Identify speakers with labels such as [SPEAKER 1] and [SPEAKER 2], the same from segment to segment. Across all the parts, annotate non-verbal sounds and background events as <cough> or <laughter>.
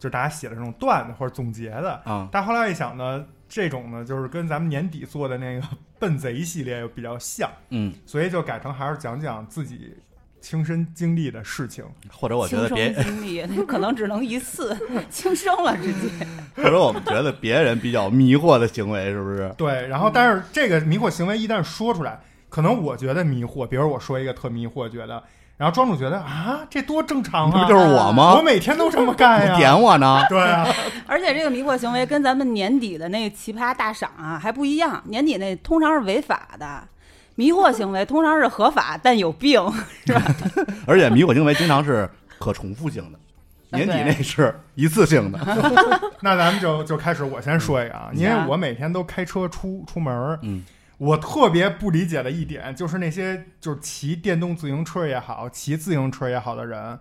[SPEAKER 1] 就大家写的这种段子或者总结的， <laughs>
[SPEAKER 2] 啊，
[SPEAKER 1] 但后来一想呢，这种呢就是跟咱们年底做的那个笨贼系列又比较像，
[SPEAKER 2] 嗯，
[SPEAKER 1] 所以就改成还是讲讲自己亲身经历的事情。
[SPEAKER 2] 或者我觉
[SPEAKER 3] 轻
[SPEAKER 2] 得
[SPEAKER 3] 松
[SPEAKER 2] 别，
[SPEAKER 3] 经历，那可能只能一次，轻生了直接。
[SPEAKER 2] <laughs> 或者我们觉得别人比较迷惑的行为，是不是？
[SPEAKER 1] 对，然后但是这个迷惑行为一旦说出来，可能我觉得迷惑，比如我说一个特迷惑，觉得，然后庄主觉得啊，这多正常
[SPEAKER 2] 那
[SPEAKER 1] 啊，
[SPEAKER 2] 不就是我
[SPEAKER 1] 我
[SPEAKER 2] 吗？
[SPEAKER 1] 每天都这么
[SPEAKER 3] 哎
[SPEAKER 1] 干 <laughs> 呀、
[SPEAKER 2] 你点我呢？
[SPEAKER 1] 对啊，
[SPEAKER 3] 而且这个迷惑行为跟咱们年底的那奇葩大赏啊还不一样，年底那通常是违法的。迷惑行为通常是合法，但有病，
[SPEAKER 2] 而且迷惑行为经常是可重复性的，
[SPEAKER 3] 啊
[SPEAKER 2] 年底那是一次性的。
[SPEAKER 3] <laughs>
[SPEAKER 1] 那咱们就就开始，我先说一个啊，
[SPEAKER 2] 嗯
[SPEAKER 1] 因为我每天都开车出出门儿，
[SPEAKER 2] 嗯，
[SPEAKER 1] 我特别不理解的一点就是那些就是骑电动自行车也好，骑自行车也好的人，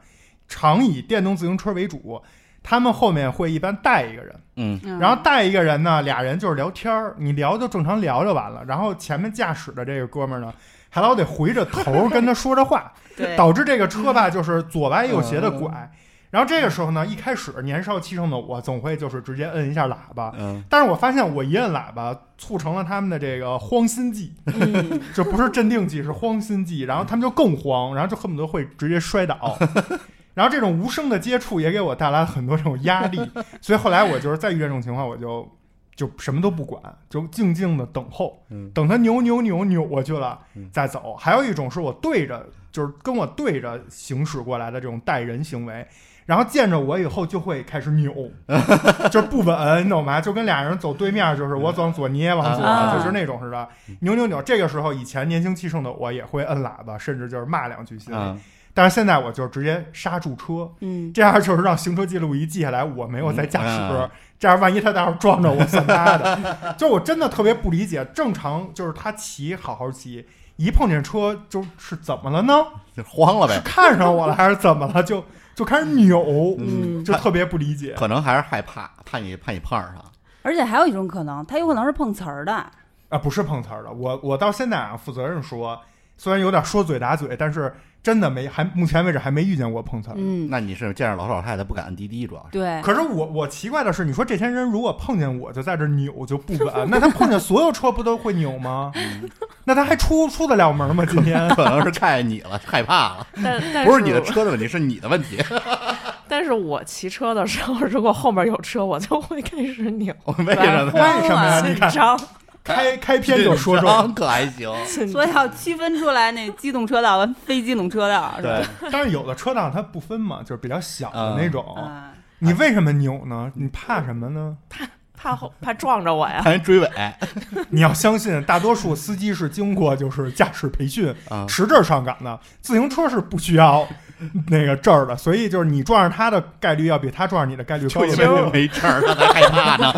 [SPEAKER 1] 常以电动自行车为主，他们后面会一般带一个人，
[SPEAKER 2] 嗯，
[SPEAKER 3] 嗯
[SPEAKER 1] 然后带一个人呢，俩人就是聊天儿，你聊就正常聊就完了，然后前面驾驶的这个哥们儿呢，还老得回着头儿跟他说着话，
[SPEAKER 3] 对，
[SPEAKER 1] 导致这个车吧就是左歪右斜的拐。然后这个时候呢，一开始年少气盛的我总会就是直接摁一下喇叭，
[SPEAKER 2] 嗯，
[SPEAKER 1] 但是我发现我一摁喇叭，促成了他们的这个慌心计，
[SPEAKER 3] 嗯
[SPEAKER 1] 就不是镇定剂，是慌心计，然后他们就更慌，然后就恨不得会直接摔倒。 <laughs> 然后这种无声的接触也给我带来了很多这种压力，所以后来我就是再遇见这种情况，我就就什么都不管，就静静的等候
[SPEAKER 2] 嗯，
[SPEAKER 1] 等他扭扭扭扭过去了
[SPEAKER 2] 嗯
[SPEAKER 1] 再走。还有一种是我对着，就是跟我对着行驶过来的这种带人行为，然后见着我以后就会开始扭， <laughs> 就是不稳，你懂吗？就跟俩人走对面，就是
[SPEAKER 2] 嗯
[SPEAKER 1] 我往左，你也往左，
[SPEAKER 2] 啊
[SPEAKER 1] 就是那种似的扭扭扭。这个时候，以前年轻气盛的我也会摁喇叭，甚至就是骂两句心里。
[SPEAKER 2] 嗯，
[SPEAKER 1] 但是现在我就直接刹住车，
[SPEAKER 3] 嗯，
[SPEAKER 1] 这样就是让行车记录仪记下来我没有在驾驶，
[SPEAKER 2] 嗯嗯
[SPEAKER 1] 这样万一他待会儿撞着我算他
[SPEAKER 2] <laughs>
[SPEAKER 1] 的。就我真的特别不理解，正常就是他骑好好骑，一碰见车就是怎么了呢？
[SPEAKER 2] 就慌了
[SPEAKER 1] 是
[SPEAKER 2] 呗。
[SPEAKER 1] 看上我了还是怎么了？就就开始扭，
[SPEAKER 3] 嗯
[SPEAKER 1] 就特别不理解。
[SPEAKER 2] 可能还是害怕，怕你怕你碰上他。
[SPEAKER 3] 而且还有一种可能，他有可能是碰瓷儿的，
[SPEAKER 1] 啊，不是碰瓷儿的，我我到现在啊，负责任说，虽然有点说嘴打嘴，但是真的没还目前为止还没遇见过碰瓷儿。
[SPEAKER 3] 嗯，
[SPEAKER 2] 那你是见着老头老太太不敢摁滴滴，主要是。
[SPEAKER 3] 对，
[SPEAKER 1] 可是我我奇怪的是，你说这些人如果碰见我就在这扭就不稳，那他碰见所有车不都会扭吗？那他还出出得了门吗？今
[SPEAKER 2] <laughs>
[SPEAKER 1] 天
[SPEAKER 2] 可能是看见你了，害怕了。
[SPEAKER 1] <laughs>
[SPEAKER 4] 但但
[SPEAKER 2] 不是你的车的问题，是你的问题。
[SPEAKER 4] 但是我骑车的时候，如果后面有车，我就会开始扭，
[SPEAKER 2] 为什么
[SPEAKER 3] 对
[SPEAKER 2] 呀？
[SPEAKER 1] 为什么呀？你
[SPEAKER 4] 紧
[SPEAKER 1] 看 <laughs>
[SPEAKER 4] 张。
[SPEAKER 1] 开开篇就说中，
[SPEAKER 2] 紧张可还行。
[SPEAKER 4] 紧
[SPEAKER 3] 所以要区分出来那机动车道跟非机动车道，是吧？
[SPEAKER 2] 对，
[SPEAKER 1] 但是有的车道它不分嘛，就是比较小的
[SPEAKER 2] 嗯
[SPEAKER 1] 那种。
[SPEAKER 3] 啊，
[SPEAKER 1] 你为什么扭呢？你怕什么呢？
[SPEAKER 4] 怕后怕撞着我
[SPEAKER 1] <laughs>
[SPEAKER 4] 呀。
[SPEAKER 2] 怕人追尾
[SPEAKER 1] 你要相信，大多数司机是经过就是驾驶培训、
[SPEAKER 2] 啊，
[SPEAKER 1] 持证上岗的，自行车是不需要那个证儿的，所以就是你撞上他的概率要比他撞上你的概率高
[SPEAKER 2] 就
[SPEAKER 1] 得
[SPEAKER 2] 因
[SPEAKER 1] 多。
[SPEAKER 2] 为没证儿，他才害怕呢。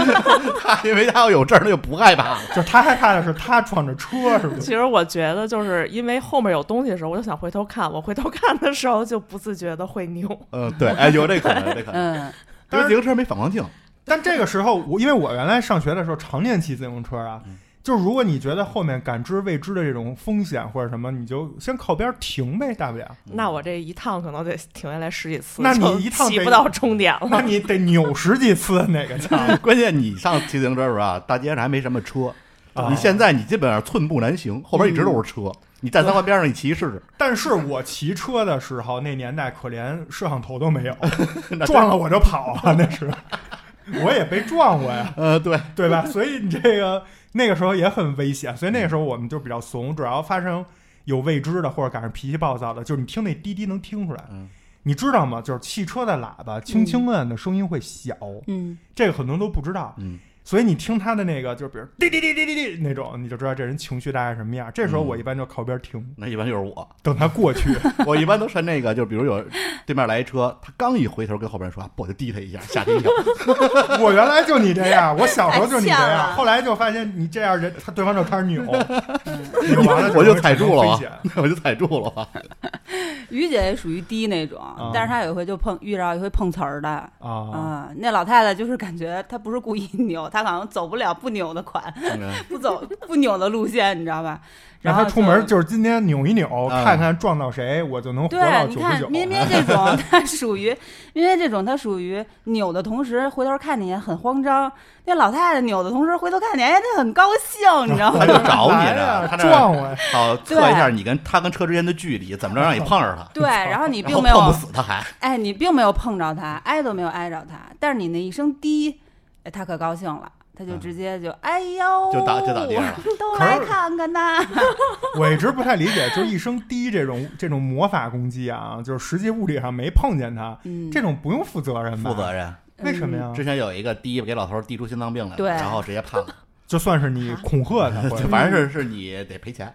[SPEAKER 2] 他因为他要有证儿，他就不害怕了。
[SPEAKER 1] 就是他害怕的是他撞着车，是不
[SPEAKER 4] 其
[SPEAKER 1] 是？
[SPEAKER 4] 实我觉得，就是因为后面有东西的时候，我就想回头看。我回头看的时候，就不自觉的会扭。
[SPEAKER 2] 嗯，对，哎，有这可能，有这可能。
[SPEAKER 3] 嗯，
[SPEAKER 2] 因为自行车没反光镜，
[SPEAKER 1] 但这个时候，我因为我原来上学的时候常年骑自行车啊
[SPEAKER 2] 嗯，
[SPEAKER 1] 就是如果你觉得后面感知未知的这种风险或者什么，你就先靠边停呗，大不了。
[SPEAKER 4] 那我这一趟可能得停下来十几次，
[SPEAKER 1] 嗯那你
[SPEAKER 4] 就
[SPEAKER 1] 一趟
[SPEAKER 4] 骑
[SPEAKER 1] 得
[SPEAKER 4] 不到终点了。
[SPEAKER 1] 那你得扭十几次那个墙
[SPEAKER 2] 啊 <laughs> 关键你上骑自行车的时候啊，大街上还没什么车，
[SPEAKER 1] 啊！嗯
[SPEAKER 2] 你现在你基本上寸步难行，后边一直都是车。你站三环边上，你骑一试
[SPEAKER 1] <laughs>
[SPEAKER 2] 试，
[SPEAKER 1] 但是我骑车的时候，那年代可连摄像头都没有，
[SPEAKER 2] <laughs> 那
[SPEAKER 1] 撞了我就跑啊，那是。我也被撞过呀，
[SPEAKER 2] 呃，对，
[SPEAKER 1] 对
[SPEAKER 2] <laughs>
[SPEAKER 1] 吧？所以你这个那个时候也很危险，所以那个时候我们就比较怂，主要发生有未知的或者赶上脾气暴躁的，就是你听那滴滴能听出来，
[SPEAKER 2] 嗯
[SPEAKER 1] 你知道吗？就是汽车的喇叭轻轻摁的声音会小，
[SPEAKER 3] 嗯，
[SPEAKER 1] 这个很多人都不知道，
[SPEAKER 2] 嗯，
[SPEAKER 1] 所以你听他的那个，就比如滴滴滴滴滴滴那种，你就知道这人情绪大概什么样。这
[SPEAKER 2] 嗯
[SPEAKER 1] 时候我一般就靠边停，
[SPEAKER 2] 那一般就是我，
[SPEAKER 1] 等他过
[SPEAKER 2] <laughs>
[SPEAKER 1] 去。
[SPEAKER 2] 我一般都是那个，就比如有对面来一车，他刚一回头跟后边人说话，我就滴他一下，吓他一跳。
[SPEAKER 1] <laughs> 我原来就你这样，我小时候就你这
[SPEAKER 3] 太像
[SPEAKER 1] 样，
[SPEAKER 3] 了
[SPEAKER 1] 后来就发现你这样人，他对方就开始扭，扭完了
[SPEAKER 2] 我就
[SPEAKER 1] 会
[SPEAKER 2] 踩
[SPEAKER 1] 产生
[SPEAKER 2] 住了
[SPEAKER 1] 危
[SPEAKER 2] 啊
[SPEAKER 1] 险。
[SPEAKER 2] 我就踩住
[SPEAKER 1] <laughs>
[SPEAKER 2] 了。
[SPEAKER 3] 于姐也属于低那种，
[SPEAKER 2] 啊
[SPEAKER 3] 但是她有一回就碰遇到一回碰瓷儿的
[SPEAKER 1] 啊，
[SPEAKER 3] 啊、那老太太就是感觉她不是故意扭， <laughs> 她好像走不了不扭的款， <laughs>
[SPEAKER 1] 嗯
[SPEAKER 3] 不走不扭的路线，你知道
[SPEAKER 2] <laughs>
[SPEAKER 3] 吧？
[SPEAKER 1] 让
[SPEAKER 3] 然
[SPEAKER 1] 他
[SPEAKER 3] 后
[SPEAKER 1] 出门就是今天扭一扭，
[SPEAKER 2] 啊
[SPEAKER 1] 看看撞到谁，我就能活到
[SPEAKER 3] 对，啊你
[SPEAKER 1] 九
[SPEAKER 3] 看
[SPEAKER 1] 十九。
[SPEAKER 3] 咩咩这
[SPEAKER 2] <laughs>
[SPEAKER 3] 种，它属于咩咩这种，它属于扭的同时回头看你也很慌张。那老太太扭的同时回头看你，哎，她很高兴，你知道
[SPEAKER 2] 他 <laughs>
[SPEAKER 3] 吗？
[SPEAKER 2] 就找你
[SPEAKER 1] 来
[SPEAKER 2] 呢，
[SPEAKER 1] 呀
[SPEAKER 2] 他那
[SPEAKER 1] 撞我呀！
[SPEAKER 2] 好测一下你跟他跟车之间的距离，怎么着让你碰上他， <laughs>
[SPEAKER 3] 对，然后你
[SPEAKER 2] 然
[SPEAKER 3] 并
[SPEAKER 2] 后
[SPEAKER 3] 没有
[SPEAKER 2] 碰不死他还。
[SPEAKER 3] 哎，你并没有碰着他，挨都没有挨着他，但是你那一声滴，哎，他可高兴了，他就直接就、哎呦，
[SPEAKER 2] 嗯就打就打地上了
[SPEAKER 3] 都
[SPEAKER 1] 可是
[SPEAKER 3] 来看看呐。
[SPEAKER 1] 我一直不太理解，就是一声低这种这种魔法攻击啊，就是实际物理上没碰见他，
[SPEAKER 3] 嗯，
[SPEAKER 1] 这种不用负责任吧？
[SPEAKER 2] 负责任。嗯
[SPEAKER 1] 为什么呀？
[SPEAKER 2] 之前有一个第一给老头儿递出心脏病来了，
[SPEAKER 3] 对
[SPEAKER 2] 然后直接
[SPEAKER 3] <laughs>
[SPEAKER 2] 判了，
[SPEAKER 1] 就算是你恐吓
[SPEAKER 2] <laughs>
[SPEAKER 1] 他，或者
[SPEAKER 2] 反正是是你得赔钱。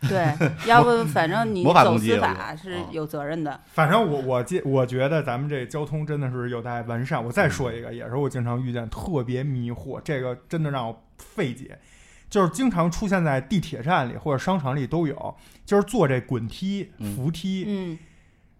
[SPEAKER 3] 对，要不反正
[SPEAKER 2] <laughs>
[SPEAKER 3] 你
[SPEAKER 2] 魔法
[SPEAKER 3] 走
[SPEAKER 2] 攻击
[SPEAKER 3] 司
[SPEAKER 2] 我觉
[SPEAKER 3] 法
[SPEAKER 2] 得
[SPEAKER 3] 是
[SPEAKER 2] 嗯
[SPEAKER 3] 有责任的。
[SPEAKER 1] 反正我我觉我觉得咱们这交通真的是有待完善。我再说一个，也是我经常遇见特别迷惑，这个真的让我费解，就是经常出现在地铁站里或者商场里都有，就是坐这滚梯、
[SPEAKER 2] 嗯
[SPEAKER 1] 扶梯，
[SPEAKER 3] 嗯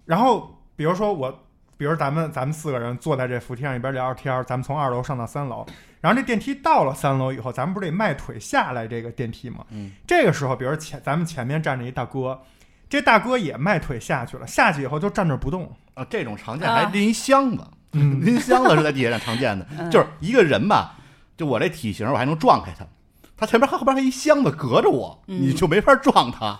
[SPEAKER 1] 然后比如说我，比如咱们咱们四个人坐在这扶梯上一边聊聊天儿，咱们从二楼上到三楼，然后这电梯到了三楼以后，咱们不是得迈腿下来这个电梯吗？
[SPEAKER 2] 嗯，
[SPEAKER 1] 这个时候，比如前咱们前面站着一大哥，这大哥也迈腿下去了，下去以后就站那儿不动。
[SPEAKER 2] 啊，这种常见还拎箱子，
[SPEAKER 1] 嗯
[SPEAKER 2] <laughs> 拎箱子是在地铁站常见的，<laughs>
[SPEAKER 3] 嗯
[SPEAKER 2] 就是一个人吧，就我这体型，我还能撞开他。他前面还后边还一箱子隔着我，
[SPEAKER 3] 嗯
[SPEAKER 2] 你就没法撞他。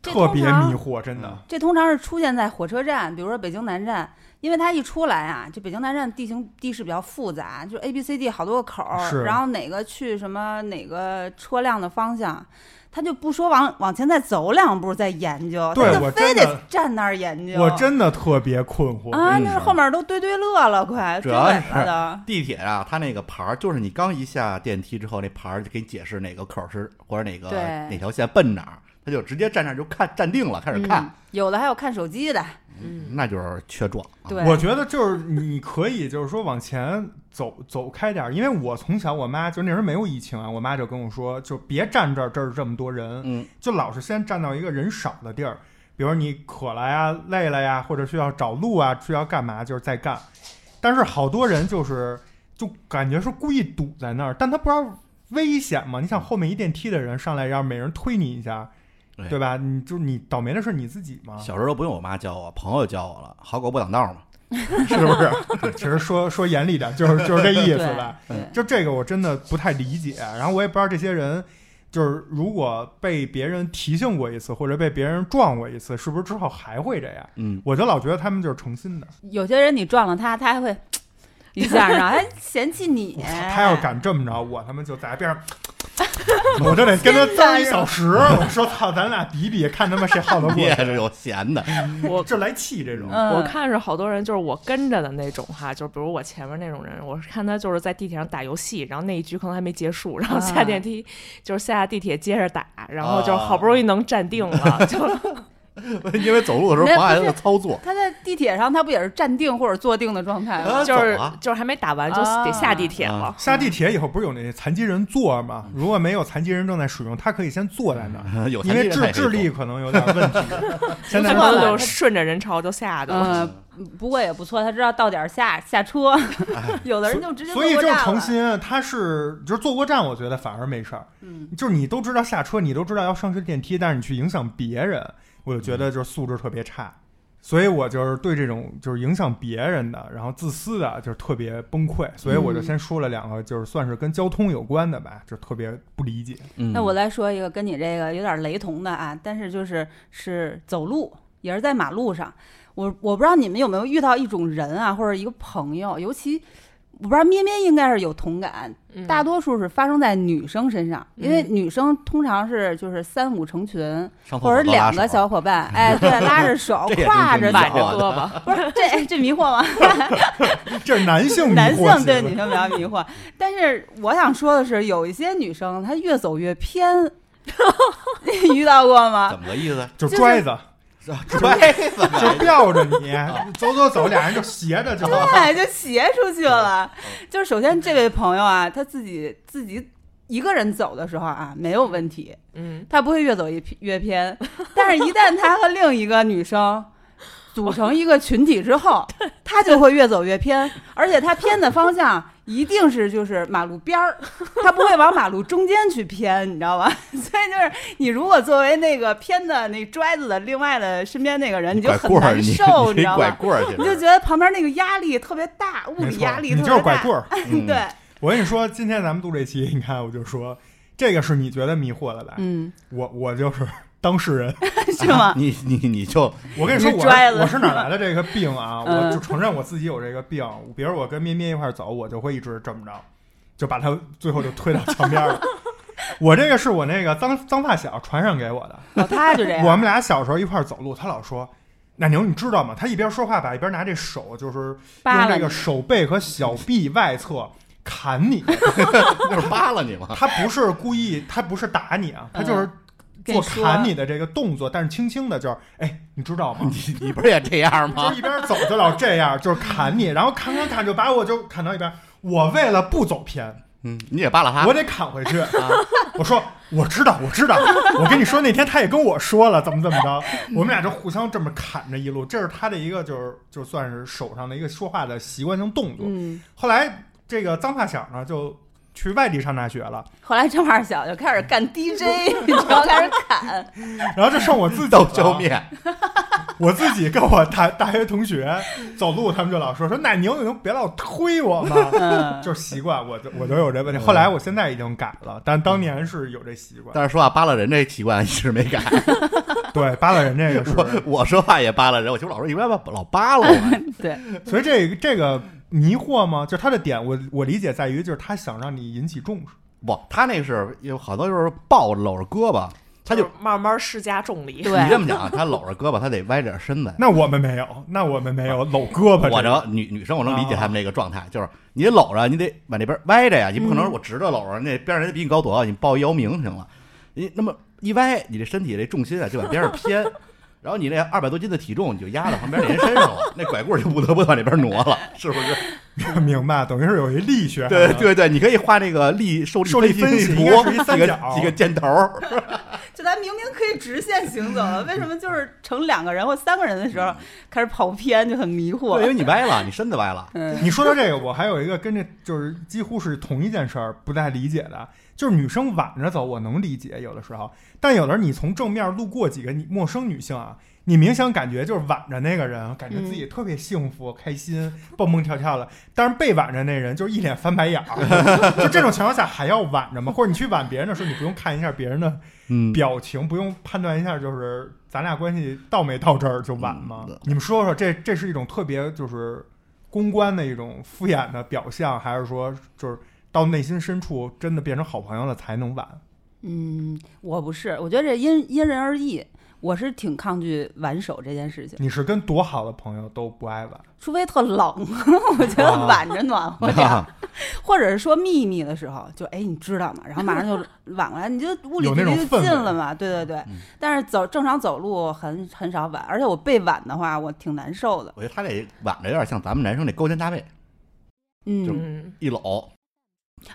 [SPEAKER 3] 这
[SPEAKER 1] 特别
[SPEAKER 3] 通常
[SPEAKER 1] 迷惑，真的。
[SPEAKER 3] 这通常是出现在火车站，比如说北京南站，因为它一出来啊，这北京南站地形地势比较复杂，就是 A、B、C、D 好多个口
[SPEAKER 1] 是
[SPEAKER 3] 儿，然后哪个去什么哪个车辆的方向，他就不说往往前再走两步再研究，
[SPEAKER 1] 对
[SPEAKER 3] 他
[SPEAKER 1] 我
[SPEAKER 3] 就非
[SPEAKER 1] 真的
[SPEAKER 3] 得站那儿研究。
[SPEAKER 1] 我真的特别困惑。
[SPEAKER 3] 啊，
[SPEAKER 2] 嗯
[SPEAKER 3] 那是后面都堆堆乐了，快
[SPEAKER 2] 主
[SPEAKER 3] 追
[SPEAKER 2] 要
[SPEAKER 3] 尾
[SPEAKER 2] 是
[SPEAKER 3] 巴的。
[SPEAKER 2] 地铁啊，它那个牌儿就是你刚一下电梯之后，那牌儿就给你解释哪个口儿是或者哪个
[SPEAKER 3] 对
[SPEAKER 2] 哪条线奔哪儿，他就直接站那儿就看站定了，开始看
[SPEAKER 3] 嗯，，有的还有看手机的，
[SPEAKER 2] 那就是缺撞。啊
[SPEAKER 3] 嗯对，
[SPEAKER 1] 我觉得就是你可以就是说往前走走开点儿，因为我从小我妈就那时候没有疫情啊，我妈就跟我说，就别站这儿，这儿这么多人，
[SPEAKER 2] 嗯，
[SPEAKER 1] 就老是先站到一个人少的地儿，比如你渴了呀、累了呀，或者需要找路啊、需要干嘛，就是在干。但是好多人就是就感觉是故意堵在那儿，但他不知道危险嘛。你想后面一电梯的人上来，让每人推你一下，
[SPEAKER 2] 对
[SPEAKER 1] 对吧？你就你倒霉的是你自己嘛。
[SPEAKER 2] 小时候不用我妈教我，朋友教我了，好狗不挡道嘛， <laughs> 是不
[SPEAKER 1] <laughs>
[SPEAKER 2] 是？
[SPEAKER 1] 其实说说严厉点，就是就是这意
[SPEAKER 3] 对
[SPEAKER 1] 思吧。
[SPEAKER 3] 对，
[SPEAKER 1] 就这个我真的不太理解，然后我也不知道这些人，就是如果被别人提醒过一次，或者被别人撞过一次，是不是之后还会这样？
[SPEAKER 2] 嗯，
[SPEAKER 1] 我就老觉得他们就是诚心的，
[SPEAKER 3] 有些人你撞了他，他还会一下，然后还嫌弃你。
[SPEAKER 1] <laughs>
[SPEAKER 3] 哎
[SPEAKER 1] 他要是敢这么着，我他妈就在边上我这得跟他脏一小时。我说操，咱俩比比，看他妈谁耗得
[SPEAKER 2] 你
[SPEAKER 1] 过
[SPEAKER 2] 也。是有闲
[SPEAKER 3] <laughs>
[SPEAKER 2] 的，
[SPEAKER 4] 我
[SPEAKER 1] 这来气这种，
[SPEAKER 3] 嗯，
[SPEAKER 4] 我看是好多人，就是我跟着的那种哈，就比如我前面那种人，我是看他就是在地铁上打游戏，然后那一局可能还没结束，然后下电梯、就是下地铁接着打，然后
[SPEAKER 1] 啊
[SPEAKER 4] 就好不容易能站定了，就
[SPEAKER 2] 因为走路的时候妨碍他的操作。
[SPEAKER 3] 他在地铁上，他不也是站定或者坐定的状态吗？
[SPEAKER 1] 呃
[SPEAKER 2] 啊
[SPEAKER 4] 就是、
[SPEAKER 2] 走啊
[SPEAKER 4] 就是还没打完就
[SPEAKER 3] 啊
[SPEAKER 4] 得下地铁了。
[SPEAKER 1] 下地铁以后不是有那些残疾人座吗？如果没有残疾人正在使用，他可以先坐在那儿，
[SPEAKER 2] <laughs> 有
[SPEAKER 1] 因
[SPEAKER 2] 残疾
[SPEAKER 1] 为
[SPEAKER 2] 人才
[SPEAKER 1] 智
[SPEAKER 2] 可以
[SPEAKER 1] 智力可能有点问题。现在
[SPEAKER 4] 他
[SPEAKER 3] 嗯嗯
[SPEAKER 4] 们就顺着人潮就下去 <laughs> 了，
[SPEAKER 3] 嗯，不过也不错，他知道到点儿下下车，有的人 <laughs> 就直接
[SPEAKER 1] 所以
[SPEAKER 3] 坐
[SPEAKER 1] 这种
[SPEAKER 3] 过站
[SPEAKER 1] 诚
[SPEAKER 3] 了
[SPEAKER 1] 心，他是就是坐过站，我觉得反而没事儿。嗯，就是你都知道下车，你都知道要上去电梯，但是你去影响别人，我就
[SPEAKER 2] 嗯
[SPEAKER 1] 觉得就是素质特别差。所以我就是对这种就是影响别人的，然后自私的，就是特别崩溃。所以我
[SPEAKER 3] 嗯
[SPEAKER 1] 就先说了两个，就是算是跟交通有关的吧，就特别不理解。
[SPEAKER 2] 嗯
[SPEAKER 3] 那我来说一个跟你这个有点雷同的啊，但是就是是走路，也是在马路上。我我不知道你们有没有遇到一种人啊，或者一个朋友，尤其我不知道咩咩应该是有同感，
[SPEAKER 4] 嗯
[SPEAKER 3] 大多数是发生在女生身上，因为
[SPEAKER 4] 嗯
[SPEAKER 3] 女生通常是就是三五成群，
[SPEAKER 2] 上厕所
[SPEAKER 3] <laughs> 或者
[SPEAKER 2] 都
[SPEAKER 3] 两
[SPEAKER 2] 拉
[SPEAKER 3] 个
[SPEAKER 2] 手
[SPEAKER 3] 小
[SPEAKER 2] <laughs>
[SPEAKER 3] 伙伴，哎，对，拉着手
[SPEAKER 2] 这也是
[SPEAKER 3] 挎着
[SPEAKER 2] 挺晚
[SPEAKER 4] 挽着
[SPEAKER 3] 走，
[SPEAKER 2] 的
[SPEAKER 4] 胳膊，
[SPEAKER 3] <laughs> 不是这这迷惑吗？
[SPEAKER 2] <laughs>
[SPEAKER 1] 这是男性迷惑
[SPEAKER 3] 男性
[SPEAKER 1] 行
[SPEAKER 3] 对
[SPEAKER 1] 为
[SPEAKER 3] 女性比较迷惑，但是我想说的是，有一些女生她越走越
[SPEAKER 2] <laughs>
[SPEAKER 3] 偏，你遇到过吗
[SPEAKER 2] 怎？么个意
[SPEAKER 1] <laughs>
[SPEAKER 2] 思？
[SPEAKER 1] 就
[SPEAKER 3] 就是
[SPEAKER 1] 拽子，
[SPEAKER 2] <laughs> 拽死了
[SPEAKER 1] 就吊着你，
[SPEAKER 2] <laughs>
[SPEAKER 1] 走走走，俩人就斜着就。
[SPEAKER 3] <laughs> 对，啊哎就斜出去了。就是首先这位朋友啊，他自己自己一个人走的时候啊，没有问题，
[SPEAKER 4] 嗯，
[SPEAKER 3] 他不会越走越偏越 <laughs> 偏。但是，一旦他和另一个女生组成一个群体之 <laughs> 后，他就会越走越偏，而且他偏的方向一定是就是马路边 <laughs> 儿，他不会往马路中间去偏，你知道吧？ <laughs> 所以就是你如果作为那个偏的那拽子的另外的身边那个人，你就
[SPEAKER 2] 拐
[SPEAKER 3] 很
[SPEAKER 2] 棍儿，
[SPEAKER 3] 难
[SPEAKER 2] 你
[SPEAKER 3] 受，
[SPEAKER 2] 你
[SPEAKER 3] 知道
[SPEAKER 2] 拐
[SPEAKER 3] 吧？
[SPEAKER 2] 棍儿去，
[SPEAKER 3] 你就觉得旁边那个压力特别大，物
[SPEAKER 1] 没
[SPEAKER 3] 理
[SPEAKER 1] 错
[SPEAKER 3] 压力特
[SPEAKER 1] 你
[SPEAKER 3] 别大。
[SPEAKER 1] 就是拐棍儿。
[SPEAKER 2] 嗯
[SPEAKER 3] 对，
[SPEAKER 1] 我跟你说，今天咱们录这期，你看我就说，这个是你觉得迷惑了吧？
[SPEAKER 3] 嗯，
[SPEAKER 1] 我我就是当事
[SPEAKER 3] <laughs>
[SPEAKER 1] 人。
[SPEAKER 3] 是吗？
[SPEAKER 2] <laughs> 你你你就
[SPEAKER 1] 我跟你说，
[SPEAKER 3] 你
[SPEAKER 1] 我
[SPEAKER 3] 拽
[SPEAKER 1] 是
[SPEAKER 3] 了
[SPEAKER 1] 我是哪来的这个病
[SPEAKER 3] <laughs>
[SPEAKER 1] 啊？
[SPEAKER 3] 嗯
[SPEAKER 1] 我就承认我自己有这个病。比如我跟咩咩一块儿走，我就会一直这么着，就把他最后就推到墙边
[SPEAKER 3] <laughs>
[SPEAKER 1] 了。我这个是我那个脏脏发小传染给我的。
[SPEAKER 3] 哦，他就这样。
[SPEAKER 1] 我们俩小时候一块儿走路，他老说。奶牛，你知道吗？他一边说话吧，一边拿这手，就是
[SPEAKER 3] 扒
[SPEAKER 1] 用
[SPEAKER 3] 拉
[SPEAKER 1] 这
[SPEAKER 3] 你
[SPEAKER 1] 个手背和小臂外侧砍你。
[SPEAKER 2] 就是扒拉你嘛。
[SPEAKER 1] 他不是故意，他不是打你啊，他就是做
[SPEAKER 3] 跟你嗯说
[SPEAKER 1] 砍你的这个动作，但是轻轻的，就是哎，你知道
[SPEAKER 3] <laughs>
[SPEAKER 1] 吗？
[SPEAKER 2] 你你不是也这样
[SPEAKER 1] 就
[SPEAKER 2] 吗？
[SPEAKER 1] 是一边走就老这样，就是砍你，然后砍砍砍就把我就砍到一边。我为了不走偏，
[SPEAKER 2] 嗯，你也扒拉
[SPEAKER 3] 啊
[SPEAKER 2] 他
[SPEAKER 1] 我。得砍回去。我说我知道，我知道。我跟你说，那天他也跟我说了，怎么怎么
[SPEAKER 3] <laughs>
[SPEAKER 1] 着，我们俩就互相这么砍着一路。这是他的一个就是就算是手上的一个说话的习惯性动作。
[SPEAKER 3] 嗯，
[SPEAKER 1] 后来这个脏发小呢就去外地上大学了，
[SPEAKER 3] 后来这么小就开始
[SPEAKER 1] <laughs>
[SPEAKER 3] 干 DJ，然后开始砍，
[SPEAKER 1] 然后就剩我自己了
[SPEAKER 3] <laughs>
[SPEAKER 2] 豆椒面，
[SPEAKER 1] 我自己跟我大大学同学走路，他们就老说说奶牛，你能别老推我吗？
[SPEAKER 3] 嗯，
[SPEAKER 1] 就是习惯，我就我就有这问题。后来我现在已经改了，但当年是有这习惯。
[SPEAKER 2] 但是说话扒拉人这习惯一直
[SPEAKER 1] <laughs>
[SPEAKER 2] 没改。
[SPEAKER 1] 对，扒拉人这个
[SPEAKER 2] 我
[SPEAKER 1] 是，
[SPEAKER 2] 我说话也扒拉人，我就老说你为什么老扒拉
[SPEAKER 3] <laughs>
[SPEAKER 2] 我？
[SPEAKER 3] 对，
[SPEAKER 1] 所以这个这个迷惑吗？就是他的点，我我理解在于，就是他想让你引起重视。
[SPEAKER 2] 不，他那是有好多就是抱着搂着胳膊，他就是
[SPEAKER 4] 慢慢施加重力，
[SPEAKER 3] 对
[SPEAKER 2] 你这么讲，啊他搂着胳膊，他得歪着身子。
[SPEAKER 1] 那我们没有，那我们没有搂胳膊这个。
[SPEAKER 2] <laughs> 我着女女生，我能理解
[SPEAKER 1] 哦
[SPEAKER 2] 他们这个状态，就是你搂着，你得往那边歪着呀，你不可
[SPEAKER 1] 嗯
[SPEAKER 2] 能说我直着搂着，那边上人比你高多少，你抱一姚明行了。你那么一歪，你这身体这重心啊就往边上偏，然后你那二百多斤的体重你就压到旁边那人身上了，那拐棍儿就不得不往那边挪了，是不是？
[SPEAKER 1] 明白，等于是有一力学。
[SPEAKER 2] 对，对对，你可以画那个力受力
[SPEAKER 1] 受力
[SPEAKER 2] 分
[SPEAKER 1] 分
[SPEAKER 2] 析
[SPEAKER 1] 析
[SPEAKER 2] 图
[SPEAKER 1] 应该是一，
[SPEAKER 2] 几
[SPEAKER 1] 三
[SPEAKER 2] 个
[SPEAKER 1] 角
[SPEAKER 2] 几个箭头
[SPEAKER 1] <laughs>
[SPEAKER 2] 儿，
[SPEAKER 3] 就咱明明可以直线行走了，为什么就是成两个人或三个人的时
[SPEAKER 1] 嗯
[SPEAKER 3] 候开始跑偏，就很迷
[SPEAKER 2] 对，因
[SPEAKER 3] 惑。
[SPEAKER 2] 为你歪了，你身子歪了。
[SPEAKER 3] 嗯，
[SPEAKER 1] 你说到这个，我还有一个跟这就是几乎是同一件事儿不太理解的，就是女生挽着走，我能理解有的时候，但有的时候你从正面路过几个你陌生女性啊，你明显感觉就是挽着那个人，感觉自己特别幸福、开心、蹦蹦跳跳的，但是被挽着那人就是一脸翻白眼儿， <laughs> 就这种情况下还要挽着吗？或者你去挽别人的时候，你不用看一下别人的
[SPEAKER 2] 嗯， <laughs>
[SPEAKER 1] 表情，不用判断一下就是咱俩关系到没到这儿就晚吗
[SPEAKER 2] 嗯？
[SPEAKER 1] 你们说说，这这是一种特别就是公关的一种敷衍的表象，还是说就是到内心深处真的变成好朋友了才能挽。
[SPEAKER 3] 嗯，我不是，我觉得这因因人而异。我是挺抗拒挽手这件事情，
[SPEAKER 1] 你是跟多好的朋友都不爱挽，
[SPEAKER 3] 除非特冷， <laughs>
[SPEAKER 1] 啊
[SPEAKER 3] 我觉得挽着暖和点儿，或者是说秘密的时候，就哎你知道吗？然后马上就挽过来，你就物理
[SPEAKER 1] 有
[SPEAKER 3] 距
[SPEAKER 1] 那种
[SPEAKER 3] 离就
[SPEAKER 1] 氛
[SPEAKER 3] 近
[SPEAKER 1] 围嗯
[SPEAKER 3] 了嘛。对对对，但是走正常走路很很少挽，而且我被挽的话，我挺难受的。
[SPEAKER 2] 我觉得他这挽着有点像咱们男生这勾肩搭背，
[SPEAKER 3] 嗯，
[SPEAKER 4] 嗯，
[SPEAKER 2] 一搂，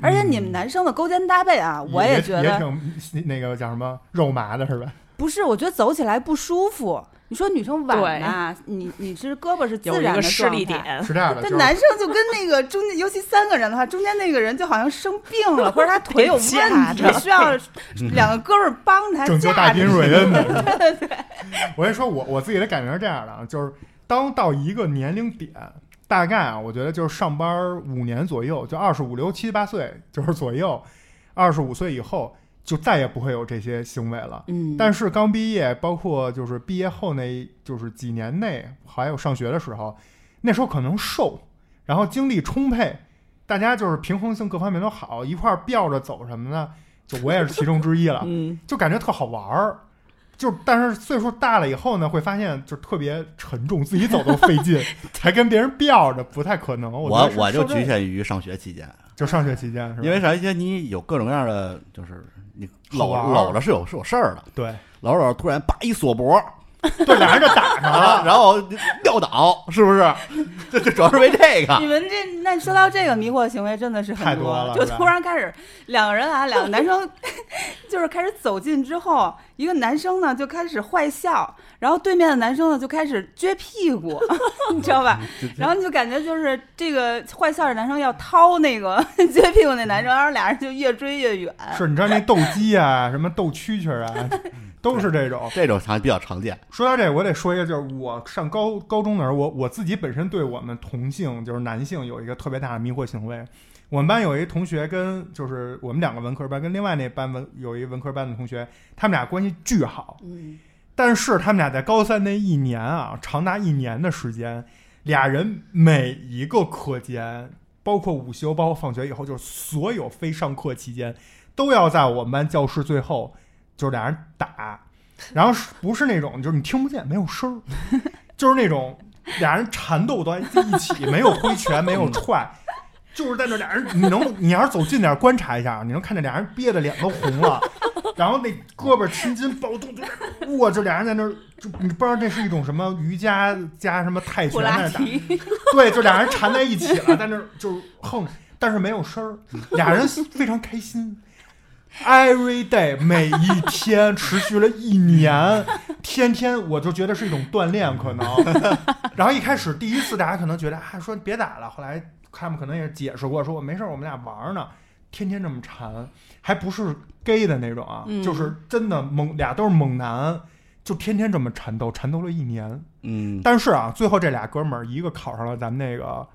[SPEAKER 3] 而且你们男生的勾肩搭背啊，我
[SPEAKER 1] 嗯也
[SPEAKER 3] 觉
[SPEAKER 1] 也
[SPEAKER 3] 得
[SPEAKER 1] 挺那个叫什么肉麻的是
[SPEAKER 3] <laughs>
[SPEAKER 1] 吧？
[SPEAKER 3] 不是，我觉得走起来不舒服。你说女生挽吧，你你是胳膊是自
[SPEAKER 4] 有一
[SPEAKER 3] 然的
[SPEAKER 4] 个失
[SPEAKER 3] 状
[SPEAKER 4] 力
[SPEAKER 3] 态。
[SPEAKER 4] 点，
[SPEAKER 1] 是这样的，
[SPEAKER 3] 但
[SPEAKER 1] 就是
[SPEAKER 3] 男生就跟那个中间，尤其三个人的话，中间那个人就好像生病了，
[SPEAKER 4] <laughs>
[SPEAKER 3] 或者他腿有问
[SPEAKER 4] 架
[SPEAKER 3] 题
[SPEAKER 4] 着，
[SPEAKER 3] 需要两个哥们儿帮他
[SPEAKER 1] 拯救大
[SPEAKER 3] 架
[SPEAKER 1] 兵
[SPEAKER 3] 着。
[SPEAKER 1] 瑞恩的。我跟你说，我我自己的感觉是这样的啊，就是当到一个年龄点，大概啊，我觉得就是上班五年左右，就二十五六七八岁就是左右，二十五岁以后就再也不会有这些行为了。
[SPEAKER 3] 嗯，，
[SPEAKER 1] 但是刚毕业，包括就是毕业后那，就是几年内，还有上学的时候，那时候可能瘦，然后精力充沛，大家就是平衡性各方面都好，一块儿吊着走什么的，就我也是其中之一了
[SPEAKER 3] 嗯，
[SPEAKER 1] 就感觉特好玩儿。就但是岁数大了以后呢，会发现就特别沉重，自己走都费劲，还跟别人吊着，不太可能。
[SPEAKER 2] 我
[SPEAKER 1] 我
[SPEAKER 2] 我
[SPEAKER 1] 我
[SPEAKER 2] 就局限于上学期间，
[SPEAKER 1] 就上学期间是吧？
[SPEAKER 2] 因为啥？因为你有各种各样的，就是你
[SPEAKER 1] 好
[SPEAKER 2] 搂
[SPEAKER 1] 玩儿
[SPEAKER 2] 搂着是有是有事儿的，
[SPEAKER 1] 对
[SPEAKER 2] 搂着搂着突然叭一锁脖，
[SPEAKER 1] <laughs> 对，俩人就打上了
[SPEAKER 2] 啊，。然后撂倒，是不是？ <laughs> 这这主要是为这
[SPEAKER 3] 你
[SPEAKER 2] 个。
[SPEAKER 3] 们这那说到这个迷惑行为真的是很
[SPEAKER 1] 啊太
[SPEAKER 3] 多
[SPEAKER 1] 多了
[SPEAKER 3] 就是
[SPEAKER 1] 吧
[SPEAKER 3] 突然开始两个人
[SPEAKER 1] <laughs>
[SPEAKER 3] 啊，两个男生就是开始走近之后，一个男生呢就开始坏笑，然后对面的男生呢就开始撅
[SPEAKER 1] <laughs>
[SPEAKER 3] 屁股，你知道吧？然后你就感觉就是这个坏笑的男生要掏那个撅屁股那男生，然后俩人就越追越远。
[SPEAKER 1] 是，你知道那斗鸡啊，什么斗蛐蛐啊，都是这种。
[SPEAKER 2] 这种常比较常见，
[SPEAKER 1] 说到这，我得说一个，就是我上高高中的时候，我我自己本身对我们同性，就是男性，有一个特别大的迷惑行为。我们班有一同学跟就是我们两个文科班跟另外那班文有一文科班的同学，他们俩关系巨好，
[SPEAKER 3] 嗯，
[SPEAKER 1] 但是他们俩在高三那一年啊，长达一年的时间，俩人每一个课间，包括午休，包括放学以后，就是所有非上课期间，都要在我们班教室最后，就是俩人打，然后是不是那种就是你听不见没有声儿，就是那种俩人缠斗到一起，没有挥拳，没有踹。就是在那俩人，你能，你要是走近点观察一下，你能看见俩人憋的脸都红了，然后那胳膊青筋暴动，就哇，这俩人在那儿，就你不知道这是一种什么瑜伽加什么泰
[SPEAKER 3] 普
[SPEAKER 1] 拳
[SPEAKER 3] 拉
[SPEAKER 1] 在打，
[SPEAKER 3] 提，
[SPEAKER 1] <laughs> 对，就俩人缠在一起了，在那儿就是横，但是没有声儿，俩人非常开心。Every day，每一天持续了一年，天天我就觉得是一种锻炼，可能。 <laughs> 然后一开始第一次大家可能觉得啊，说别打了，后来他们可能也解释过，说我没事儿，我们俩玩儿呢，天天这么缠，还不是 gay 的那种啊，
[SPEAKER 3] 嗯
[SPEAKER 1] 就是真的猛，俩都是猛男，就天天这么缠斗，缠斗了一年。
[SPEAKER 2] 嗯，
[SPEAKER 1] 但是啊，最后这俩哥们儿，一个考上了咱们那个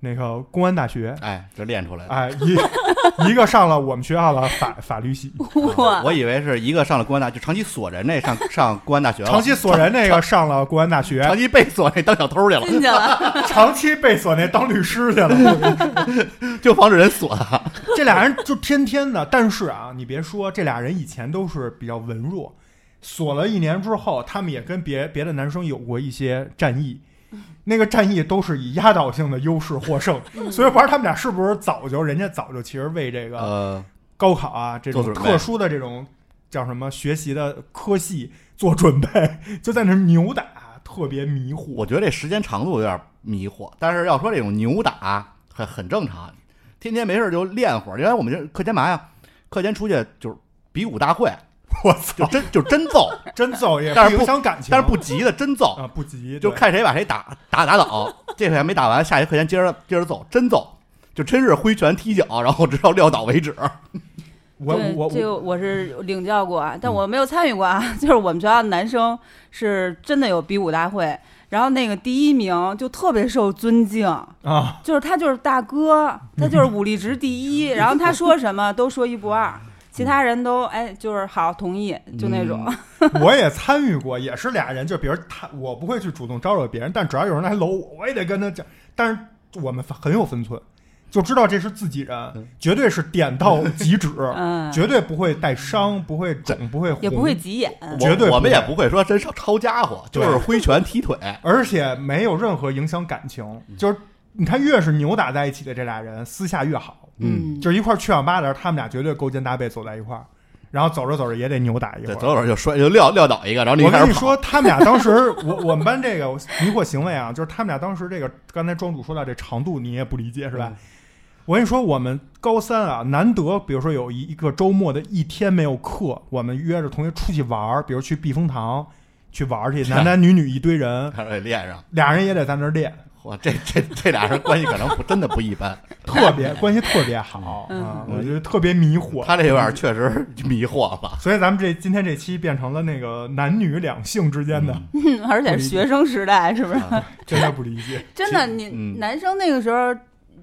[SPEAKER 1] 那个公安大学，
[SPEAKER 2] 哎，这练出来的。
[SPEAKER 1] 哎，一一个上了我们学校的法法律系，
[SPEAKER 3] 哇，
[SPEAKER 2] 我以为是一个上了公安大，就长期锁人那上上公安大学了，
[SPEAKER 1] 长期锁人那个上了公安大学，
[SPEAKER 2] 长期被锁那当小偷去了，
[SPEAKER 3] 进去了，
[SPEAKER 1] 长期被锁那当律师去了。 <laughs>
[SPEAKER 2] 就防止人锁他。
[SPEAKER 1] 这俩人就天天的，但是啊，你别说，这俩人以前都是比较文弱，锁了一年之后，他们也跟别别的男生有过一些战役。那个战役都是以压倒性的优势获胜，所以不知道他们俩是不是早就人家早就其实为这个
[SPEAKER 2] 呃，
[SPEAKER 1] 高考啊这种
[SPEAKER 2] 做准备
[SPEAKER 1] 特殊的这种叫什么学习的科系做准备，就在那儿扭打，特别迷糊。
[SPEAKER 2] 我觉得这时间长度有点迷惑，但是要说这种扭打很很正常，天天没事就练会儿。原来我们这课间嘛呀，课间出去就是比武大会，
[SPEAKER 1] <laughs> 我操
[SPEAKER 2] 就，真就
[SPEAKER 1] <laughs>
[SPEAKER 2] 真揍，
[SPEAKER 1] 真揍也
[SPEAKER 2] 但是不
[SPEAKER 1] 影响感情，
[SPEAKER 2] 但是不急的真揍，
[SPEAKER 1] 啊不急，
[SPEAKER 2] 就
[SPEAKER 1] 对
[SPEAKER 2] 看谁把谁打打打倒。这回还没打完，下一课间接着接着揍，真揍，就真是挥拳踢脚，然后直到撂倒为止。
[SPEAKER 1] 我
[SPEAKER 3] 对
[SPEAKER 1] 我我嗯
[SPEAKER 3] 这个我是领教过啊，但我没有参与过啊。 <laughs> 就是我们学校的男生是真的有比武大会，然后那个第一名就特别受尊敬，
[SPEAKER 1] 啊， <laughs>
[SPEAKER 3] 就是他就是大哥，他就是武力值第一，然后他说什么都说一不二，其他人都哎就是好同意，就那种。
[SPEAKER 1] 我也参与过，也是俩人，就比如他，我不会去主动招惹别人，但只要有人来搂我，我也得跟他讲。但是我们很有分寸，就知道这是自己人
[SPEAKER 2] 嗯，
[SPEAKER 1] 绝对是点
[SPEAKER 3] <laughs>
[SPEAKER 1] 到即止，
[SPEAKER 3] 嗯，
[SPEAKER 1] 绝对不会带伤，不会肿，不会红，
[SPEAKER 3] 也不会急眼， <laughs>
[SPEAKER 2] 我
[SPEAKER 1] <laughs> 绝对
[SPEAKER 2] 我
[SPEAKER 1] 不
[SPEAKER 2] 们
[SPEAKER 1] 会
[SPEAKER 2] 也不会说真是抄家伙，就
[SPEAKER 1] 对
[SPEAKER 2] 是挥拳踢腿。
[SPEAKER 1] 而且没有任何影响感情。
[SPEAKER 2] 嗯
[SPEAKER 1] 就是你看，越是扭打在一起的这俩人，私下越好。
[SPEAKER 2] 嗯
[SPEAKER 1] 就是一块儿去网吧的时候，他们俩绝对勾肩搭背走在一块儿，然后走着走着也得扭打一会儿。
[SPEAKER 2] 对，走着走着就摔，就撂撂倒一个，然后你
[SPEAKER 1] 我
[SPEAKER 2] 开
[SPEAKER 1] 跟
[SPEAKER 2] 始
[SPEAKER 1] 你
[SPEAKER 2] 跑
[SPEAKER 1] 说，，他们俩当时，我 <laughs> 我们班这个迷惑行为啊，就是他们俩当时这个，刚才庄主说到这长度，你也不理解是吧？
[SPEAKER 2] 嗯
[SPEAKER 1] 我跟你说，我们高三啊，难得，比如说有一一个周末的一天没有课，我们约着同学出去玩儿，比如去避风塘去玩儿去，
[SPEAKER 2] 啊
[SPEAKER 1] 男男女女一堆人，
[SPEAKER 2] 开始给练上。
[SPEAKER 1] 俩人也得在那儿练，
[SPEAKER 2] 哇，这这这俩人关系可能不真的不一般，
[SPEAKER 1] 特别
[SPEAKER 2] <laughs>
[SPEAKER 1] 关系特别好啊，
[SPEAKER 2] 嗯
[SPEAKER 1] 我觉得特别迷惑。
[SPEAKER 2] 他这有点确实迷惑了。
[SPEAKER 1] 所以咱们这今天这期变成了那个男女两性之间的，
[SPEAKER 3] 嗯而且是学生时代
[SPEAKER 2] 嗯
[SPEAKER 3] 是不是？
[SPEAKER 1] <laughs>
[SPEAKER 2] 啊
[SPEAKER 1] 真的不理解。
[SPEAKER 3] 真的，
[SPEAKER 2] 其
[SPEAKER 3] 你
[SPEAKER 2] 嗯
[SPEAKER 3] 男生那个时候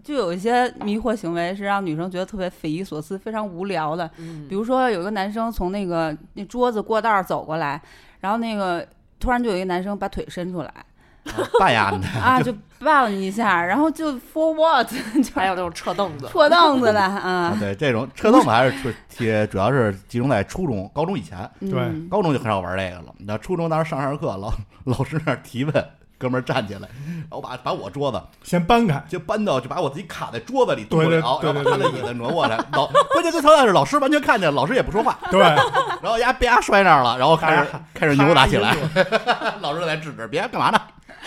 [SPEAKER 3] 就有一些迷惑行为，是让女生觉得特别匪夷所思、非常无聊的。
[SPEAKER 4] 嗯
[SPEAKER 3] 比如说，有一个男生从那个那桌子过道儿走过来，然后那个突然就有一个男生把腿
[SPEAKER 2] <laughs>
[SPEAKER 3] 伸出来
[SPEAKER 2] 半丫的，
[SPEAKER 3] 啊，就抱了你一下，然后就 for what
[SPEAKER 4] <laughs>
[SPEAKER 3] <laughs>
[SPEAKER 4] 还有那种撤凳子，
[SPEAKER 3] 戳凳子了啊
[SPEAKER 2] 啊，对这种车凳子还是贴，主要是集中在初中、高中以前，
[SPEAKER 3] 嗯 <laughs>
[SPEAKER 2] 高中就很少玩这个了。那初中当时上上课，老老师那儿提问，哥们儿站起来，然后把把我桌子
[SPEAKER 1] 先搬开，
[SPEAKER 2] 就搬到，就把我自己卡在桌子里动不
[SPEAKER 1] 对对
[SPEAKER 2] 了，
[SPEAKER 1] 对对
[SPEAKER 2] 然后
[SPEAKER 1] 对
[SPEAKER 2] 搬到椅子挪过来。老关键最操蛋是老师完全看见，老师也不说话，
[SPEAKER 1] 对，
[SPEAKER 2] 然后丫啪摔那儿了，然后开始
[SPEAKER 1] 哎呀
[SPEAKER 2] <laughs> 开始扭打起来，老师来制止，别干嘛呢？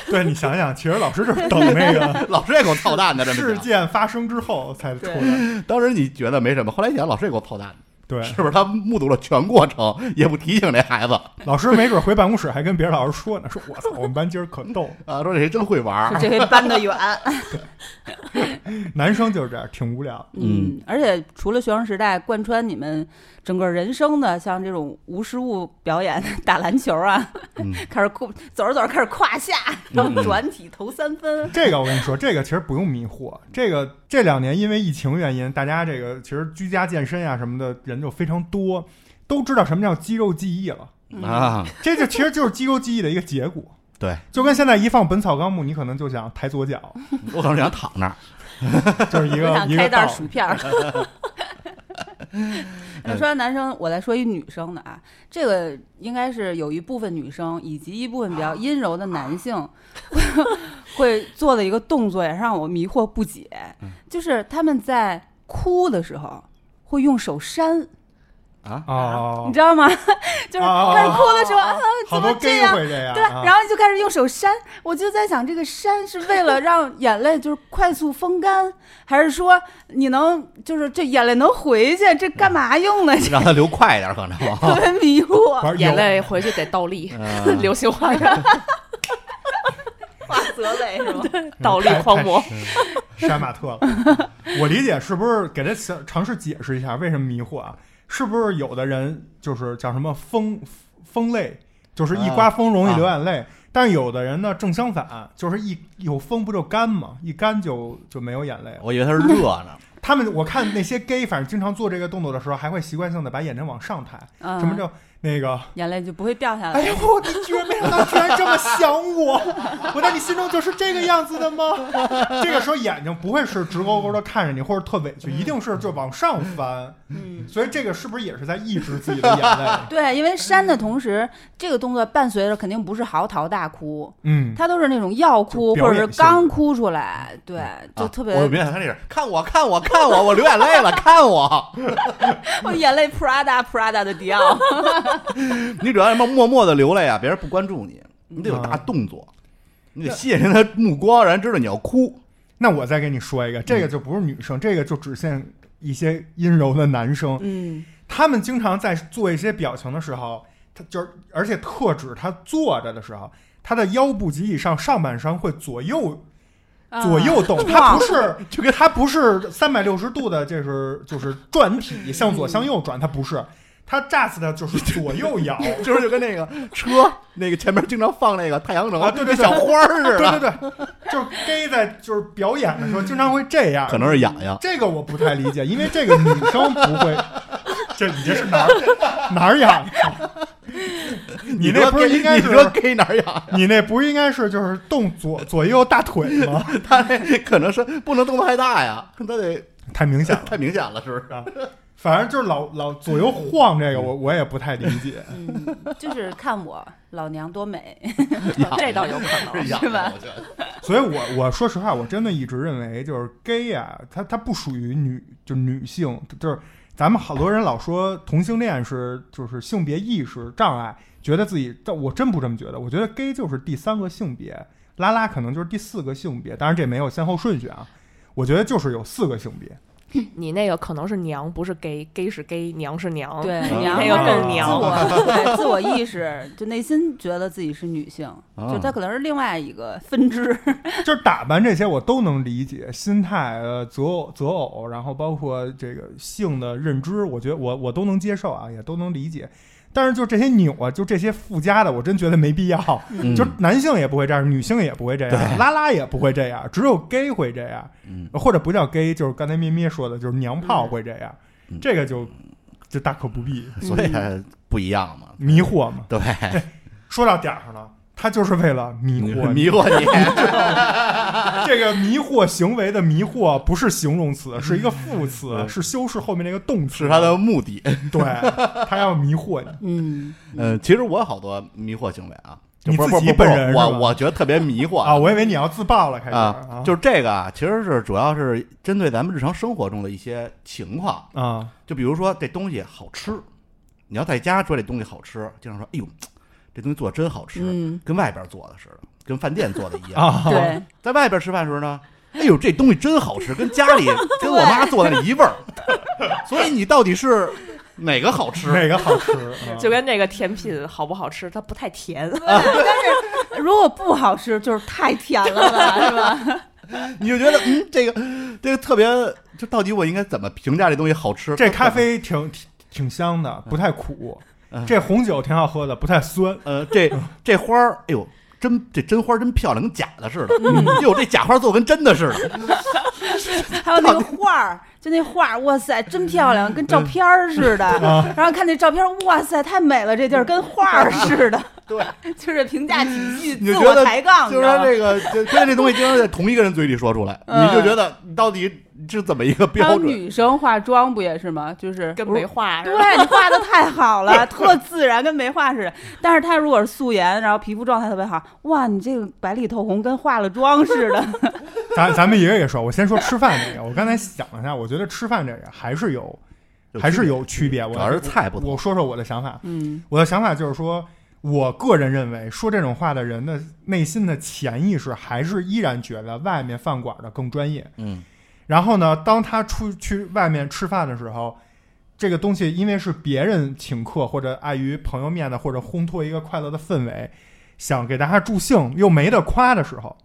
[SPEAKER 1] <laughs> 对你想想，其实老师就是等那
[SPEAKER 2] <laughs>
[SPEAKER 1] 个
[SPEAKER 2] 老师也给我操蛋的，这么
[SPEAKER 1] 事
[SPEAKER 2] 讲。
[SPEAKER 1] 件发生之后才出来。
[SPEAKER 2] 当时你觉得没什么，后来一想，老师也给我操蛋，
[SPEAKER 1] 对，
[SPEAKER 2] 是不是？他目睹了全过程，也不提醒这孩子
[SPEAKER 1] 老师没准回办公室还跟别的老师说呢，说我操，我们班今儿可逗了。
[SPEAKER 2] 啊，说这谁真会玩
[SPEAKER 3] 就
[SPEAKER 2] 儿。
[SPEAKER 3] 这个搬得远，
[SPEAKER 1] 男生就是这样，挺无聊。
[SPEAKER 2] 嗯
[SPEAKER 3] 嗯，而且除了学生时代贯穿你们整个人生的，像这种无实物表演、打篮球啊，
[SPEAKER 2] 嗯
[SPEAKER 3] <laughs> 开始跨走着走着开始胯下，然
[SPEAKER 2] 嗯
[SPEAKER 3] 后转体投三
[SPEAKER 1] <laughs>
[SPEAKER 3] 分，
[SPEAKER 1] 这个我跟你说，这个其实不用迷惑。这个这两年因为疫情原因，大家这个其实居家健身呀、什么的人就非常多，都知道什么叫肌肉记忆了。
[SPEAKER 2] 啊，
[SPEAKER 1] 这就其实就是肌肉记忆的一个结果。
[SPEAKER 2] 对，
[SPEAKER 1] 就跟现在一放《本草纲目》，你可能就想抬左脚，
[SPEAKER 2] 我可能想躺那儿。 <laughs>
[SPEAKER 1] 就是一
[SPEAKER 3] 我
[SPEAKER 1] 个
[SPEAKER 3] 想
[SPEAKER 1] 一
[SPEAKER 3] 开
[SPEAKER 1] 个
[SPEAKER 3] 袋
[SPEAKER 1] 道
[SPEAKER 3] 儿
[SPEAKER 1] 理。
[SPEAKER 3] 薯片儿。 <laughs> 那说完男生，我再说一女生的啊，这个应该是有一部分女生以及一部分比较阴柔的男性会做的一个动作，也让我迷惑不解，就是他们在哭的时候会用手扇，
[SPEAKER 1] 哦
[SPEAKER 3] 你，知道吗？ <laughs> 就是
[SPEAKER 1] 哦
[SPEAKER 3] 开始哭的时候啊，
[SPEAKER 1] 好
[SPEAKER 3] 怎么
[SPEAKER 1] 多 gay
[SPEAKER 3] 这样？
[SPEAKER 1] 会这样，啊
[SPEAKER 3] 对啊吧，然
[SPEAKER 1] 后
[SPEAKER 3] 后就开始用手扇，我就在想，这个扇是为了让眼泪就是快速风干，还是说你能就是这眼泪能回去？这干嘛用呢？
[SPEAKER 1] 嗯
[SPEAKER 3] 这
[SPEAKER 2] 让他流快一点，可能。 <laughs>
[SPEAKER 3] 特别迷啊惑，
[SPEAKER 1] 玩
[SPEAKER 4] 眼泪回去得倒立，
[SPEAKER 2] 嗯
[SPEAKER 4] <laughs> 流星花园
[SPEAKER 3] 化泽类是吗？
[SPEAKER 4] 倒立狂魔，
[SPEAKER 1] 杀马特了。我理解是不是给他想尝试解释一下为什么迷惑啊？是不是有的人就是叫什么风风泪，就是一刮风容易流眼泪，但有的人呢正相反，就是一有风不就干嘛，一干就就没有眼泪了。
[SPEAKER 2] 我以为他是热呢，
[SPEAKER 1] 他们我看那些 gay，反正经常做这个动作的时候，还会习惯性的把眼睛往上抬，
[SPEAKER 3] 嗯
[SPEAKER 1] 什么叫那个？
[SPEAKER 3] 眼泪就不会掉下
[SPEAKER 1] 哎
[SPEAKER 3] 来？
[SPEAKER 1] 呀，我你居然没想到，居然这么想我！ <laughs> 我在你心中就是这个样子的吗？这个时候眼睛不会是直勾勾的看着你，或者特委屈，一定是就往上翻。
[SPEAKER 3] 嗯，
[SPEAKER 1] 所以这个是不是也是在抑制自己的眼
[SPEAKER 3] <laughs>
[SPEAKER 1] 泪？
[SPEAKER 3] 对，因为扇的同时，这个动作伴随着肯定不是嚎啕大哭，
[SPEAKER 1] 嗯，
[SPEAKER 3] 他都是那种要哭
[SPEAKER 1] 就表
[SPEAKER 3] 或
[SPEAKER 1] 演
[SPEAKER 3] 者是
[SPEAKER 1] 性嗯
[SPEAKER 3] 刚哭出来，对， <laughs> 就
[SPEAKER 2] 啊
[SPEAKER 3] 特别
[SPEAKER 2] 我明白他这是看我，看我，看我， <laughs> 我流眼泪了，看我。 <laughs>
[SPEAKER 3] 我眼泪 Prada Prada
[SPEAKER 1] <laughs>
[SPEAKER 3] 的迪奥，
[SPEAKER 2] 你主要什么默默的流泪啊，别人不关注你，你得有大动作，你得吸引人的目光，让人知道你要哭。
[SPEAKER 1] 那我再给你说一个，这个就不是女生，这个就只限一些阴柔的男生。
[SPEAKER 3] 嗯
[SPEAKER 1] 他们经常在做一些表情的时候，他就是而且特指他坐着的时候，他的腰部及以上上半身会左右
[SPEAKER 3] 啊
[SPEAKER 1] 左右动，它
[SPEAKER 3] 晃
[SPEAKER 1] 不是 <laughs> 就跟它不是三百六十度的，这是就是转体向
[SPEAKER 2] 嗯
[SPEAKER 1] 左向右转，它不是。它炸死的就是左右摇，
[SPEAKER 2] <laughs> 就是就跟那个车那个前面经常放那个太阳能
[SPEAKER 1] 啊对对对
[SPEAKER 2] 那小花儿似
[SPEAKER 1] 对对
[SPEAKER 2] 的，
[SPEAKER 1] 对，就是 gay 在就是表演的时候经常会这样，
[SPEAKER 2] 可能是痒痒。
[SPEAKER 1] 这个我不太理解，因为这个女 <laughs> 生不会，这你这是哪儿哪儿痒？你那不是应该
[SPEAKER 2] 你
[SPEAKER 1] 是
[SPEAKER 2] 说 gay 哪儿痒呀？
[SPEAKER 1] 你那不应该是就是动左左右大腿吗？ <laughs>
[SPEAKER 2] <laughs> 他那可能是不能动作太大呀，他得
[SPEAKER 1] 太明显了。
[SPEAKER 2] <laughs> 太明显了，
[SPEAKER 1] <laughs>
[SPEAKER 2] 是不是？
[SPEAKER 1] 反正就是老老左右晃这个，我我也不太理解。
[SPEAKER 3] 嗯，就是看我老娘多美，
[SPEAKER 4] 这倒有可能
[SPEAKER 2] 是痒
[SPEAKER 3] 是吧
[SPEAKER 2] 的我觉得
[SPEAKER 1] 所以我我说实话，我真的一直认为就是 gay 啊，它它不属于女，就女性，就是咱们好多人老说同性恋是就是性别意识障碍，觉得自己，但我真不这么觉得，我觉得 gay 就是第三个性别，拉拉可能就是第四个性别，当然这没有先后顺序啊，我觉得就是有四个性别，
[SPEAKER 4] 你那个可能是娘，不是 gay，gay 是 gay，娘是哦娘。
[SPEAKER 3] 对
[SPEAKER 4] 你
[SPEAKER 3] 娘
[SPEAKER 4] 那个更
[SPEAKER 3] 自
[SPEAKER 4] 娘。
[SPEAKER 3] 我对自我意识，就内心觉得自己是女性，
[SPEAKER 2] 啊
[SPEAKER 3] 就她可能是另外一个分支。
[SPEAKER 1] 就是打扮这些我都能理解，心态、呃择偶、择偶，然后包括这个性的认知，我觉得我我都能接受啊，也都能理解。但是就这些扭啊，就这些附加的，我真觉得没必要。
[SPEAKER 2] 嗯
[SPEAKER 1] 就是男性也不会这样，女性也不会这
[SPEAKER 2] 对
[SPEAKER 1] 样，拉拉也不会这样，只有 gay 会这样，
[SPEAKER 2] 嗯
[SPEAKER 1] 或者不叫 gay，就是刚才咩咩说的，就是娘炮会这样，
[SPEAKER 2] 嗯
[SPEAKER 1] 这个就就大可不必，
[SPEAKER 2] 所以还不一样嘛。
[SPEAKER 1] 迷惑嘛。 <laughs>
[SPEAKER 2] 对，
[SPEAKER 1] 说到点儿上了，他就是为了迷惑你
[SPEAKER 2] 迷惑你， <laughs>
[SPEAKER 1] 这个迷惑行为的迷惑不是形容词，是一个副词，
[SPEAKER 2] 嗯
[SPEAKER 1] 是修饰后面那个动词。
[SPEAKER 2] 是他的目的。 <laughs>
[SPEAKER 1] 对，他要迷惑你。
[SPEAKER 3] <laughs> 嗯，
[SPEAKER 2] 嗯，其实我有好多迷惑行为啊，就
[SPEAKER 1] 你
[SPEAKER 2] 不是
[SPEAKER 1] 自
[SPEAKER 2] 不
[SPEAKER 1] 己
[SPEAKER 2] 是不是
[SPEAKER 1] 本人是吧
[SPEAKER 2] 我我觉得特别迷惑
[SPEAKER 1] 啊，我以为你要自爆了，开始
[SPEAKER 2] 啊，就是这个啊，其实是主要是针对咱们日常生活中的一些情况，
[SPEAKER 1] 啊，
[SPEAKER 2] 就比如说这东西好吃，你要在家说这东西好吃，经常说哎呦，这东西做的真好吃，
[SPEAKER 3] 嗯
[SPEAKER 2] 跟外边做的似的，跟饭店做的一样。
[SPEAKER 1] 啊
[SPEAKER 3] 对，
[SPEAKER 2] 在外边吃饭的时候呢，哎呦，这东西真好吃，跟家
[SPEAKER 3] <laughs>
[SPEAKER 2] 里跟我妈做的那一味儿。 <laughs> 所以你到底是哪个好吃？
[SPEAKER 1] 哪个好
[SPEAKER 2] <laughs>
[SPEAKER 1] 吃？啊
[SPEAKER 4] 就跟那个甜品好不好吃，它不太 <laughs> 甜。
[SPEAKER 3] 但是如果不好吃，就是太甜了吧，是吧？
[SPEAKER 2] 你就觉得嗯，这个这个特别，就到底我应该怎么评价这东西好吃？
[SPEAKER 1] 这咖啡挺挺挺香的，不太苦。
[SPEAKER 2] 嗯
[SPEAKER 1] 这红酒挺好喝的，不太酸。
[SPEAKER 2] 呃，这
[SPEAKER 1] 嗯
[SPEAKER 2] 这花儿，哎呦，真这真花儿真漂亮，跟假的似的。
[SPEAKER 3] 嗯
[SPEAKER 2] 哎呦，这假花做得跟真的似的。
[SPEAKER 3] 还有那个画儿，就那画儿，哇塞，真漂亮，跟照片儿似的。
[SPEAKER 2] 嗯
[SPEAKER 3] 然后看那照片儿，哇塞，太美了，这地儿跟画儿似的。
[SPEAKER 2] 嗯对，
[SPEAKER 3] 就是评价体系，
[SPEAKER 2] 你就
[SPEAKER 3] 自
[SPEAKER 2] 觉
[SPEAKER 3] 我
[SPEAKER 2] 得
[SPEAKER 3] 抬杠，
[SPEAKER 2] 就是
[SPEAKER 3] 你
[SPEAKER 2] 说
[SPEAKER 3] 知道
[SPEAKER 2] 这个，
[SPEAKER 3] 吗
[SPEAKER 2] 就关键这东西经常在同一个人嘴里说出来，
[SPEAKER 3] 嗯
[SPEAKER 2] 你就觉得你到底是怎么一个
[SPEAKER 3] 还
[SPEAKER 2] 标
[SPEAKER 3] 有
[SPEAKER 2] 准？
[SPEAKER 3] 女生化妆不也是吗？就是
[SPEAKER 4] 跟
[SPEAKER 3] 不是
[SPEAKER 4] 没话似的
[SPEAKER 3] 对你画的太好了，特自然，跟没画似的。但是她如果是素颜，然后皮肤状态特别好，哇，你这个白里透红，跟化了妆似的。
[SPEAKER 1] 咱咱们一个一个说，我先说吃饭这个。我刚才想了一下，我觉得吃饭这个还是有
[SPEAKER 2] 有区别
[SPEAKER 1] 还是有区别。
[SPEAKER 2] 主
[SPEAKER 1] 我
[SPEAKER 2] 要是菜不同
[SPEAKER 1] 我说说我的想法。
[SPEAKER 3] 嗯
[SPEAKER 1] 我的想法就是说，我个人认为，说这种话的人的内心的潜意识还是依然觉得外面饭馆的更专业。
[SPEAKER 2] 嗯，
[SPEAKER 1] 然后呢，当他出去外面吃饭的时候，这个东西因为是别人请客，或者碍于朋友面子，或者烘托一个快乐的氛围，想给大家助兴又没得夸的时候，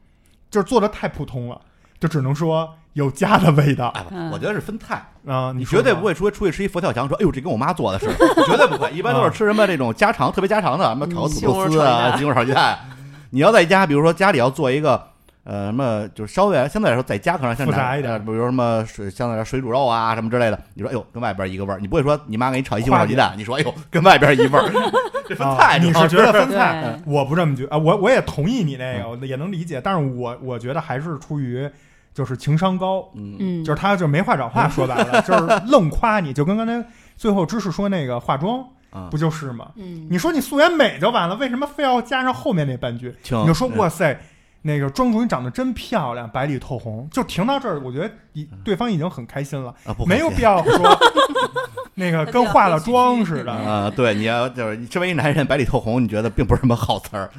[SPEAKER 1] 就是做的太普通了，就只能说有家的味道
[SPEAKER 2] 哎，
[SPEAKER 3] 嗯
[SPEAKER 2] 我觉得是分菜。
[SPEAKER 1] 啊、
[SPEAKER 2] 你
[SPEAKER 1] 你
[SPEAKER 2] 绝
[SPEAKER 1] 说
[SPEAKER 2] 对
[SPEAKER 1] 呢
[SPEAKER 2] 不会出去出去吃一佛跳墙，说哎呦这跟我妈做的是，绝对不会。一般
[SPEAKER 1] 啊
[SPEAKER 2] 都是吃什么这种家常特别家常的，什么炒土豆丝啊、西红柿炒鸡蛋。你要在家，比如说家里要做一个呃什么，就是稍微相对来说在家可能像
[SPEAKER 1] 复杂
[SPEAKER 2] 哪
[SPEAKER 1] 一点
[SPEAKER 2] 呃比如什么水相对来说水煮肉啊什么之类的，你说哎呦跟外边一个味儿，你不会说你妈给你炒一西红柿炒鸡蛋，你说哎呦跟外边一味儿，
[SPEAKER 1] <laughs>
[SPEAKER 2] 这分
[SPEAKER 1] 啊
[SPEAKER 2] 菜
[SPEAKER 1] 你
[SPEAKER 2] 是
[SPEAKER 1] 是觉得分菜？
[SPEAKER 3] 对，
[SPEAKER 1] 我不这么觉啊，我我也同意你那个，我也能理解，但是我我觉得还是出于就是情商高，
[SPEAKER 2] 嗯
[SPEAKER 3] 嗯，
[SPEAKER 1] 就是他就没话找话，说白了就是愣夸你，就跟刚才最后知识说那个化妆
[SPEAKER 2] 啊
[SPEAKER 1] 不就是吗？
[SPEAKER 3] 嗯
[SPEAKER 1] 你说你素颜美就完了，为什么非要加上后面那半句？
[SPEAKER 2] 请
[SPEAKER 1] 你就说哇塞，那个庄主你长得真漂亮，白里透红，就停到这儿，我觉得已对方已经很开心了，
[SPEAKER 2] 啊不
[SPEAKER 1] 没有必
[SPEAKER 2] 必
[SPEAKER 1] 要说那个跟化了妆似的。
[SPEAKER 2] 啊，对，你要就是你身为一男人白里透红，你觉得并不是什么好词儿，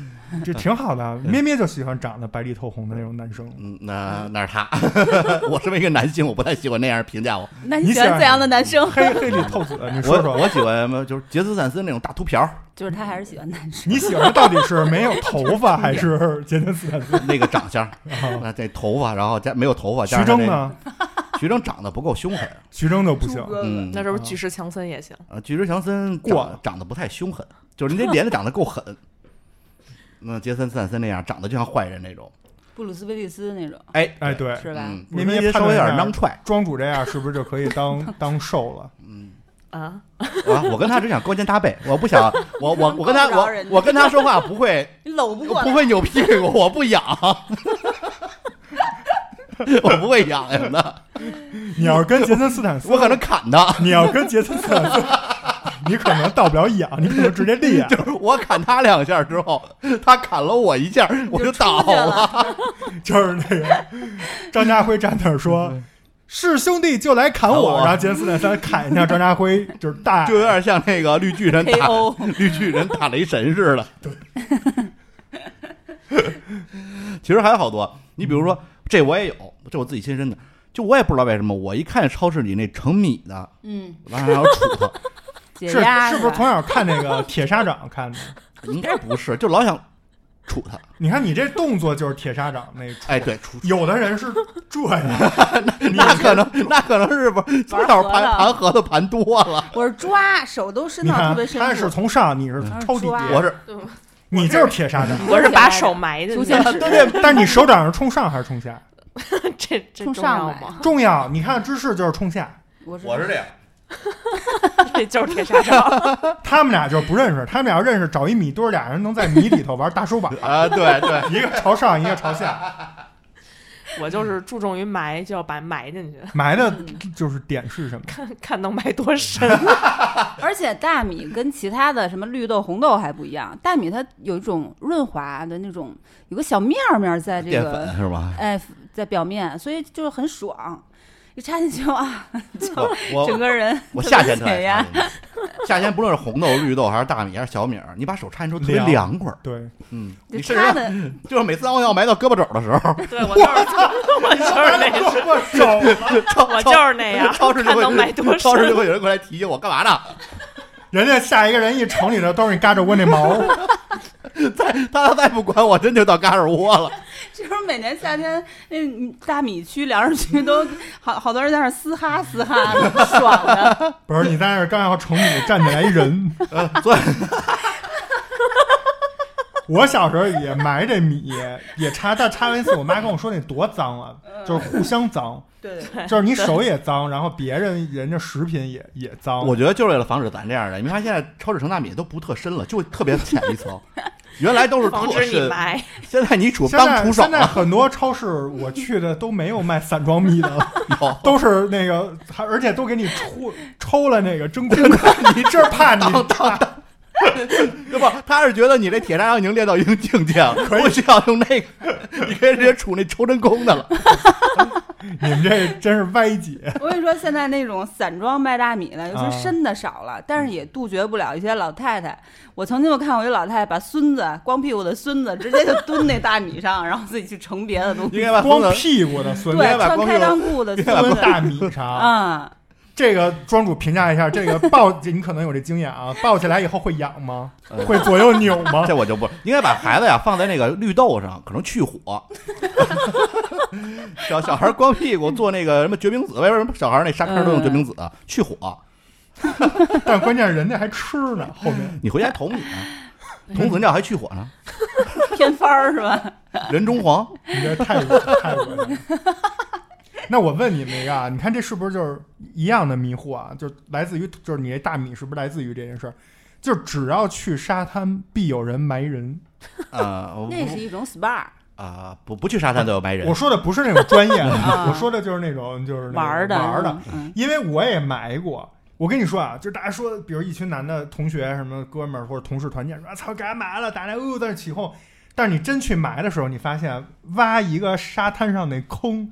[SPEAKER 1] 这挺好的，啊
[SPEAKER 2] <laughs>
[SPEAKER 1] 咩咩就喜欢长得白里透红的那种男生。
[SPEAKER 2] 嗯，那那是他， <laughs> 我身为一个男性，我不太喜欢那样评价我。
[SPEAKER 3] 那
[SPEAKER 1] 你
[SPEAKER 3] 你喜
[SPEAKER 1] 想
[SPEAKER 3] 欢怎样的男生？
[SPEAKER 1] 黑黑里透紫，你说
[SPEAKER 2] 我
[SPEAKER 1] 说，
[SPEAKER 2] 我喜欢什么？就是杰斯·赞森那种大秃瓢儿，
[SPEAKER 3] 就是他还是喜欢男生。
[SPEAKER 1] 你喜欢到底是没有头发还
[SPEAKER 2] <laughs>
[SPEAKER 1] 是杰森斯坦森？
[SPEAKER 2] 那个长相，
[SPEAKER 1] <laughs>
[SPEAKER 2] 那这头发，然后加没有头发，
[SPEAKER 1] 啊徐
[SPEAKER 2] 啊加上
[SPEAKER 1] 峥
[SPEAKER 2] 这？
[SPEAKER 1] 呢？
[SPEAKER 2] 徐峥长得不够凶狠，
[SPEAKER 1] 徐峥就不行。
[SPEAKER 3] 呃
[SPEAKER 2] 嗯，
[SPEAKER 4] 那是不是巨石强森也行？
[SPEAKER 2] 呃，巨石强森长
[SPEAKER 1] 过
[SPEAKER 2] 长得不太凶狠，就是你这脸长得够狠。那杰森·斯坦森那样长得就像坏人那种，
[SPEAKER 3] 布鲁斯威利斯那种，
[SPEAKER 2] 哎
[SPEAKER 1] 哎，，对，
[SPEAKER 3] 是吧？
[SPEAKER 2] 嗯，
[SPEAKER 1] 你
[SPEAKER 2] 那
[SPEAKER 1] 们也
[SPEAKER 2] 稍
[SPEAKER 1] 判
[SPEAKER 2] 微
[SPEAKER 1] 断
[SPEAKER 2] 有
[SPEAKER 1] 一下
[SPEAKER 2] 点囊踹，
[SPEAKER 1] 庄主这样是不是就可以当当瘦了？
[SPEAKER 2] 嗯，
[SPEAKER 4] 啊，
[SPEAKER 2] 啊，我跟他只想勾肩搭背，我不想，我我
[SPEAKER 3] <laughs>
[SPEAKER 2] 我跟他
[SPEAKER 3] 够不着
[SPEAKER 2] 我
[SPEAKER 3] 人家
[SPEAKER 2] 我跟他说话不会
[SPEAKER 3] 你搂不过
[SPEAKER 2] 不
[SPEAKER 3] 来，
[SPEAKER 2] 会扭屁股，我不痒， <laughs> 我不会痒痒的，
[SPEAKER 1] 你要是跟杰森斯坦斯，
[SPEAKER 2] 我可能砍他，
[SPEAKER 1] 你要是跟杰森斯坦斯，你可能到不了痒，你可能直接裂眼。
[SPEAKER 2] <laughs> 就是我砍他两下之后，他砍了我一下，我
[SPEAKER 3] 就
[SPEAKER 2] 倒
[SPEAKER 3] 出去
[SPEAKER 2] 了。
[SPEAKER 3] 了。
[SPEAKER 1] 就是那
[SPEAKER 2] <laughs>
[SPEAKER 1] 个张家辉站那儿说：“是兄弟就来砍
[SPEAKER 2] 砍
[SPEAKER 1] 我
[SPEAKER 2] 我。”
[SPEAKER 1] 然后杰森斯坦三砍一下张家辉，就是大
[SPEAKER 2] 就有点像那个绿巨人打
[SPEAKER 3] KO
[SPEAKER 2] <laughs> 绿巨人打雷神似的。对， <laughs> 其实还有好多，你比如说这我也有，这我自己亲身的，就我也不知道为什么，我一看超市里那盛米的，
[SPEAKER 3] 嗯，
[SPEAKER 2] 完了还要杵它，
[SPEAKER 3] 解
[SPEAKER 1] 是
[SPEAKER 3] 压
[SPEAKER 1] 是不是
[SPEAKER 3] 吧
[SPEAKER 1] 从小看那个铁砂掌看的？
[SPEAKER 3] <laughs>
[SPEAKER 2] 应该不是，就老想杵它。
[SPEAKER 1] 你看你这动作就是铁砂掌那。
[SPEAKER 2] 哎，对，杵。
[SPEAKER 1] 有的人是这样，
[SPEAKER 2] <laughs> 那可能，那可能是不是从小盘
[SPEAKER 3] 玩核
[SPEAKER 2] 盘核
[SPEAKER 3] 桃
[SPEAKER 2] 桃盘多了？
[SPEAKER 3] 我是抓手都伸
[SPEAKER 1] 你
[SPEAKER 3] 到特
[SPEAKER 1] 看
[SPEAKER 3] 别深
[SPEAKER 1] 他
[SPEAKER 3] 处
[SPEAKER 1] 是，从上，你是从抽底
[SPEAKER 3] 嗯，
[SPEAKER 2] 我是
[SPEAKER 1] 你就是铁砂掌。
[SPEAKER 2] <laughs>
[SPEAKER 4] 我是把手埋进
[SPEAKER 3] 逐
[SPEAKER 4] 去
[SPEAKER 3] 渐
[SPEAKER 4] 了，
[SPEAKER 3] 是
[SPEAKER 1] 对对，但是你手掌是冲上还是冲下？
[SPEAKER 4] 这这
[SPEAKER 3] 冲
[SPEAKER 4] 重
[SPEAKER 3] 上
[SPEAKER 4] 要
[SPEAKER 3] 来
[SPEAKER 4] 吗？
[SPEAKER 1] 重要。你看芝士就是冲下，
[SPEAKER 3] 我是
[SPEAKER 2] 这样，
[SPEAKER 4] <laughs> 这就是铁砂掌，
[SPEAKER 1] 他们俩就是不认识，他们俩要认识，找一米堆儿，俩人能在米里头玩大手把，
[SPEAKER 2] 啊，对对，
[SPEAKER 1] 一个朝上，一个朝下，
[SPEAKER 4] 我就是注重于埋，就要把埋进去，
[SPEAKER 1] 埋的就是点是什么？
[SPEAKER 4] 看看能埋多深。
[SPEAKER 2] <laughs>
[SPEAKER 3] 而且大米跟其他的什么绿豆、红豆还不一样，大米它有一种润滑的那种，有个小面儿面儿在这
[SPEAKER 2] 淀
[SPEAKER 3] 个
[SPEAKER 2] 粉是吧？
[SPEAKER 3] 哎在表面，所以就是很爽。一插进去哇，
[SPEAKER 2] 我我
[SPEAKER 3] 整个人
[SPEAKER 2] 我夏天特
[SPEAKER 3] 解
[SPEAKER 2] 爱插
[SPEAKER 3] 压，
[SPEAKER 2] 进去夏天不论是红豆、绿豆还是大米还是小米儿，你把手插进去特别
[SPEAKER 1] 凉
[SPEAKER 2] 凉快儿。
[SPEAKER 1] 对，
[SPEAKER 2] 嗯，
[SPEAKER 3] 就
[SPEAKER 2] 你甚
[SPEAKER 3] 插
[SPEAKER 2] 至
[SPEAKER 3] 的
[SPEAKER 2] 就是每次当我要埋到胳膊肘的时候，
[SPEAKER 4] 对我就是我就是那
[SPEAKER 2] <laughs>
[SPEAKER 4] 样，
[SPEAKER 1] <laughs> 我手
[SPEAKER 4] <laughs> 我就是那样，
[SPEAKER 2] 超市就
[SPEAKER 4] 看能埋多
[SPEAKER 2] 会
[SPEAKER 4] 深
[SPEAKER 2] 超。市就会有人过来提醒我干嘛呢？
[SPEAKER 1] 人家下一个人一瞅你这都是你嘎着窝那毛，
[SPEAKER 2] 他要再不管我，真就到嘎吱窝了。
[SPEAKER 3] 这不是每年夏天那大米区、粮食区都好好多人在那儿嘶哈嘶哈的，爽的。
[SPEAKER 1] 不是你在那儿刚要成米站起来一人。
[SPEAKER 2] <laughs> 呃所以
[SPEAKER 1] <laughs> 我小时候也埋这米，也插，但插完一次，我妈跟我说那多脏啊，就是互相脏，
[SPEAKER 3] 嗯哎对，
[SPEAKER 1] 就是你手也脏，然后别人人家食品也也脏。
[SPEAKER 2] 哦我觉得就是为了防止咱这样的，你看现在超市盛大米都不特深了，就特别浅一
[SPEAKER 4] <laughs>
[SPEAKER 2] 层，原来都是
[SPEAKER 4] 防
[SPEAKER 2] 特
[SPEAKER 4] 止你
[SPEAKER 2] 深，
[SPEAKER 4] 埋， <laughs>
[SPEAKER 2] 现在你杵
[SPEAKER 1] 现
[SPEAKER 2] 当
[SPEAKER 1] 在
[SPEAKER 2] 徒手
[SPEAKER 1] 现在
[SPEAKER 2] 了。
[SPEAKER 1] 很多超市我去的都没有卖散装米的了。
[SPEAKER 2] <laughs> 有
[SPEAKER 1] 都是那个，还而且都给你抽抽了那个真空，
[SPEAKER 2] <laughs>
[SPEAKER 1] 你这怕你
[SPEAKER 2] 对吧？他是觉得你这铁砂掌已经练到一定境界了，不需要用那个，你可以直接杵那抽真空的了。
[SPEAKER 1] 你们这真是歪解。
[SPEAKER 3] 我跟你说，现在那种散装卖大米的，尤
[SPEAKER 1] 啊
[SPEAKER 3] 其是深的少了，但是也杜绝不了一些老太太。我曾经就看过一老太太把孙子光屁股的孙子直接就蹲那大米上，然后自己去盛别的东
[SPEAKER 2] 应
[SPEAKER 3] 西，
[SPEAKER 2] 该把孙
[SPEAKER 1] 光
[SPEAKER 2] 子
[SPEAKER 1] 屁股的孙
[SPEAKER 3] 对，
[SPEAKER 1] 子
[SPEAKER 2] 该把
[SPEAKER 3] 穿
[SPEAKER 2] 光屁
[SPEAKER 3] 开
[SPEAKER 2] 股
[SPEAKER 3] 裆裤的
[SPEAKER 1] 蹲
[SPEAKER 3] 孙子，
[SPEAKER 1] 大米上，
[SPEAKER 3] 啊，
[SPEAKER 1] 这个庄主评价一下，这个抱你可能有这经验啊，抱起来以后会痒吗？会左右扭吗？
[SPEAKER 2] <laughs> 这我就不应该把孩子呀放在那个绿豆上，可能去火。 <laughs> 小小孩光屁股做那个什么决明子，为什么小孩那沙坑都用决明子啊
[SPEAKER 3] 嗯
[SPEAKER 2] 去火？
[SPEAKER 1] 但关键是人家还吃呢，后面
[SPEAKER 2] 你回家捅你啊，捅死尿还去火呢？
[SPEAKER 3] 偏方儿是吧？
[SPEAKER 2] 人中黄，
[SPEAKER 1] 你这太恶太恶心了。那我问你们一个啊，你看这是不是就是一样的迷惑啊？就是来自于，就是你这大米是不是来自于这件事儿？就只要去沙滩，必有人埋人。
[SPEAKER 2] 啊，我
[SPEAKER 3] 那是一种 SPA，
[SPEAKER 2] 啊，不不去沙滩都有埋人
[SPEAKER 1] 我。说的不是那种专业的，
[SPEAKER 3] 啊
[SPEAKER 1] 我说的就是那种就是那种
[SPEAKER 3] 玩儿的
[SPEAKER 1] 玩儿的，，
[SPEAKER 3] 嗯，
[SPEAKER 1] 因为我也埋过。我跟你说啊，就是大家说，比如一群男的同学、什么哥们儿或者同事团建，说啊操干嘛了，打来哦在那起哄。但是你真去埋的时候，你发现挖一个沙滩上那坑，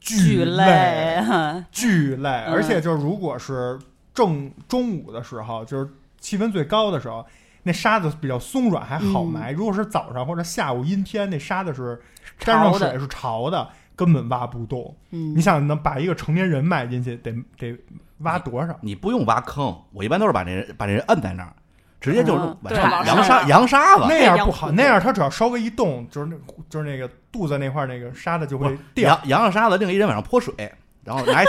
[SPEAKER 1] 巨
[SPEAKER 3] 巨
[SPEAKER 1] 累
[SPEAKER 3] 累，啊
[SPEAKER 1] <laughs>
[SPEAKER 3] 哈
[SPEAKER 1] 巨累，
[SPEAKER 3] 嗯
[SPEAKER 1] 而且就是如果是正中午的时候，就是气温最高的时候，那沙子比较松软，还好埋。如果是早上或者下午阴天，那沙子是沾上
[SPEAKER 3] 嗯潮的
[SPEAKER 1] 水是潮的，根本挖不动。
[SPEAKER 3] 嗯
[SPEAKER 1] 你，想能把一个成年人埋进去，得得挖多少？
[SPEAKER 2] 你不用挖坑，我一般都是把那人把那人摁在那儿，直接就是
[SPEAKER 3] 嗯
[SPEAKER 2] 往
[SPEAKER 4] 对
[SPEAKER 2] 上
[SPEAKER 4] 往
[SPEAKER 2] 扬
[SPEAKER 4] 上
[SPEAKER 2] 沙
[SPEAKER 4] 拉
[SPEAKER 2] 扬沙子。
[SPEAKER 1] 那样不好，
[SPEAKER 4] 太阳
[SPEAKER 1] 那样它只要稍微一动，就是那就是那个肚子那块儿那个沙子就会掉。
[SPEAKER 2] 扬扬上沙子，另一人往上泼水，然后拿一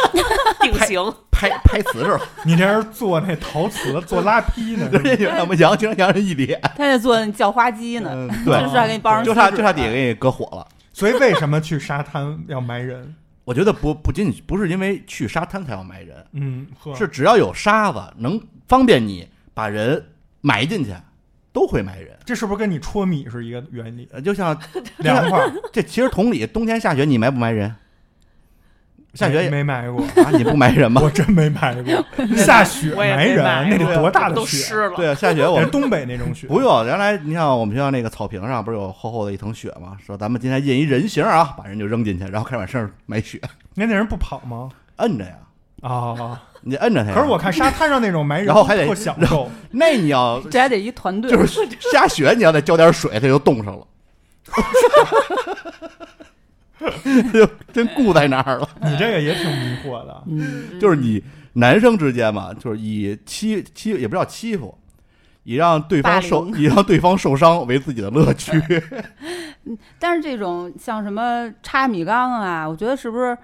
[SPEAKER 4] 定型。
[SPEAKER 2] 拍拍瓷实了，
[SPEAKER 1] 你这是做那陶瓷做拉坯
[SPEAKER 3] <laughs>
[SPEAKER 1] 呢？是吗
[SPEAKER 2] 人家就让我们扬，经常扬人一脸。
[SPEAKER 3] 他在做那叫花鸡呢，
[SPEAKER 2] 嗯，
[SPEAKER 3] 就
[SPEAKER 2] 对，
[SPEAKER 3] 是还给你包
[SPEAKER 2] <laughs>
[SPEAKER 3] 上
[SPEAKER 2] 就
[SPEAKER 3] 锡
[SPEAKER 2] 差
[SPEAKER 3] 纸
[SPEAKER 2] 就差底下给你搁火了。
[SPEAKER 1] 所以为什么去沙滩要埋人？
[SPEAKER 2] 我觉得不不仅仅不是因为去沙滩才要埋人，
[SPEAKER 1] 嗯，呵
[SPEAKER 2] 是只要有沙子能方便你把人埋进去，都会埋人。
[SPEAKER 1] 这是不是跟你戳米是一个原
[SPEAKER 2] <laughs>
[SPEAKER 1] 理？
[SPEAKER 2] 呃就像
[SPEAKER 1] 凉快儿，
[SPEAKER 2] 这其实同理，冬天下雪你埋不埋人？下雪也
[SPEAKER 1] 没没埋过，
[SPEAKER 2] 啊，你不埋人吗？
[SPEAKER 1] 我真没埋过。下雪
[SPEAKER 4] 我也
[SPEAKER 1] 埋
[SPEAKER 4] 没
[SPEAKER 1] 人，
[SPEAKER 4] 埋
[SPEAKER 1] 那
[SPEAKER 4] 过
[SPEAKER 1] 得多大的
[SPEAKER 4] 都
[SPEAKER 1] 雪？
[SPEAKER 4] 湿了。
[SPEAKER 2] 对啊，下雪我
[SPEAKER 1] 在
[SPEAKER 2] 们
[SPEAKER 1] 东北那种雪，
[SPEAKER 2] <laughs> 不用。原来你像我们学校那个草坪上不是有厚厚的一层雪吗？说咱们今天印一人形啊，把人就扔进去，然后开始往身上埋雪，
[SPEAKER 1] 那那人不跑吗？
[SPEAKER 2] 摁着呀，
[SPEAKER 1] 啊！
[SPEAKER 2] 你摁哎着他呀。
[SPEAKER 1] 可是我看沙滩上那种埋人，
[SPEAKER 2] 然后还得
[SPEAKER 1] 特享受。
[SPEAKER 2] <laughs> 那
[SPEAKER 1] <laughs>
[SPEAKER 2] 你要
[SPEAKER 3] 这还得一团队，
[SPEAKER 2] 就是下雪，你要再浇点水，它就冻上了。 <laughs> 就真固在那儿了，
[SPEAKER 1] 你这个也挺迷惑的，
[SPEAKER 3] 嗯，
[SPEAKER 2] 就是你男生之间嘛，就是以欺欺也不叫欺负，以让对方
[SPEAKER 3] 霸凌
[SPEAKER 2] 受以让对方受伤为自己的乐趣。
[SPEAKER 3] 但是这种像什么插米缸啊，我觉得是不是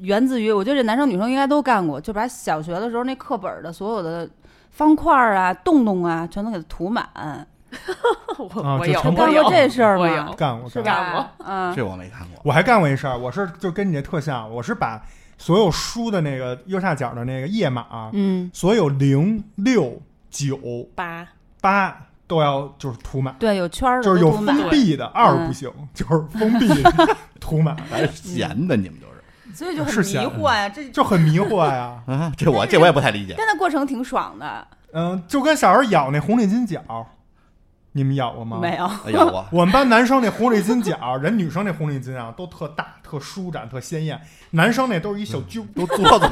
[SPEAKER 3] 源自于？我觉得这男生女生应该都干过，就把小学的时候那课本的所有的方块啊、洞洞啊，全都给它涂满。
[SPEAKER 1] 啊
[SPEAKER 4] 我我
[SPEAKER 1] 就
[SPEAKER 4] 有
[SPEAKER 1] 成
[SPEAKER 4] 我
[SPEAKER 3] 干
[SPEAKER 4] 有
[SPEAKER 3] 过这事儿
[SPEAKER 4] 我
[SPEAKER 3] 吗
[SPEAKER 4] 有？
[SPEAKER 1] 干过
[SPEAKER 3] 是
[SPEAKER 1] 干过。
[SPEAKER 3] 吧？嗯，
[SPEAKER 2] 这我没看过，
[SPEAKER 1] 我还干过一事儿，我是就跟你这特像，我是把所有书的那个右下角的那个页码，
[SPEAKER 3] 嗯，
[SPEAKER 1] 所有零、六、九、
[SPEAKER 4] 八
[SPEAKER 3] 啊
[SPEAKER 1] 八都要就是涂满，
[SPEAKER 3] 对，有圈儿的
[SPEAKER 1] 就是
[SPEAKER 3] 都
[SPEAKER 1] 有
[SPEAKER 3] 涂满
[SPEAKER 1] 封闭的二不行，就是封闭的涂满，
[SPEAKER 2] 咱是闲的，你们就是
[SPEAKER 3] 所以就很
[SPEAKER 1] 是
[SPEAKER 3] 迷
[SPEAKER 1] 闲
[SPEAKER 3] 惑呀、这
[SPEAKER 1] 就很迷惑呀。
[SPEAKER 2] 啊，这我这我也不太理解。
[SPEAKER 3] 但那过程挺爽的，
[SPEAKER 1] 嗯，就跟小时候咬那红领巾角，你们咬过吗？
[SPEAKER 3] 没。有。
[SPEAKER 2] <laughs> 哎呀，我
[SPEAKER 1] <laughs> 我们班男生那红领巾角，人女生那红领巾啊都特大、特舒展、特鲜艳，男生那都是一小揪，
[SPEAKER 2] 都嘬嘬嘬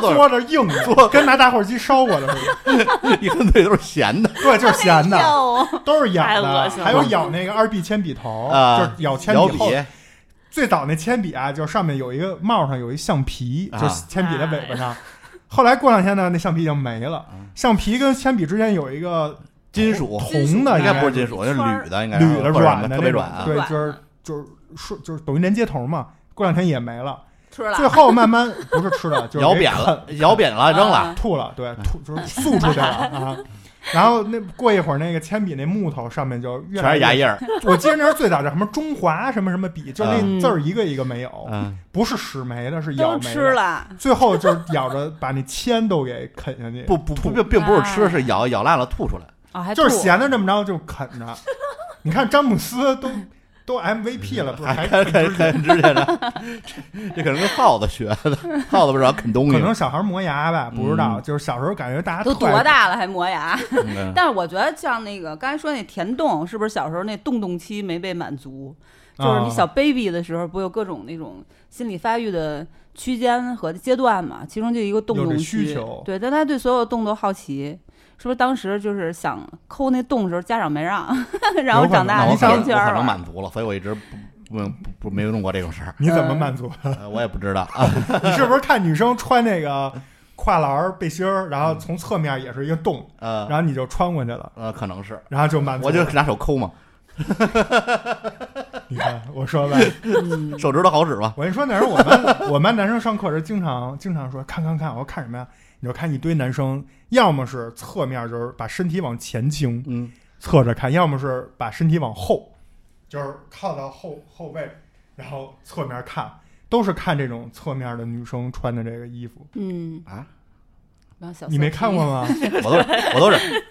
[SPEAKER 2] 嘬，
[SPEAKER 1] 嘬着硬嘬，跟拿打火机烧过的似的。
[SPEAKER 2] <laughs> 一看这都是闲的
[SPEAKER 1] 对，就是咸的。
[SPEAKER 3] 有
[SPEAKER 1] 都是咬
[SPEAKER 4] 太恶
[SPEAKER 1] 的，
[SPEAKER 4] 心了
[SPEAKER 1] 还有咬那个二 B 铅笔头，
[SPEAKER 2] 啊
[SPEAKER 1] 就是咬铅
[SPEAKER 2] 摇
[SPEAKER 1] 后
[SPEAKER 2] 笔。
[SPEAKER 1] 最早那铅笔啊，就是上面有一个帽上有一橡皮，
[SPEAKER 2] 啊哎
[SPEAKER 1] 就是铅笔的尾巴上。后来过两天呢，那橡皮已经没了。
[SPEAKER 2] 嗯
[SPEAKER 1] 橡皮跟铅笔之间有一个
[SPEAKER 2] 金属
[SPEAKER 1] 铜的，
[SPEAKER 2] 应
[SPEAKER 1] 应
[SPEAKER 2] 该
[SPEAKER 1] 该
[SPEAKER 2] 不是金属，那是铝的，应该是啊
[SPEAKER 1] 铝的
[SPEAKER 2] 或者什
[SPEAKER 1] 软
[SPEAKER 2] 么
[SPEAKER 1] 的那种，
[SPEAKER 2] 特别软啊。
[SPEAKER 1] 对，
[SPEAKER 3] 软
[SPEAKER 1] 就是就是说就是等于连接头嘛。过两天也没了，
[SPEAKER 3] 吃了
[SPEAKER 1] 最后慢慢不是吃
[SPEAKER 2] <laughs>
[SPEAKER 1] 的，就是
[SPEAKER 2] 摇
[SPEAKER 1] 给
[SPEAKER 2] 扁
[SPEAKER 1] 啃啊
[SPEAKER 2] 了，嗯摇扁了，扔了。
[SPEAKER 1] 吐了，对，吐就是吐出去了啊。然后那过一会儿，那个铅笔那木头上面就越
[SPEAKER 2] 全
[SPEAKER 1] 来
[SPEAKER 2] 是
[SPEAKER 1] 越
[SPEAKER 2] 牙印儿，
[SPEAKER 1] <laughs> 我记得那是最早叫什么中华什么什么笔，就那
[SPEAKER 3] 嗯
[SPEAKER 1] 字儿一个一个没有，
[SPEAKER 2] 嗯，
[SPEAKER 1] 不是屎没的，是咬
[SPEAKER 3] 都
[SPEAKER 1] 没
[SPEAKER 3] 吃
[SPEAKER 1] 的。
[SPEAKER 3] 了，
[SPEAKER 1] 最后就是咬着把那铅都给啃下去，
[SPEAKER 2] 不不不，
[SPEAKER 1] 吐，
[SPEAKER 2] 并并不是吃，
[SPEAKER 3] 啊
[SPEAKER 2] 是咬咬烂了吐出来。
[SPEAKER 3] 啊，还
[SPEAKER 1] 就是
[SPEAKER 3] 吐
[SPEAKER 1] 闲的这么着就啃
[SPEAKER 2] <laughs>
[SPEAKER 1] 着。你看詹姆斯都都 MVP 了，不是还
[SPEAKER 2] 还看看看指甲呢，这这可能跟耗子学的，耗子不是老啃东西
[SPEAKER 1] 可
[SPEAKER 2] 吗
[SPEAKER 1] 能？小孩磨牙吧，不知道。
[SPEAKER 2] 嗯
[SPEAKER 1] 就是小时候感觉大家啊
[SPEAKER 3] 都
[SPEAKER 1] 特爱
[SPEAKER 3] 多？大了还磨牙？
[SPEAKER 2] 嗯
[SPEAKER 3] 但是我觉得像那个刚才说那甜洞，是不是小时候那洞洞期没被满足？就是
[SPEAKER 1] 啊
[SPEAKER 3] 你小 baby 的时候，不有各种那种心理发育的区间和阶段嘛？其中就一个洞
[SPEAKER 1] 有
[SPEAKER 3] 洞
[SPEAKER 1] 这
[SPEAKER 3] 区，
[SPEAKER 1] 需求
[SPEAKER 3] 对，但他对所有洞都好奇，是不是当时就是想抠那洞的时候，家长没让， <laughs> 然后
[SPEAKER 1] 有可能
[SPEAKER 3] 长大
[SPEAKER 2] 那
[SPEAKER 1] 你
[SPEAKER 2] 我
[SPEAKER 3] 就
[SPEAKER 2] 可
[SPEAKER 1] 想
[SPEAKER 2] 能
[SPEAKER 3] 圈圈
[SPEAKER 2] 我可能
[SPEAKER 3] 了。
[SPEAKER 2] 满足了，所以我一直不不不不没有弄过这种事儿，
[SPEAKER 1] 你怎么满
[SPEAKER 2] <laughs>
[SPEAKER 1] 足？
[SPEAKER 2] 呃我也不知道。
[SPEAKER 1] 你是不是看女生穿那
[SPEAKER 2] <laughs>
[SPEAKER 1] 个跨栏儿背心儿，然后从侧面也是一个洞，
[SPEAKER 2] 呃
[SPEAKER 1] 然后你就穿过去了，
[SPEAKER 2] 呃，可能是，
[SPEAKER 1] 然后就满足
[SPEAKER 2] 我
[SPEAKER 1] 了？
[SPEAKER 2] 就拿手抠嘛，
[SPEAKER 1] 你看，我说吧，
[SPEAKER 2] 手指头好使吧？
[SPEAKER 1] 我跟你说，那时候我们我们班男生上课时经常经常说看看看，我说看什么呀？你就看一堆男生，要么是侧面就是把身体往前倾
[SPEAKER 2] 嗯，
[SPEAKER 1] 侧着看，要么是把身体往后，就是靠到后后背，然后侧面看，都是看这种侧面的女生穿的这个衣服。
[SPEAKER 3] 嗯
[SPEAKER 2] 啊，
[SPEAKER 3] 然后小
[SPEAKER 1] 你没看过
[SPEAKER 3] 吗？
[SPEAKER 1] 吗？
[SPEAKER 2] <laughs> 我都是我都是，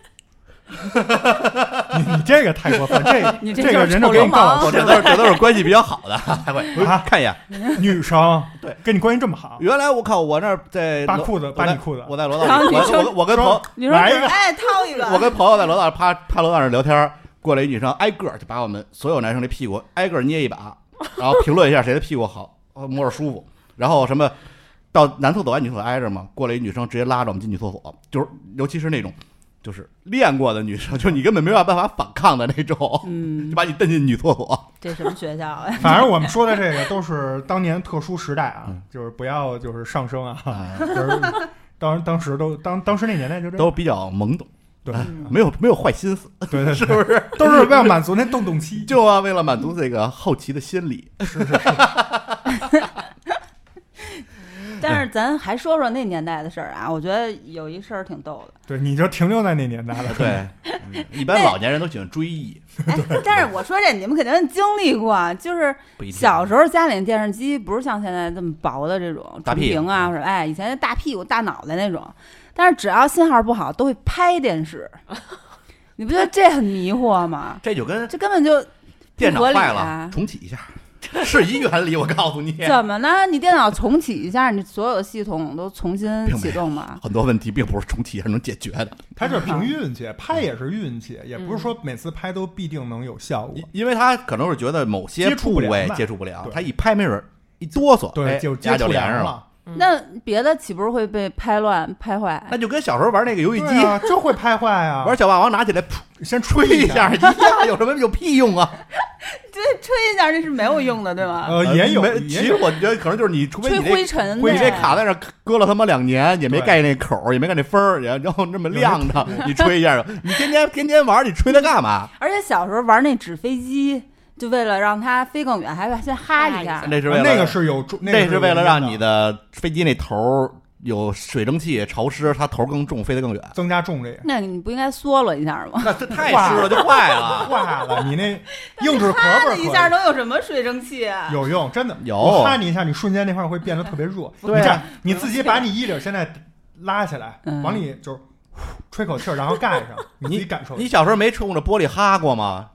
[SPEAKER 1] 你你这个太过分，这
[SPEAKER 3] 你这
[SPEAKER 1] 这
[SPEAKER 3] 就
[SPEAKER 1] 个
[SPEAKER 3] 是
[SPEAKER 1] 人就
[SPEAKER 3] 臭
[SPEAKER 1] 给
[SPEAKER 3] 流
[SPEAKER 1] 你告
[SPEAKER 3] 氓
[SPEAKER 2] 我这都是这都是关系比较好的， <laughs> 还会
[SPEAKER 1] 啊
[SPEAKER 2] 看一眼。
[SPEAKER 1] 女生，
[SPEAKER 2] 对，
[SPEAKER 1] 跟你关系这么好，
[SPEAKER 2] 原来我靠，我那儿在
[SPEAKER 1] 扒
[SPEAKER 2] 楼
[SPEAKER 1] 裤子，
[SPEAKER 2] 我
[SPEAKER 1] 扒
[SPEAKER 2] 在
[SPEAKER 1] 你裤子，
[SPEAKER 2] 我在楼道
[SPEAKER 3] 然后
[SPEAKER 2] 里，
[SPEAKER 3] 你
[SPEAKER 2] 我
[SPEAKER 3] 说
[SPEAKER 2] 我我跟朋友
[SPEAKER 1] 说
[SPEAKER 3] 你说
[SPEAKER 1] 来一个
[SPEAKER 3] 哎，掏一个，
[SPEAKER 2] 我跟朋友在楼道里趴趴楼道上聊天儿，过来一女生，挨个儿就把我们所有男生的屁股挨个儿捏一把，然后评论一下谁的屁股好，呃摸着舒服。然后什么到男厕所完女厕所挨着嘛，过来一女生直接拉着我们进女厕所，就是尤其是那种就是练过的女生，就是你根本没有办法反抗的那种， <laughs>
[SPEAKER 3] 嗯
[SPEAKER 2] 就，把你蹬进女厕所。
[SPEAKER 3] 这什么学校啊呀？
[SPEAKER 1] <laughs> 反正我们说的这个都是当年特殊时代啊，
[SPEAKER 2] 嗯
[SPEAKER 1] 就是不要就是上升啊， <laughs> 就是当当时都当当时那年代就这样
[SPEAKER 2] 都比较懵懂，
[SPEAKER 1] 对
[SPEAKER 3] 嗯
[SPEAKER 2] 没有没有坏心思，
[SPEAKER 1] 对对，
[SPEAKER 2] 是不是？
[SPEAKER 1] 都是为了满足那洞洞期。 <laughs>
[SPEAKER 2] 就啊，为了满足这个好奇的心理， <laughs>
[SPEAKER 3] 但是咱还说说那年代的事儿啊，我觉得有一事儿挺逗的。
[SPEAKER 1] 对，你就停留在那年代了。
[SPEAKER 2] 对，嗯一般老年人都喜欢追忆， <laughs>
[SPEAKER 3] 哎，但是我说这你们肯定经历过，啊，就是
[SPEAKER 2] 不一定
[SPEAKER 3] 小时候家里的电视机不是像现在这么薄的这种
[SPEAKER 2] 大
[SPEAKER 3] 触
[SPEAKER 2] 屁股嗯
[SPEAKER 3] 屏啊，或者哎以前那大屁股大脑袋那种，但是只要信号不好都会拍
[SPEAKER 2] <laughs>
[SPEAKER 3] 电视，你不觉得这很迷惑吗？
[SPEAKER 2] 这就跟
[SPEAKER 3] 这根本就
[SPEAKER 2] 电脑
[SPEAKER 3] 不合理
[SPEAKER 2] 坏了、
[SPEAKER 3] 啊
[SPEAKER 2] 重启一下，是一原理，我告
[SPEAKER 3] <laughs>
[SPEAKER 2] 诉你。
[SPEAKER 3] 怎么呢？你电脑重启一下，你所有的系统都重新启动嘛？
[SPEAKER 2] 很多问题并不是重启还能解决
[SPEAKER 1] <laughs>
[SPEAKER 2] 的，
[SPEAKER 1] 他这凭运气，拍也是运气，也不是说每次拍都必定能有效果
[SPEAKER 2] 因。因为他可能是觉得某些
[SPEAKER 1] 接触
[SPEAKER 2] 部
[SPEAKER 1] 不良
[SPEAKER 2] 位
[SPEAKER 1] 吧
[SPEAKER 2] 接触不良，
[SPEAKER 1] 对
[SPEAKER 2] 他一拍没准儿一哆嗦，
[SPEAKER 1] 对，
[SPEAKER 2] 哎
[SPEAKER 1] 就
[SPEAKER 2] 家
[SPEAKER 1] 接
[SPEAKER 2] 就
[SPEAKER 1] 触
[SPEAKER 2] 连
[SPEAKER 1] 良
[SPEAKER 2] 上了。
[SPEAKER 1] 了。
[SPEAKER 3] 那别的岂不是会被拍乱、拍坏？
[SPEAKER 2] 那就跟小时候玩那个游戏机
[SPEAKER 1] 对，啊，就会拍坏啊！
[SPEAKER 2] 玩小霸王拿起来噗
[SPEAKER 1] 先
[SPEAKER 2] 吹
[SPEAKER 1] 吹
[SPEAKER 2] 一
[SPEAKER 1] 一
[SPEAKER 2] 下，一下有什么有屁用啊？
[SPEAKER 3] 这吹一下那是没有用的，对吗？
[SPEAKER 2] 嗯
[SPEAKER 1] 呃，也有
[SPEAKER 2] 没，
[SPEAKER 1] 也
[SPEAKER 2] 其实
[SPEAKER 1] 有
[SPEAKER 2] 我觉得可能就是你，除非
[SPEAKER 3] 吹
[SPEAKER 2] 你这。
[SPEAKER 3] 灰尘
[SPEAKER 2] 你这
[SPEAKER 3] 呗。
[SPEAKER 2] 卡在那儿搁了他妈两年，也没
[SPEAKER 1] 对
[SPEAKER 2] 盖那口儿，也没盖那分儿，然后那么亮着，你吹一下，你天天天天玩，你吹它干嘛？
[SPEAKER 3] 而且小时候玩那纸飞机，就为了让它飞更远，还要先哈一下
[SPEAKER 4] 哈。
[SPEAKER 2] 那是为
[SPEAKER 1] 呃
[SPEAKER 2] 了
[SPEAKER 1] 那个是有注，
[SPEAKER 2] 这
[SPEAKER 1] 个是
[SPEAKER 2] 为了让你
[SPEAKER 1] 的
[SPEAKER 2] 的飞机那头儿有水蒸气潮湿，它头儿更重，飞得更远。
[SPEAKER 1] 增加重力。
[SPEAKER 3] 那你不应该缩了一下
[SPEAKER 2] <laughs>
[SPEAKER 3] 吗？
[SPEAKER 2] 那这太
[SPEAKER 1] 哇
[SPEAKER 2] 湿了就坏了。
[SPEAKER 1] 坏了，你
[SPEAKER 3] <laughs>
[SPEAKER 1] 那硬纸壳儿可
[SPEAKER 3] 那一下能有什么水蒸气啊？
[SPEAKER 1] 有用，真的
[SPEAKER 2] 有
[SPEAKER 1] 我哈你一下，你瞬间那块儿会变得特别热。你
[SPEAKER 2] 对啊
[SPEAKER 1] 这样你自己把你衣领现在拉起来，
[SPEAKER 3] 嗯
[SPEAKER 1] 往里就是呼吹口气儿，然后盖上，
[SPEAKER 2] <laughs>
[SPEAKER 1] 你自己感受一
[SPEAKER 2] <laughs> 你
[SPEAKER 1] 下。
[SPEAKER 2] 小时候没冲着玻璃哈过吗？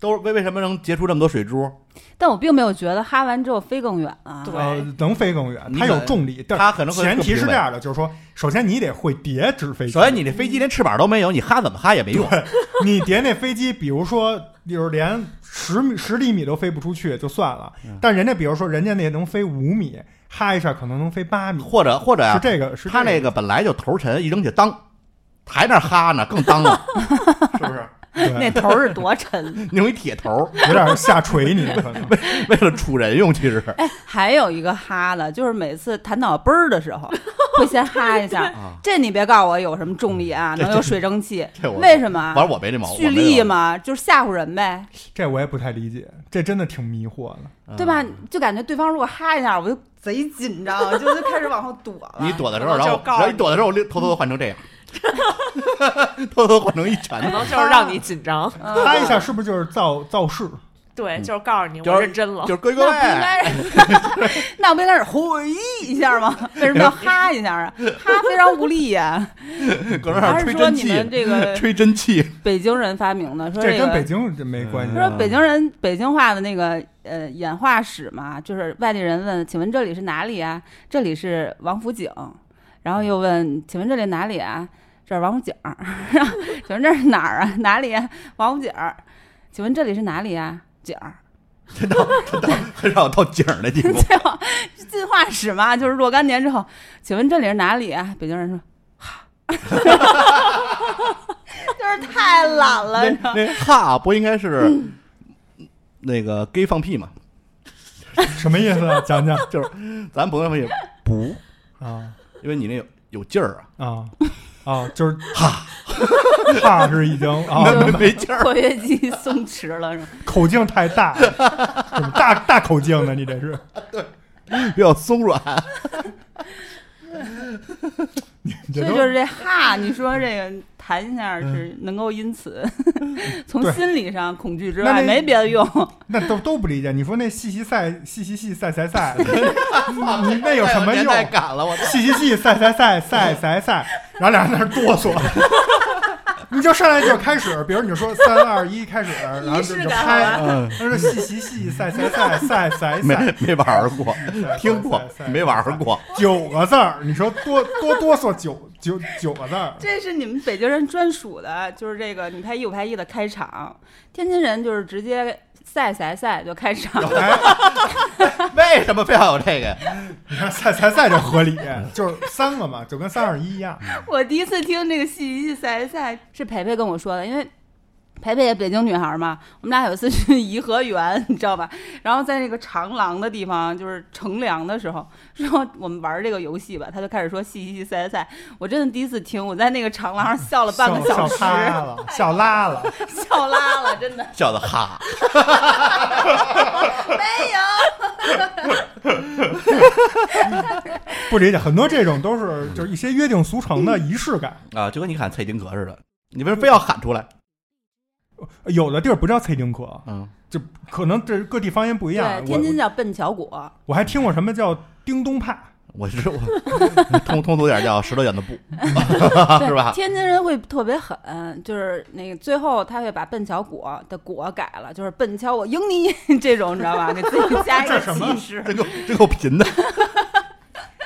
[SPEAKER 2] 都是为为什么能结出这么多水珠？
[SPEAKER 3] 但我并没有觉得哈完之后飞更远啊。
[SPEAKER 4] 对
[SPEAKER 1] 呃，能飞更远，
[SPEAKER 2] 你
[SPEAKER 1] 它
[SPEAKER 2] 可
[SPEAKER 1] 有重力，但
[SPEAKER 2] 它可能会
[SPEAKER 1] 前
[SPEAKER 2] 更
[SPEAKER 1] 提是
[SPEAKER 2] 平
[SPEAKER 1] 这
[SPEAKER 2] 稳
[SPEAKER 1] 样的，就是说，首先你得会叠纸飞机。
[SPEAKER 2] 首先，你这飞机连翅膀都没有，你哈怎么哈也没用。
[SPEAKER 1] <laughs> 你叠那飞机，比如说就是连十
[SPEAKER 2] <laughs>
[SPEAKER 1] 米、十厘米都飞不出去就算了，
[SPEAKER 2] 嗯
[SPEAKER 1] 但人家比如说人家那能飞五米，哈一下可能能飞八米，
[SPEAKER 2] 或者或者
[SPEAKER 1] 是
[SPEAKER 2] 啊，
[SPEAKER 1] 这个是
[SPEAKER 2] 它那
[SPEAKER 1] 这
[SPEAKER 2] 个本来就头沉，一扔起当，还那哈呢，更
[SPEAKER 1] <laughs>
[SPEAKER 2] 当了，是不是？
[SPEAKER 1] 个
[SPEAKER 3] 那
[SPEAKER 1] 对
[SPEAKER 3] 头儿是多沉。 <laughs>
[SPEAKER 2] 你用一铁头儿，
[SPEAKER 1] <laughs> 有点下垂你可能。
[SPEAKER 2] 为了杵人用，其实是
[SPEAKER 3] 哎，还有一个哈的，就是每次弹脑崩儿的时 <laughs> 候，会先哈一下
[SPEAKER 2] 啊。
[SPEAKER 3] 这你别告诉我有什么重力啊，
[SPEAKER 2] 这
[SPEAKER 3] 能有水蒸气
[SPEAKER 2] 这我？
[SPEAKER 3] 为什么啊？
[SPEAKER 2] 反正我没这毛病。
[SPEAKER 3] 蓄力嘛，就是吓唬人呗，
[SPEAKER 1] 这我也不太理解，这真的挺迷惑的。
[SPEAKER 2] 我没有，
[SPEAKER 3] 对吧？就感觉对方如果哈一下，我就贼紧张，就就开始往后躲了。
[SPEAKER 2] 你躲的时候，
[SPEAKER 4] 然
[SPEAKER 2] 然
[SPEAKER 4] 后
[SPEAKER 2] 后
[SPEAKER 4] 就告
[SPEAKER 2] 然
[SPEAKER 4] 诉
[SPEAKER 2] 后你躲的时候，我偷偷地换成这
[SPEAKER 3] <laughs>
[SPEAKER 2] 样，偷偷地换成一拳
[SPEAKER 4] 可
[SPEAKER 2] 头。
[SPEAKER 4] 能就是让你紧
[SPEAKER 2] 啊
[SPEAKER 4] 张。
[SPEAKER 3] 嗯
[SPEAKER 1] 哈一下是不是就是造造势？
[SPEAKER 4] 对，就是告诉你
[SPEAKER 2] 就是
[SPEAKER 4] 我认真了
[SPEAKER 2] 就。是哎各位
[SPEAKER 3] 那不应该是， <laughs> 那不应该是回忆一下吗？为什么要哈一
[SPEAKER 1] <laughs>
[SPEAKER 3] 下啊？哈非常无力呀、
[SPEAKER 2] 搁那
[SPEAKER 3] 还
[SPEAKER 2] 儿
[SPEAKER 3] 是
[SPEAKER 2] 吹
[SPEAKER 3] 说
[SPEAKER 2] 真
[SPEAKER 3] 你
[SPEAKER 2] 气，
[SPEAKER 3] 们这
[SPEAKER 1] <laughs>
[SPEAKER 2] <laughs>
[SPEAKER 3] 个
[SPEAKER 2] 吹真气，
[SPEAKER 3] 北京人发明的？说
[SPEAKER 1] 这跟
[SPEAKER 3] 个
[SPEAKER 1] 北京嗯这没关系。
[SPEAKER 3] 说北京人北京话的那个呃演化史嘛，就是外地人问，请问这里是哪里啊？这里是王府井，然后又问，请问这里哪里啊？这是王府井， <laughs> 请问这是哪儿啊？哪里、啊？王府井，请问这里是哪里啊？井儿，
[SPEAKER 2] 很少到景儿的地步。
[SPEAKER 3] <laughs> 最后进化史嘛，就是若干年之后，请问这里是哪里啊？北京人说，哈， <laughs> 就是太懒了，你知道吗
[SPEAKER 2] 那哈不应该
[SPEAKER 3] <laughs>
[SPEAKER 2] 是那个 gay 放屁嘛？
[SPEAKER 1] 什么意思啊？讲讲
[SPEAKER 2] 咱朋友们也不，
[SPEAKER 1] 啊
[SPEAKER 2] 因为你那有有劲
[SPEAKER 3] <laughs>
[SPEAKER 2] 儿啊，
[SPEAKER 1] 啊啊！就是哈哈是已经啊，
[SPEAKER 2] <laughs> 没没劲
[SPEAKER 3] <laughs>
[SPEAKER 2] 儿。
[SPEAKER 3] 括约肌松弛了
[SPEAKER 1] <laughs>
[SPEAKER 3] 是吗？
[SPEAKER 1] 口径太大，怎么大大口径呢？你这是
[SPEAKER 2] 比较松软，
[SPEAKER 3] 所
[SPEAKER 1] 这
[SPEAKER 3] 以
[SPEAKER 1] 都嗯
[SPEAKER 3] 就是这哈，你说这个弹一下是能够因此 <laughs> 从
[SPEAKER 1] 对
[SPEAKER 3] 心理上恐惧之
[SPEAKER 1] 那
[SPEAKER 3] 外
[SPEAKER 1] 那
[SPEAKER 3] 没别的
[SPEAKER 1] <laughs>
[SPEAKER 3] 用，
[SPEAKER 1] 那都都不理解。你说那细细赛细细细赛赛赛，你
[SPEAKER 2] 哎
[SPEAKER 1] 那有什么
[SPEAKER 2] 年
[SPEAKER 1] 用？
[SPEAKER 2] 代感了，我操！
[SPEAKER 1] <laughs> 细细细赛赛赛赛赛赛，然后俩人在那儿哆
[SPEAKER 3] <laughs>
[SPEAKER 1] 嗦。你就上来就开始，比如你说三二一开始，然后就
[SPEAKER 3] 仪式
[SPEAKER 1] 就
[SPEAKER 3] 感
[SPEAKER 1] 拍，
[SPEAKER 3] 好
[SPEAKER 1] 他说细细细赛赛赛赛赛
[SPEAKER 2] <laughs> 没
[SPEAKER 1] 赛，
[SPEAKER 2] 没玩儿 <laughs> 过，听过
[SPEAKER 1] 赛赛
[SPEAKER 2] 没玩儿过。
[SPEAKER 1] 九个字儿，你说多多哆嗦九九九个字儿，
[SPEAKER 3] 这是你们北京人专属的，就是这个你拍一我拍一的开场，天津人就是直接赛赛赛就开场，
[SPEAKER 1] 哎，
[SPEAKER 2] 为什么非要有这个？
[SPEAKER 1] 你看赛赛赛就合理，就是三个嘛，就跟三二一一样。
[SPEAKER 3] <laughs> 我第一次听这个戏剧赛赛是培培跟我说的，因为培培也北京女孩嘛，我们俩有一次去颐和园， <laughs> 你知道吧？然后在那个长廊的地方，就是乘凉的时候，然后我们玩这个游戏吧，他就开始说戏剧赛赛，我真的第一次听，我在那个长廊上笑了半个小
[SPEAKER 1] 笑
[SPEAKER 3] 时，
[SPEAKER 1] 趴了，笑拉了，
[SPEAKER 3] <laughs> 笑
[SPEAKER 1] <laughs>
[SPEAKER 3] 拉了，真的
[SPEAKER 2] 叫的哈，
[SPEAKER 3] 没有。
[SPEAKER 1] 不理解，很多这种都是就是一些约定俗成的仪式感，
[SPEAKER 2] 啊，就跟你喊蔡丁格似的，你为什么非要喊出来？
[SPEAKER 1] 有的地儿不叫蔡丁壳，
[SPEAKER 2] 嗯，
[SPEAKER 1] 就可能这各地方言不一样
[SPEAKER 3] 对，。
[SPEAKER 1] 哎我啊
[SPEAKER 3] 天津叫笨巧果，
[SPEAKER 1] 我还听过什么叫叮咚派，
[SPEAKER 2] 我是我通通俗点叫石头剪子 <laughs> 布，是 <laughs> 吧？
[SPEAKER 3] 天津人会特别狠，就是那个最后他会把笨巧果的果改了，就是笨巧我赢你 <laughs> 这种，你知道吧？给自己加一个
[SPEAKER 1] 这什
[SPEAKER 3] 气
[SPEAKER 1] 么
[SPEAKER 3] 势。
[SPEAKER 2] 真够真够贫的，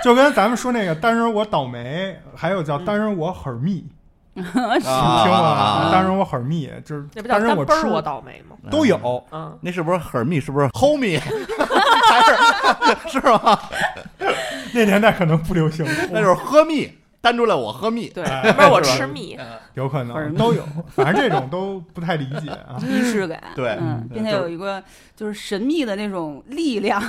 [SPEAKER 1] 就跟咱们说
[SPEAKER 2] <laughs>
[SPEAKER 1] 那个单人我倒霉，还有叫单人我很蜜，
[SPEAKER 2] 啊你听
[SPEAKER 1] 你听过吗？
[SPEAKER 2] 嗯啊
[SPEAKER 1] 单人我很蜜，就是
[SPEAKER 4] 那不叫
[SPEAKER 1] 单人
[SPEAKER 4] 单
[SPEAKER 1] 我
[SPEAKER 4] 奔儿我
[SPEAKER 1] 吃
[SPEAKER 4] 倒霉吗？
[SPEAKER 1] 都有。
[SPEAKER 4] 嗯，
[SPEAKER 2] 那是不是赫密？是不是 homie？还是 <laughs> 是吗？
[SPEAKER 1] 那年代可能不流行，
[SPEAKER 2] <laughs> 那就是喝蜜，单出来我喝蜜。
[SPEAKER 4] 对，
[SPEAKER 1] 哎
[SPEAKER 4] 要不然我吃蜜，
[SPEAKER 2] 嗯
[SPEAKER 1] 有可
[SPEAKER 3] 耳
[SPEAKER 1] 能
[SPEAKER 3] 鸣
[SPEAKER 1] 都有，反正这种都不太理解
[SPEAKER 2] <laughs>
[SPEAKER 1] 啊。
[SPEAKER 3] 仪式感，
[SPEAKER 2] 对
[SPEAKER 3] 嗯，并且
[SPEAKER 2] 就是
[SPEAKER 3] 有一个就是神秘的那种力量，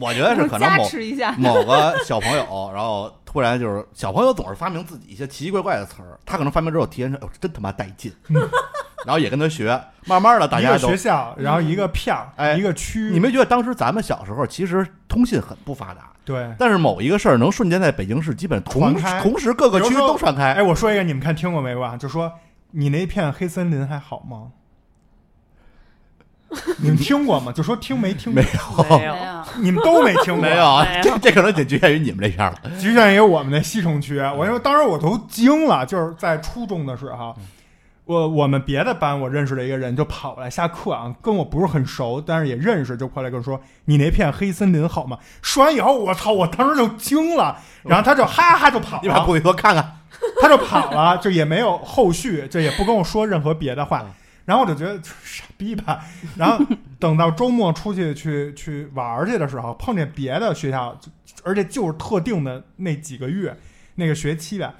[SPEAKER 2] 我觉得是可能
[SPEAKER 3] <laughs> 加
[SPEAKER 2] 某，
[SPEAKER 3] 持一下
[SPEAKER 2] 某个小朋友，然后突然就是小朋友总是发明自己一些奇奇怪怪的词儿，他可能发明之后体验说，哎呦，真他妈带劲， <laughs> 然后也跟他学，慢慢的大
[SPEAKER 1] 一
[SPEAKER 2] 家
[SPEAKER 1] 个
[SPEAKER 2] 都
[SPEAKER 1] 学。校，然后一个片儿，
[SPEAKER 2] 哎
[SPEAKER 1] 一个区，
[SPEAKER 2] 你没觉得当时咱们小时候其实通信很不
[SPEAKER 1] <laughs>
[SPEAKER 2] 发达，
[SPEAKER 1] 对？
[SPEAKER 2] 但是某一个事儿能瞬间在北京市基本同
[SPEAKER 1] 传开
[SPEAKER 2] 同时各个区
[SPEAKER 1] 比如说
[SPEAKER 2] 都传开
[SPEAKER 1] 哎，，我说一个，你们看听过没有啊？就说你那片黑森林还好
[SPEAKER 2] <laughs>
[SPEAKER 1] 吗？你们听过吗？就说听没听
[SPEAKER 2] 没
[SPEAKER 1] 过，
[SPEAKER 2] 有
[SPEAKER 4] 没有
[SPEAKER 3] 哎呀
[SPEAKER 1] 你们都没听过，
[SPEAKER 2] 没有啊 <laughs>
[SPEAKER 4] 没，有
[SPEAKER 2] 这这可能仅局限于你们这片儿了。
[SPEAKER 1] <laughs> 局限于我们那西城区。我因为当时我都惊了，就是在初中的时
[SPEAKER 2] 嗯
[SPEAKER 1] 候，我我们别的班我认识的一个人就跑过来下课啊，跟我不是很熟，但是也认识，就过来跟我说：“你那片黑森林好吗？”说完以后，我操，我当时就惊了，然后他就哈哈就跑
[SPEAKER 2] 你把
[SPEAKER 1] 了，
[SPEAKER 2] 故意说看看，
[SPEAKER 1] <laughs> 他就跑了，就也没有后续，就也不跟我说任何别的话。然后我就觉得 <laughs> 傻逼吧。然后等到周末出去去去玩儿去的时候，碰见别的学校，而且就是特定的那几个月那个学期吧，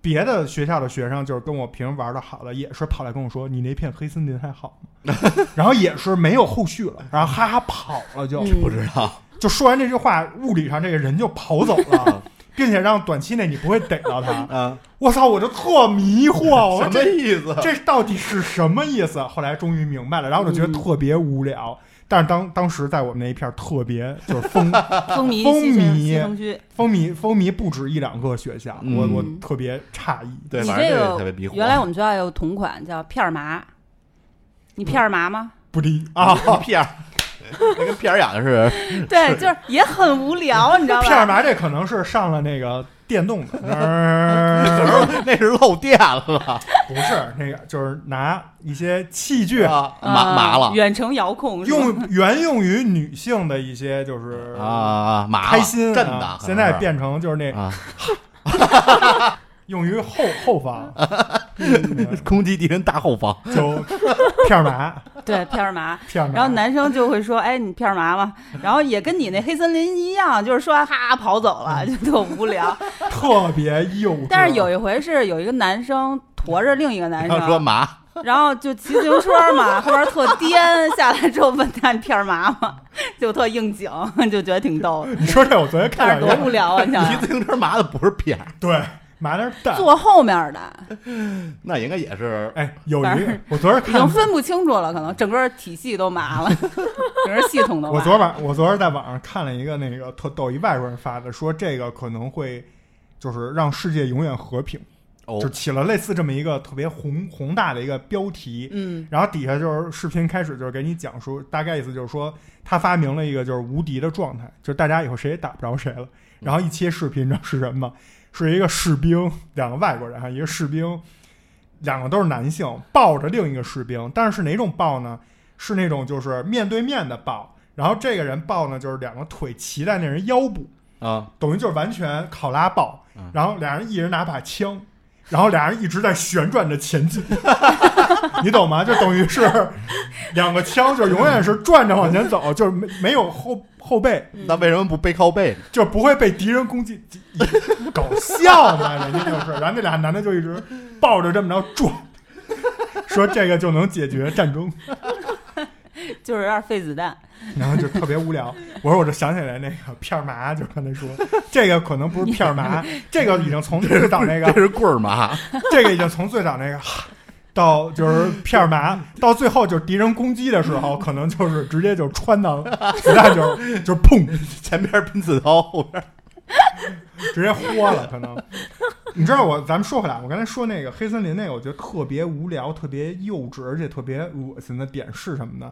[SPEAKER 1] 别的学校的学生就是跟我平时玩的好的，也是跑来跟我说：“你那片黑森林还好吗？” <laughs> 然后也是没有后续了，然后哈哈跑了就，
[SPEAKER 2] 嗯不知道，
[SPEAKER 1] 就说完这句话，物理上这个人就跑走了，并且让短期内你不会逮到他。
[SPEAKER 2] 嗯，
[SPEAKER 1] 我操，我就特迷
[SPEAKER 2] <laughs>
[SPEAKER 1] 惑，我
[SPEAKER 2] 啊什
[SPEAKER 1] 说
[SPEAKER 2] 么
[SPEAKER 1] 这
[SPEAKER 2] 意思？
[SPEAKER 1] 这到底是什么意思？后来终于明白了，然后我
[SPEAKER 2] 嗯
[SPEAKER 1] 就觉得特别无聊。但是当当时在我们那一片儿特别就是
[SPEAKER 2] <laughs>
[SPEAKER 1] 风
[SPEAKER 3] 风靡
[SPEAKER 1] 风
[SPEAKER 3] 西城西
[SPEAKER 1] 靡
[SPEAKER 3] 城区。
[SPEAKER 1] 风靡风靡不止一两个学校，
[SPEAKER 2] 嗯
[SPEAKER 1] 我我特别诧异。
[SPEAKER 2] 对，
[SPEAKER 3] 你
[SPEAKER 2] 反正这
[SPEAKER 3] 个
[SPEAKER 2] 特别迷惑。
[SPEAKER 3] 原来我们学校有同款叫片儿麻，你片儿麻吗？
[SPEAKER 1] 不理啊，
[SPEAKER 2] <laughs> 啊，屁眼儿，那跟屁眼儿痒的嗯是
[SPEAKER 3] 对，就是也很
[SPEAKER 2] <laughs>
[SPEAKER 3] 无聊，你知道吧？
[SPEAKER 1] 片儿麻这可能是上了那个电动的，
[SPEAKER 2] <laughs>
[SPEAKER 1] 呃
[SPEAKER 2] 那是漏电了，
[SPEAKER 1] 不是那个，就是拿一些器具
[SPEAKER 2] 啊
[SPEAKER 3] 啊
[SPEAKER 2] 麻麻了
[SPEAKER 3] 远程遥控是吧
[SPEAKER 1] 用原用于女性的一些就是
[SPEAKER 2] 啊，麻了
[SPEAKER 1] 开心啊
[SPEAKER 2] 震的，
[SPEAKER 1] 现在
[SPEAKER 2] 可能是
[SPEAKER 1] 变成就是那
[SPEAKER 2] 啊，
[SPEAKER 1] 用于后后
[SPEAKER 3] <laughs>
[SPEAKER 1] 方，嗯
[SPEAKER 2] 攻击敌人大后方，
[SPEAKER 1] 就片儿麻
[SPEAKER 3] 对片儿麻。
[SPEAKER 1] 片儿麻。
[SPEAKER 3] 然后男生就会说：“哎，你片儿麻吗？”然后也跟你那黑森林一样，就是说完哈跑走了， <laughs> 就特无聊。
[SPEAKER 1] 特别幼稚，
[SPEAKER 3] 但是有一回是有一个男生驮着另一个男
[SPEAKER 2] 然后说
[SPEAKER 3] 生，
[SPEAKER 2] 麻，
[SPEAKER 3] 然后就骑自行车嘛，后边特颠，下来之后问他你片儿麻吗？就特应景，就觉得挺逗
[SPEAKER 1] <laughs>
[SPEAKER 3] 的。
[SPEAKER 1] 你说这，我昨天看
[SPEAKER 3] 但是
[SPEAKER 1] 两
[SPEAKER 3] 多
[SPEAKER 1] 遍，
[SPEAKER 3] 无聊啊！你想
[SPEAKER 2] 骑
[SPEAKER 3] 想
[SPEAKER 2] 自行车麻的不是屁眼儿，
[SPEAKER 1] 对，麻那蛋。
[SPEAKER 3] 坐后面的
[SPEAKER 2] 那应该也是
[SPEAKER 1] 哎，有
[SPEAKER 3] 反
[SPEAKER 1] 一
[SPEAKER 3] 正
[SPEAKER 1] 个，我昨儿
[SPEAKER 3] 已经
[SPEAKER 1] 看，
[SPEAKER 3] 分不清楚了，可能整个体系都麻了， <laughs> 整个系统都
[SPEAKER 1] 我
[SPEAKER 3] 麻。
[SPEAKER 1] 昨晚我昨儿在网上看了一个那个特逗，一外国人发的，说这个可能会就是让世界永远和平，
[SPEAKER 2] 哦
[SPEAKER 1] 就起了类似这么一个特别宏宏大的一个标题。
[SPEAKER 3] 嗯，
[SPEAKER 1] 然后底下就是视频开始就是给你讲述，大概意思就是说他发明了一个就是无敌的状态，就是大家以后谁也打不着谁了。然后一切视频，你知道是什么吗？是一个士兵，两个外国人哈，一个士兵，两个都是男性，抱着另一个士兵，但是是哪种抱呢？是那种就是面对面的抱，然后这个人抱呢就是两个腿骑在那人腰部，
[SPEAKER 2] 啊，
[SPEAKER 1] 等于就是完全考拉抱
[SPEAKER 2] 嗯，
[SPEAKER 1] 然后俩人一人拿把枪，然后俩人一直在旋转着前进， <laughs> 你懂吗？就等于是两个枪，就永远是转着往前走，就是没没有后后背，
[SPEAKER 3] 嗯
[SPEAKER 2] 那为什么不背靠背呢？
[SPEAKER 1] 就不会被敌人攻击。搞笑嘛，人家就是，然后那俩男的就一直抱着这么着转，说这个就能解决战争。
[SPEAKER 3] 就是有点费子弹。
[SPEAKER 1] 然后就特别无聊。我说我就想起来那个片儿麻，就刚才说这个可能不是片儿麻，这个已经从最早那
[SPEAKER 2] 这
[SPEAKER 1] 个， <laughs>
[SPEAKER 2] 是棍儿麻，
[SPEAKER 1] 这个已经从最早那个哈到就是片儿麻，到最后就是敌人攻击的时候，可能就是直接就穿到子弹就是 <laughs> 就是砰，
[SPEAKER 2] 前边喷刺刀，后边
[SPEAKER 1] 直接豁了，可能。你知道我，咱们说回来，我刚才说那个黑森林那个，我觉得特别无聊、特别幼稚，而且特别恶心的点是什么呢？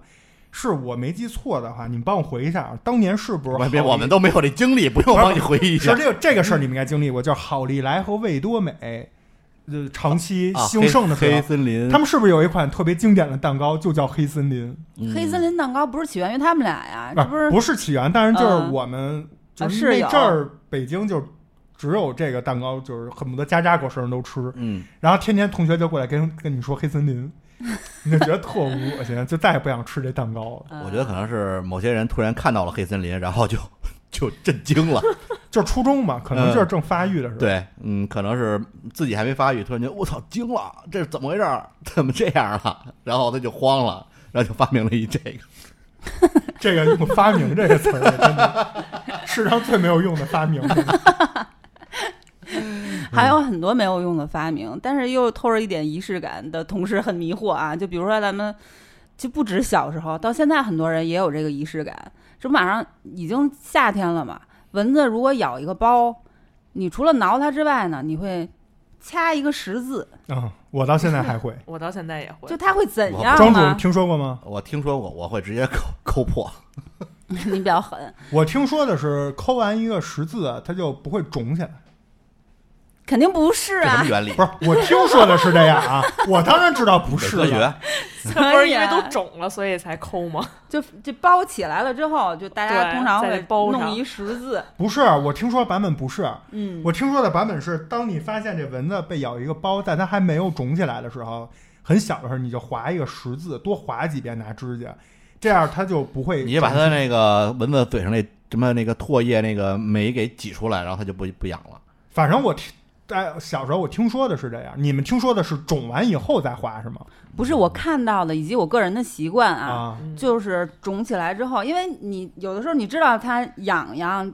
[SPEAKER 1] 是我没记错的话，你们帮我回忆一下啊，当年是不是
[SPEAKER 2] 我别
[SPEAKER 1] 好
[SPEAKER 2] 我们都没有这经历，不用我帮你回忆一
[SPEAKER 1] 是
[SPEAKER 2] 下。
[SPEAKER 1] 这个这个事儿你们应该经历过，叫好利来和味多美，呃，长期
[SPEAKER 2] 啊
[SPEAKER 1] 兴盛的时
[SPEAKER 2] 黑
[SPEAKER 1] 候
[SPEAKER 2] 黑，森林，
[SPEAKER 1] 他们是不是有一款特别经典的蛋糕，就叫黑森林？
[SPEAKER 2] 们
[SPEAKER 3] 黑森林蛋糕不是起源于他们俩呀？这不
[SPEAKER 1] 啊
[SPEAKER 3] 是
[SPEAKER 1] 不是起源，但是就是
[SPEAKER 3] 嗯
[SPEAKER 1] 我们就
[SPEAKER 3] 啊
[SPEAKER 1] 是
[SPEAKER 3] 是
[SPEAKER 1] 那
[SPEAKER 3] 有
[SPEAKER 1] 阵儿北京就只有这个蛋糕，就是恨不得家家过生日都吃，
[SPEAKER 2] 嗯，
[SPEAKER 1] 然后天天同学就过来跟跟你说黑森
[SPEAKER 3] <laughs>
[SPEAKER 1] 林，你就觉得特恶心，就再也不想吃这蛋糕了。
[SPEAKER 2] 我觉得可能是某些人突然看到了黑森林，然后就 <laughs> 就震惊了。
[SPEAKER 1] 就是初中嘛，可能就是正发育的时候。
[SPEAKER 2] 对，嗯，可能是自己还没发育，突然觉得我操惊了，这是怎么回事儿？ <laughs> 怎么这样了？然后他就慌了，然后就发明了一这个。
[SPEAKER 1] 这个用“发明”这个词儿，真的世上最没有用的发明。
[SPEAKER 3] 还有很多没有用的发明，但是又透着一点仪式感的同时很迷惑啊。就比如说咱们，就不止小时候，到现在很多人也有这个仪式感。这不马上已经夏天了嘛，蚊子如果咬一个包，你除了挠它之外呢，你会掐一个十字，
[SPEAKER 1] 嗯，我到现在还会。
[SPEAKER 4] 我到现在也会
[SPEAKER 3] 就，它会怎
[SPEAKER 2] 我
[SPEAKER 3] 样
[SPEAKER 1] 庄主
[SPEAKER 3] 呢？
[SPEAKER 1] 听说过吗？
[SPEAKER 2] 我听说过，我会直接抠抠破。
[SPEAKER 3] 你比较狠，
[SPEAKER 1] 我听说的是抠完一个十字，啊它就不会肿起来。
[SPEAKER 3] 肯定不是
[SPEAKER 2] 这什 <laughs>
[SPEAKER 3] 啊
[SPEAKER 2] 么，
[SPEAKER 3] <laughs>
[SPEAKER 2] 原理？
[SPEAKER 1] 不是，我听说的是这样啊，我当然知道不
[SPEAKER 2] 伪
[SPEAKER 1] 是
[SPEAKER 2] 科
[SPEAKER 1] 了。
[SPEAKER 2] 学，
[SPEAKER 3] <laughs>
[SPEAKER 4] 不
[SPEAKER 3] 所
[SPEAKER 4] 是
[SPEAKER 3] 以
[SPEAKER 4] 因为
[SPEAKER 3] 啊
[SPEAKER 4] 都肿了，所以才抠吗？
[SPEAKER 3] 就就包起来了之后，就大家
[SPEAKER 4] 对
[SPEAKER 3] 通常
[SPEAKER 4] 再
[SPEAKER 3] 会
[SPEAKER 4] 包上
[SPEAKER 3] 弄一十字，
[SPEAKER 1] 不是，啊我听说版本不是。
[SPEAKER 3] 嗯，
[SPEAKER 1] 我听说的版本是，当你发现这蚊子被咬一个包，在它还没有肿起来的时候，很小的时候，你就划一个十字，多划几遍拿指甲，这样它就不会肿起来。
[SPEAKER 2] 你就把它那个蚊子嘴上那什么那个唾液那个酶给挤出来，然后它就不不痒了。
[SPEAKER 1] 反正我听，在小时候我听说的是这样，你们听说的是肿完以后再划是吗？
[SPEAKER 3] 不是我看到的，以及我个人的习惯啊，
[SPEAKER 1] 啊，
[SPEAKER 3] 就是肿起来之后，因为你有的时候你知道它痒痒，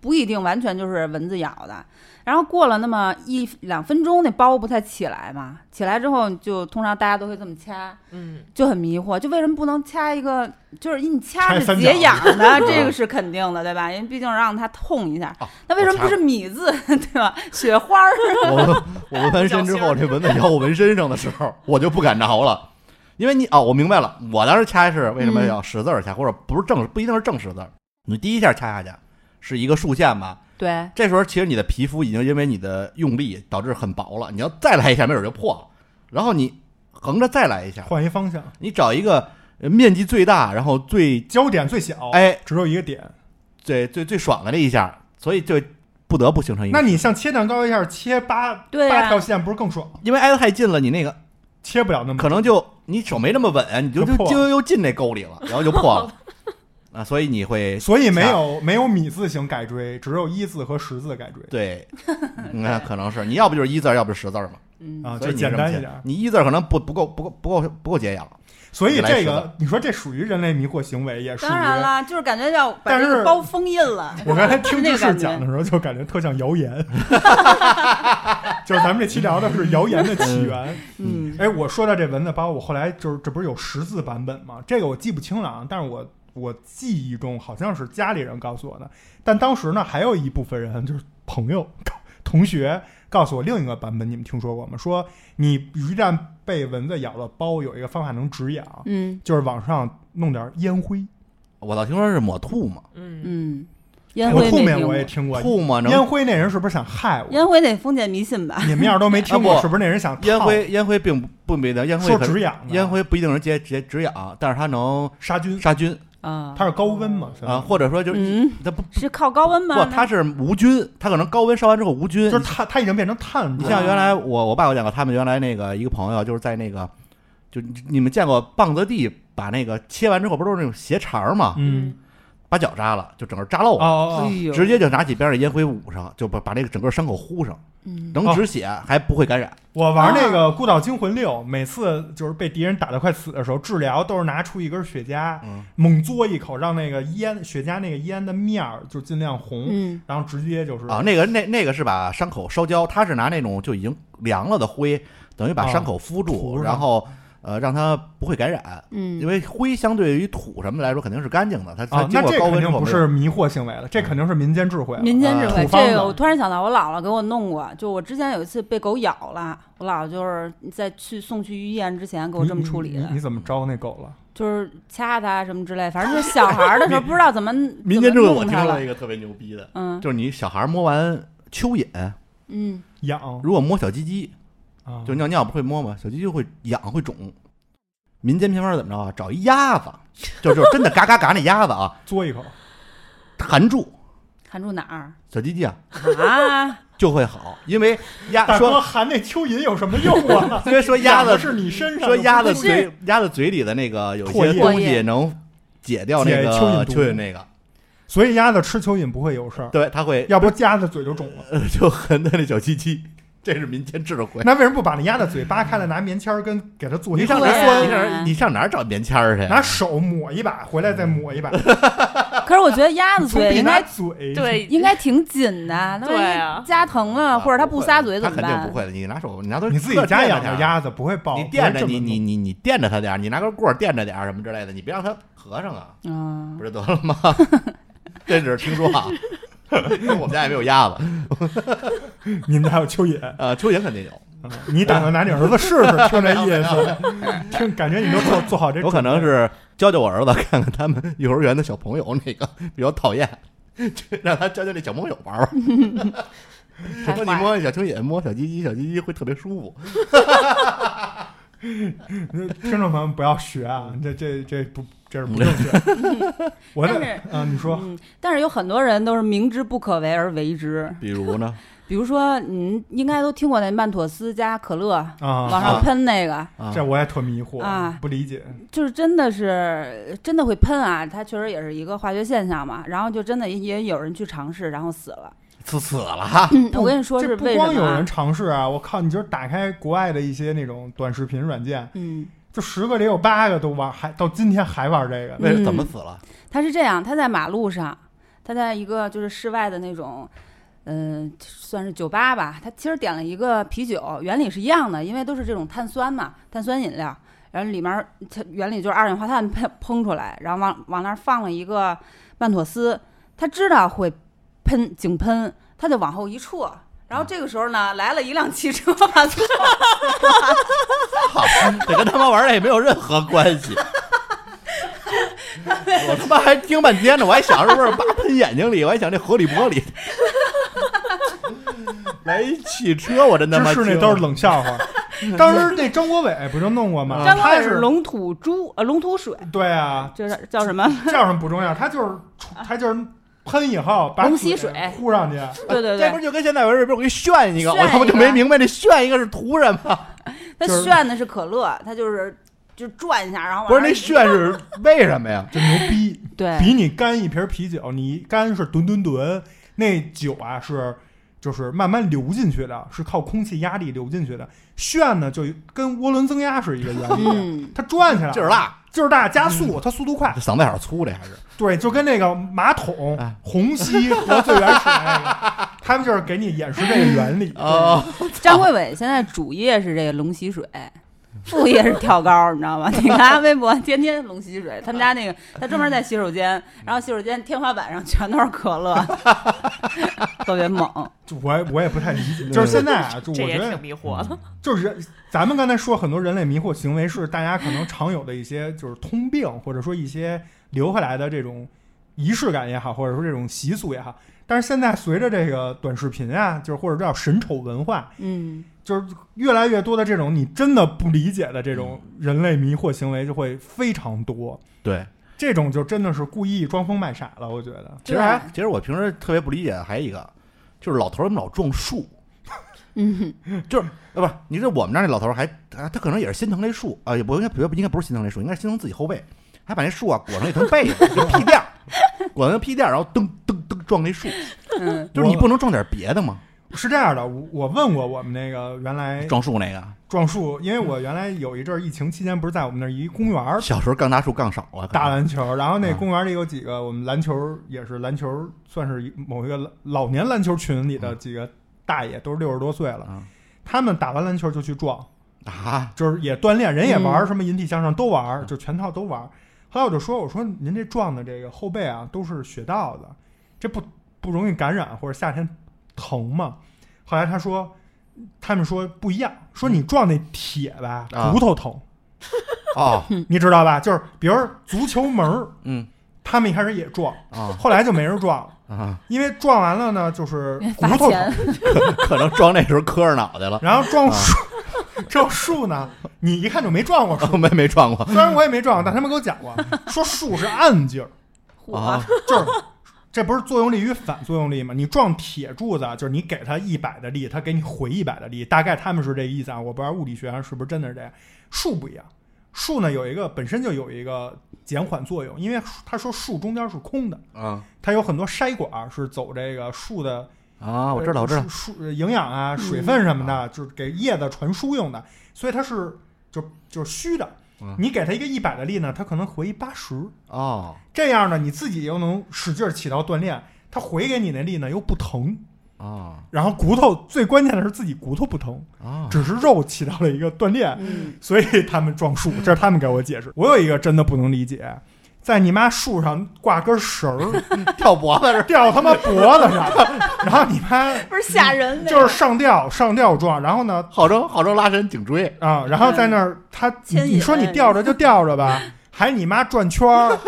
[SPEAKER 3] 不一定完全就是蚊子咬的。然后过了那么一两分钟，那包不太起来嘛。起来之后就通常大家都会这么掐，
[SPEAKER 4] 嗯，
[SPEAKER 3] 就很迷惑，就为什么不能掐一个？就是你掐
[SPEAKER 1] 拆
[SPEAKER 3] 是
[SPEAKER 1] 三角嗯
[SPEAKER 3] 解痒
[SPEAKER 1] <laughs>
[SPEAKER 3] 的，这个是肯定的，对吧？因为毕竟让它痛一下。
[SPEAKER 2] 哦
[SPEAKER 3] 那为什么不是米字， <laughs> 对吧？雪
[SPEAKER 1] <laughs>
[SPEAKER 3] 花儿， <laughs>
[SPEAKER 2] 我我纹完身之后，这蚊子咬我纹身上的时候，我就不敢挠了，因为你哦，我明白了，我当时掐是为什
[SPEAKER 3] 嗯
[SPEAKER 2] 么要十字儿掐，或者不是正不一定是正十字儿，你第一下掐下去是一个竖线吧，
[SPEAKER 3] 对，
[SPEAKER 2] 这时候其实你的皮肤已经因为你的用力导致很薄了，你要再来一下，没准就破了，然后你横着再来一下，
[SPEAKER 1] 换一方向，
[SPEAKER 2] 你找一个呃面积最大，然后最
[SPEAKER 1] 焦点最小，，
[SPEAKER 2] 哎
[SPEAKER 1] 只有一个点。
[SPEAKER 2] 最最最爽的那一下，所以就不得不形成一个，
[SPEAKER 1] 那你像切蛋糕一下切八
[SPEAKER 3] 对啊
[SPEAKER 1] 八条线，不是更爽？
[SPEAKER 2] 因为挨得太近了，你那个
[SPEAKER 1] 切不了那么
[SPEAKER 2] 可能就你手没那么稳，你就
[SPEAKER 1] 就
[SPEAKER 2] 就
[SPEAKER 1] 破了
[SPEAKER 2] 就又进那沟里了，然后就破了啊，所以你会
[SPEAKER 1] 所以没有没有米字形改锥，只有一字和十字改锥
[SPEAKER 2] 对，那可能是你要不就是一字儿，要不就是十字儿嘛，
[SPEAKER 3] 嗯，
[SPEAKER 1] 啊，
[SPEAKER 2] 所
[SPEAKER 1] 就
[SPEAKER 2] 以你这
[SPEAKER 1] 简
[SPEAKER 2] 么
[SPEAKER 1] 单
[SPEAKER 2] 切
[SPEAKER 1] 一点。
[SPEAKER 2] 你一字儿可能不不够不够不够不够解痒，
[SPEAKER 1] 所以
[SPEAKER 2] 来
[SPEAKER 1] 这
[SPEAKER 2] 十
[SPEAKER 1] 个
[SPEAKER 2] 字
[SPEAKER 1] 你说这属于人类迷惑行为，也属于
[SPEAKER 3] 当。然啦，就是感觉要把
[SPEAKER 1] 但
[SPEAKER 3] 这
[SPEAKER 1] 是
[SPEAKER 3] 个包封印了。
[SPEAKER 1] 我刚才听
[SPEAKER 3] 是
[SPEAKER 1] 知
[SPEAKER 3] 那个
[SPEAKER 1] 识
[SPEAKER 3] 感觉
[SPEAKER 1] 讲的时候，就感觉特像谣言，就是咱们这期聊的是谣言的起源。
[SPEAKER 3] 嗯，
[SPEAKER 1] 哎，我说到这蚊子包，我后来就是这不是有识字版本吗？这个我记不清了啊，但是我我记忆中好像是家里人告诉我的，但当时呢还有一部分人就是朋友、 <laughs> 同学告诉我另一个版本，你们听说过吗？说你一旦被蚊子咬了包，有一个方法能止痒，
[SPEAKER 3] 嗯
[SPEAKER 1] 就是往上弄点烟灰。
[SPEAKER 2] 我倒听说是抹吐嘛，
[SPEAKER 4] 嗯，
[SPEAKER 3] 嗯，烟
[SPEAKER 1] 哎我
[SPEAKER 3] 灰
[SPEAKER 1] 后面
[SPEAKER 3] 没听
[SPEAKER 1] 我
[SPEAKER 3] 过
[SPEAKER 1] 也听过，
[SPEAKER 2] 吐嘛能
[SPEAKER 1] 烟灰那人是不是想害我？
[SPEAKER 3] 烟灰得封建迷信吧？
[SPEAKER 1] 你们要是都没听
[SPEAKER 2] 啊
[SPEAKER 1] 过，
[SPEAKER 2] 不
[SPEAKER 1] 是不是那人想
[SPEAKER 2] 烟
[SPEAKER 1] 烫
[SPEAKER 2] 灰烟灰并不不没的，烟灰
[SPEAKER 1] 说
[SPEAKER 2] 可
[SPEAKER 1] 止痒的？啊
[SPEAKER 2] 烟灰不一定能解解止痒，但是它能
[SPEAKER 1] 杀菌，
[SPEAKER 2] 杀菌
[SPEAKER 3] 啊
[SPEAKER 1] 它是高温嘛？相当于
[SPEAKER 2] 啊，或者说就是
[SPEAKER 3] 嗯，
[SPEAKER 2] 它不
[SPEAKER 3] 是靠高温吗？
[SPEAKER 2] 不它是无菌，它可能高温烧完之后无菌，
[SPEAKER 1] 就是它它已经变成碳
[SPEAKER 2] 你
[SPEAKER 1] 状。
[SPEAKER 2] 像原来我我爸给我讲过，他们原来那个一个朋友就是在那个，就你你们见过棒子地把那个切完之后不都是那种斜茬儿嘛，
[SPEAKER 1] 嗯，
[SPEAKER 2] 把脚扎了，就整个扎漏
[SPEAKER 1] 哦
[SPEAKER 2] 了，
[SPEAKER 1] 哦，哦
[SPEAKER 3] 哎呦
[SPEAKER 2] 直接就拿起边上的烟灰捂上，就把把那个整个伤口糊上，
[SPEAKER 3] 嗯
[SPEAKER 2] 能止血还不会感染。
[SPEAKER 1] 我玩那
[SPEAKER 2] 啊
[SPEAKER 1] 个《孤岛惊魂六》，每次就是被敌人打得快死的时候，治疗都是拿出一根雪茄，
[SPEAKER 2] 嗯
[SPEAKER 1] 猛嘬一口，让那个烟雪茄那个烟的面儿就尽量红，
[SPEAKER 3] 嗯
[SPEAKER 1] 然后直接就是
[SPEAKER 2] 啊啊，那个那那个是把伤口烧焦，他是拿那种就已经凉了的灰，等于把伤口敷
[SPEAKER 1] 啊
[SPEAKER 2] 住，
[SPEAKER 1] 涂上
[SPEAKER 2] 然后呃让它不会感染。
[SPEAKER 5] 嗯
[SPEAKER 2] 因，为灰相对于土什么来说肯定是干净的，它它
[SPEAKER 1] 啊，
[SPEAKER 2] 经
[SPEAKER 1] 那
[SPEAKER 2] 过
[SPEAKER 1] 这
[SPEAKER 2] 高
[SPEAKER 1] 肯
[SPEAKER 2] 温之
[SPEAKER 1] 定
[SPEAKER 2] 后
[SPEAKER 1] 不
[SPEAKER 2] 没有嗯
[SPEAKER 1] 是迷惑行为了，这肯定是民间智慧了。
[SPEAKER 5] 民间智慧
[SPEAKER 1] 土，方
[SPEAKER 3] 这
[SPEAKER 1] 的
[SPEAKER 3] 个我突然想到，我姥姥给我弄过，就我之前有一次被狗咬了，我姥姥就是在去送去医院之前给我这么处理
[SPEAKER 1] 你
[SPEAKER 2] 嗯
[SPEAKER 3] 的
[SPEAKER 1] 你，你怎么招那狗了？
[SPEAKER 3] 就是掐它什么之类，反正就是小孩儿的时候不知道怎么
[SPEAKER 2] <laughs> 民间智慧，
[SPEAKER 3] 怎么
[SPEAKER 2] 我
[SPEAKER 3] 弄
[SPEAKER 2] 听
[SPEAKER 3] 它
[SPEAKER 2] 说
[SPEAKER 3] 了
[SPEAKER 2] 了一个特别牛逼的，
[SPEAKER 3] 嗯
[SPEAKER 2] 就是你小孩摸完蚯蚓， <laughs>
[SPEAKER 5] 嗯，
[SPEAKER 1] 痒
[SPEAKER 2] 如果摸小鸡鸡，
[SPEAKER 1] 啊，
[SPEAKER 2] 就尿尿不会摸吗？小鸡鸡会痒会肿。民间偏方怎么着啊？找一鸭子，就就是真的嘎嘎嘎那鸭子啊，
[SPEAKER 1] 嘬一口。
[SPEAKER 2] 含住
[SPEAKER 3] 含住哪儿
[SPEAKER 2] 小鸡鸡啊
[SPEAKER 3] 啊？
[SPEAKER 2] 就会好，因为鸭
[SPEAKER 1] 大哥
[SPEAKER 2] 说
[SPEAKER 1] 含那蚯蚓有什么用 <laughs> 啊？
[SPEAKER 2] 因为说鸭
[SPEAKER 1] 痒的
[SPEAKER 2] 子
[SPEAKER 1] 是你身上，
[SPEAKER 2] <laughs> 说鸭子
[SPEAKER 1] 不是
[SPEAKER 2] 嘴鸭子嘴里的那个有
[SPEAKER 1] 唾
[SPEAKER 2] 些
[SPEAKER 1] 液
[SPEAKER 2] 东西能解掉那个
[SPEAKER 1] 解蚯蚓毒
[SPEAKER 2] 蚯蚓那个，
[SPEAKER 1] 所以鸭子吃蚯蚓不会有事儿，
[SPEAKER 2] 对，它会
[SPEAKER 1] 要不鸭子嘴就肿了。
[SPEAKER 2] 呃就横的那小鸡鸡，这是民间智慧。
[SPEAKER 1] 那为什么不把那鸭子嘴扒开了，拿棉签儿跟给它做一
[SPEAKER 2] 你
[SPEAKER 1] 个
[SPEAKER 2] 上
[SPEAKER 3] 对
[SPEAKER 2] 哪
[SPEAKER 3] 啊
[SPEAKER 2] 儿你上嗯哪儿你上哪儿找棉签儿去？啊
[SPEAKER 1] 拿手抹一把，回来再抹一把，
[SPEAKER 3] 啊可是我觉得鸭子
[SPEAKER 1] 从
[SPEAKER 3] 嘴
[SPEAKER 1] 鼻
[SPEAKER 3] 应
[SPEAKER 1] 拿
[SPEAKER 3] 该
[SPEAKER 1] 嗯嘴
[SPEAKER 4] 对，
[SPEAKER 3] 应该挺紧的，那万
[SPEAKER 4] 对啊
[SPEAKER 3] 一夹疼了或者它不撒嘴怎么
[SPEAKER 2] 他肯定
[SPEAKER 3] 办
[SPEAKER 2] 不？会的。你拿手，你拿都
[SPEAKER 1] 你自己家养的
[SPEAKER 2] 的，
[SPEAKER 1] 鸭子不会爆，
[SPEAKER 2] 你垫着
[SPEAKER 1] 不会这么
[SPEAKER 2] 你你
[SPEAKER 1] 弄
[SPEAKER 2] 你你垫着它点儿，你拿根棍儿垫着点儿什么之类的，你别让它合上啊，
[SPEAKER 3] 嗯
[SPEAKER 2] 不，就得了吗？ <laughs> 这只是听说啊， <laughs> 因为我们家也没有鸭子，
[SPEAKER 1] 你们家有蚯蚓，
[SPEAKER 2] 呃，蚯蚓肯定有，
[SPEAKER 1] 啊你打算拿你儿子试试？听这意思， <laughs> 听感觉你都做做好这准备，
[SPEAKER 2] 有可能是教教我儿子， <laughs> 看看他们幼儿园的小朋友那个比较讨厌， <laughs> 就让他教教那小朋友玩
[SPEAKER 3] <laughs>
[SPEAKER 2] 玩。
[SPEAKER 3] 太
[SPEAKER 2] 说你
[SPEAKER 3] 坏了
[SPEAKER 2] 摸小蚯蚓，摸小鸡鸡，小鸡鸡会特别舒服。
[SPEAKER 1] 听众朋友们不要学啊，这这这不这是 <laughs> 不正确。我
[SPEAKER 3] 但
[SPEAKER 1] 这
[SPEAKER 3] 是
[SPEAKER 1] 啊，你说
[SPEAKER 3] 嗯，但是有很多人都是明知不可为而为之，
[SPEAKER 2] 比如呢，
[SPEAKER 3] 比如说您应该都听过那曼妥思加可乐往
[SPEAKER 1] 啊，
[SPEAKER 3] 上喷那个，
[SPEAKER 2] 啊
[SPEAKER 1] 这我也特迷惑
[SPEAKER 3] 啊
[SPEAKER 1] 不理解。
[SPEAKER 3] 就是真的是真的会喷啊，它确实也是一个化学现象嘛。然后就真的也也有人去尝试，然后死了。
[SPEAKER 2] 死死了哈，
[SPEAKER 3] 嗯我跟你说
[SPEAKER 1] 这
[SPEAKER 3] 是
[SPEAKER 1] 不
[SPEAKER 3] 为什
[SPEAKER 1] 光
[SPEAKER 3] 么
[SPEAKER 1] 有
[SPEAKER 3] 啊
[SPEAKER 1] 人？尝试啊，我靠，你就是打开国外的一些那种短视频软件，
[SPEAKER 3] 嗯，
[SPEAKER 1] 就十个里有八个都玩，还到今天还玩这个。
[SPEAKER 2] 为
[SPEAKER 3] 嗯
[SPEAKER 2] 怎么死 <laughs> 了？
[SPEAKER 3] 他是这样，他在马路上，他在一个就是室外的那种，嗯、算是酒吧吧。他其实点了一个啤酒，原理是一样的，因为都是这种碳酸嘛，碳酸饮料。然后里面儿它原理就是二氧化碳喷喷出来，然后往往那儿放了一个曼妥思，他知道会喷井喷，他就往后一撤。然后这个时候呢，来了一辆汽车，把所有
[SPEAKER 2] 操，这跟他妈玩的也没有任何关
[SPEAKER 3] <laughs>
[SPEAKER 2] 系。我他妈还听半天呢，我还想是不是叭喷眼睛里，我还想这合理不合理？ <laughs> 来一汽车，我真他
[SPEAKER 1] 知
[SPEAKER 2] 妈
[SPEAKER 1] 识 <laughs> 那
[SPEAKER 2] 惊
[SPEAKER 1] 都
[SPEAKER 2] 了
[SPEAKER 1] 是冷笑 <laughs> 话。当时那张国伟不就弄过吗？
[SPEAKER 3] 张国
[SPEAKER 1] 他
[SPEAKER 3] 伟
[SPEAKER 1] 是
[SPEAKER 3] 龙吐珠呃龙吐水，
[SPEAKER 1] 对啊，
[SPEAKER 3] 就是叫什么？
[SPEAKER 1] 叫什么不重要，他就是他就是喷以后把
[SPEAKER 3] 龙吸
[SPEAKER 1] 嘴
[SPEAKER 3] 水
[SPEAKER 1] 呼上去，
[SPEAKER 3] <laughs> 对对
[SPEAKER 2] 呃这不
[SPEAKER 3] 对，
[SPEAKER 2] 是就跟现在有人不是我给你炫一个，
[SPEAKER 3] 炫
[SPEAKER 2] 我他妈
[SPEAKER 3] 一个
[SPEAKER 2] 就没明白这炫一个是图什
[SPEAKER 3] <laughs>
[SPEAKER 2] 么？
[SPEAKER 3] 他
[SPEAKER 1] 就是
[SPEAKER 3] 炫的是可乐，他就是就转一下，然后往
[SPEAKER 2] 不是
[SPEAKER 3] 那儿
[SPEAKER 2] 那炫是为什么呀？ <laughs>
[SPEAKER 1] 就牛逼，
[SPEAKER 3] 对
[SPEAKER 1] 比你干一瓶啤酒，你干是吨吨吨，那酒啊是就是慢慢流进去的，是靠空气压力流进去的。炫呢就跟涡轮增压是一个原理，
[SPEAKER 3] <laughs> 嗯，
[SPEAKER 1] 它转起来
[SPEAKER 2] 劲儿大，
[SPEAKER 1] 劲儿大，加速，它速度快
[SPEAKER 2] 这，嗓子有点粗，这还是
[SPEAKER 1] 对，就跟那个马桶
[SPEAKER 2] 嗯哎
[SPEAKER 1] 虹吸和最原始那个，他们就是给你演示这个原理。
[SPEAKER 2] <laughs> 哦，
[SPEAKER 3] 张惠伟现在主业是这个龙吸水，副业是跳高，你知道吗？你看他微博天天龙吸水，他们家那个他专门在洗手间，然后洗手间天花板上全都是可乐，特别猛。
[SPEAKER 1] 就我我也不太理解，就是现在啊，就我
[SPEAKER 4] 这也
[SPEAKER 1] 觉得
[SPEAKER 4] 挺迷惑的。
[SPEAKER 1] 就是人，咱们刚才说很多人类迷惑行为是大家可能常有的一些就是通病，或者说一些留下来的这种仪式感也好，或者说这种习俗也好。但是现在随着这个短视频啊，就是或者叫神丑文化，
[SPEAKER 3] 嗯，
[SPEAKER 1] 就是越来越多的这种你真的不理解的这种人类迷惑行为就会非常多。
[SPEAKER 3] 啊
[SPEAKER 2] 对。
[SPEAKER 1] 这种就真的是故意装疯卖傻了，我觉得。
[SPEAKER 2] 其实还，其实我平时特别不理解的还有一个，就是老头儿们老撞树，
[SPEAKER 3] 嗯，
[SPEAKER 2] <laughs> 就是呃不是，你这我们那儿那老头儿还他他可能也是心疼这树啊，也不应该不应该不是心疼这树，应该是心疼自己后背，还把那树啊裹上一层被子，就屁垫儿，裹上屁垫儿，然后 <laughs> 噔噔噔撞那树，
[SPEAKER 3] 嗯，
[SPEAKER 2] 就是你不能撞点别的吗？
[SPEAKER 1] 是这样的，我我问过我们那个原来
[SPEAKER 2] 撞树那个，
[SPEAKER 1] 撞树，因为我原来有一阵儿疫情期间不是在我们那儿一公园儿
[SPEAKER 2] 小时候杠大树杠少了，
[SPEAKER 1] 打篮球，然后那公园里有几个我们篮球也是篮球，算是某一个老年篮球群里的几个大爷，都是六十多岁了
[SPEAKER 2] 嗯，
[SPEAKER 1] 他们打完篮球就去撞，
[SPEAKER 2] 啊，
[SPEAKER 1] 就是也锻炼，人也玩儿，
[SPEAKER 3] 嗯
[SPEAKER 1] 什么引体向上都玩儿，就全套都玩儿。后来我就说，我说您这撞的这个后背啊，都是血道子，这不不容易感染或者夏天疼吗？后来他说，他们说不一样，说你撞那铁吧，
[SPEAKER 2] 啊
[SPEAKER 1] 骨头疼，
[SPEAKER 2] 哦，
[SPEAKER 1] 你知道吧？就是比如足球门儿，
[SPEAKER 2] 嗯
[SPEAKER 1] 他们一开始也撞，
[SPEAKER 2] 啊
[SPEAKER 1] 后来就没人撞了，
[SPEAKER 2] 啊，
[SPEAKER 1] 因为撞完了呢，就是骨
[SPEAKER 3] 罚
[SPEAKER 1] 头疼。
[SPEAKER 3] 钱，
[SPEAKER 2] 可能撞那时候磕着脑袋了，
[SPEAKER 1] 然后撞树， <laughs> 撞树呢，你一看就没撞过
[SPEAKER 2] <laughs>
[SPEAKER 1] 树。
[SPEAKER 2] 我没没撞过
[SPEAKER 1] 虽然我也没撞过，但他们给我讲过，说树是暗劲儿， <laughs>
[SPEAKER 2] 啊，
[SPEAKER 1] 就是这不是作用力与反作用力吗？你撞铁柱子啊，就是你给它一百的力，它给你回一百的力，大概他们是这意思啊。我不知道物理学上是不是真的是这样。树不一样，树呢有一个本身就有一个减缓作用，因为他说树中间是空的，
[SPEAKER 2] 啊
[SPEAKER 1] 它有很多筛管儿是走这个树的
[SPEAKER 2] 啊，我知道，我
[SPEAKER 1] <laughs>
[SPEAKER 2] 知嗯道
[SPEAKER 1] 呃，树树营养啊、水分什么的，就是给叶子传输用的，所以它是就就是虚的
[SPEAKER 2] 嗯。
[SPEAKER 1] 你给它一个一百的力呢，它可能回八十，
[SPEAKER 2] 哦，
[SPEAKER 1] 这样呢你自己又能使劲儿起到锻炼，它回给你那力呢又不疼，
[SPEAKER 2] 哦，
[SPEAKER 1] 然后骨头最关键的是自己骨头不疼，
[SPEAKER 2] 哦， <laughs>
[SPEAKER 1] 只是肉起到了一个锻炼，
[SPEAKER 3] 嗯
[SPEAKER 1] 所以他们撞树，这是他们给我解释。我有一个真的不能理解，在你妈树上挂根绳儿
[SPEAKER 2] 跳脖子是
[SPEAKER 1] 吊他妈脖子上， <laughs> 然后你妈
[SPEAKER 3] 不是吓人
[SPEAKER 1] 啊
[SPEAKER 3] 那
[SPEAKER 1] 就
[SPEAKER 3] 个
[SPEAKER 1] 是上吊上吊撞，然后呢
[SPEAKER 2] 号称号称拉伸颈椎，
[SPEAKER 1] 啊，然后在那儿，他你
[SPEAKER 3] 嗯牵引
[SPEAKER 1] 你说你吊着就吊着
[SPEAKER 3] <laughs>
[SPEAKER 1] 吧，还你妈转圈儿，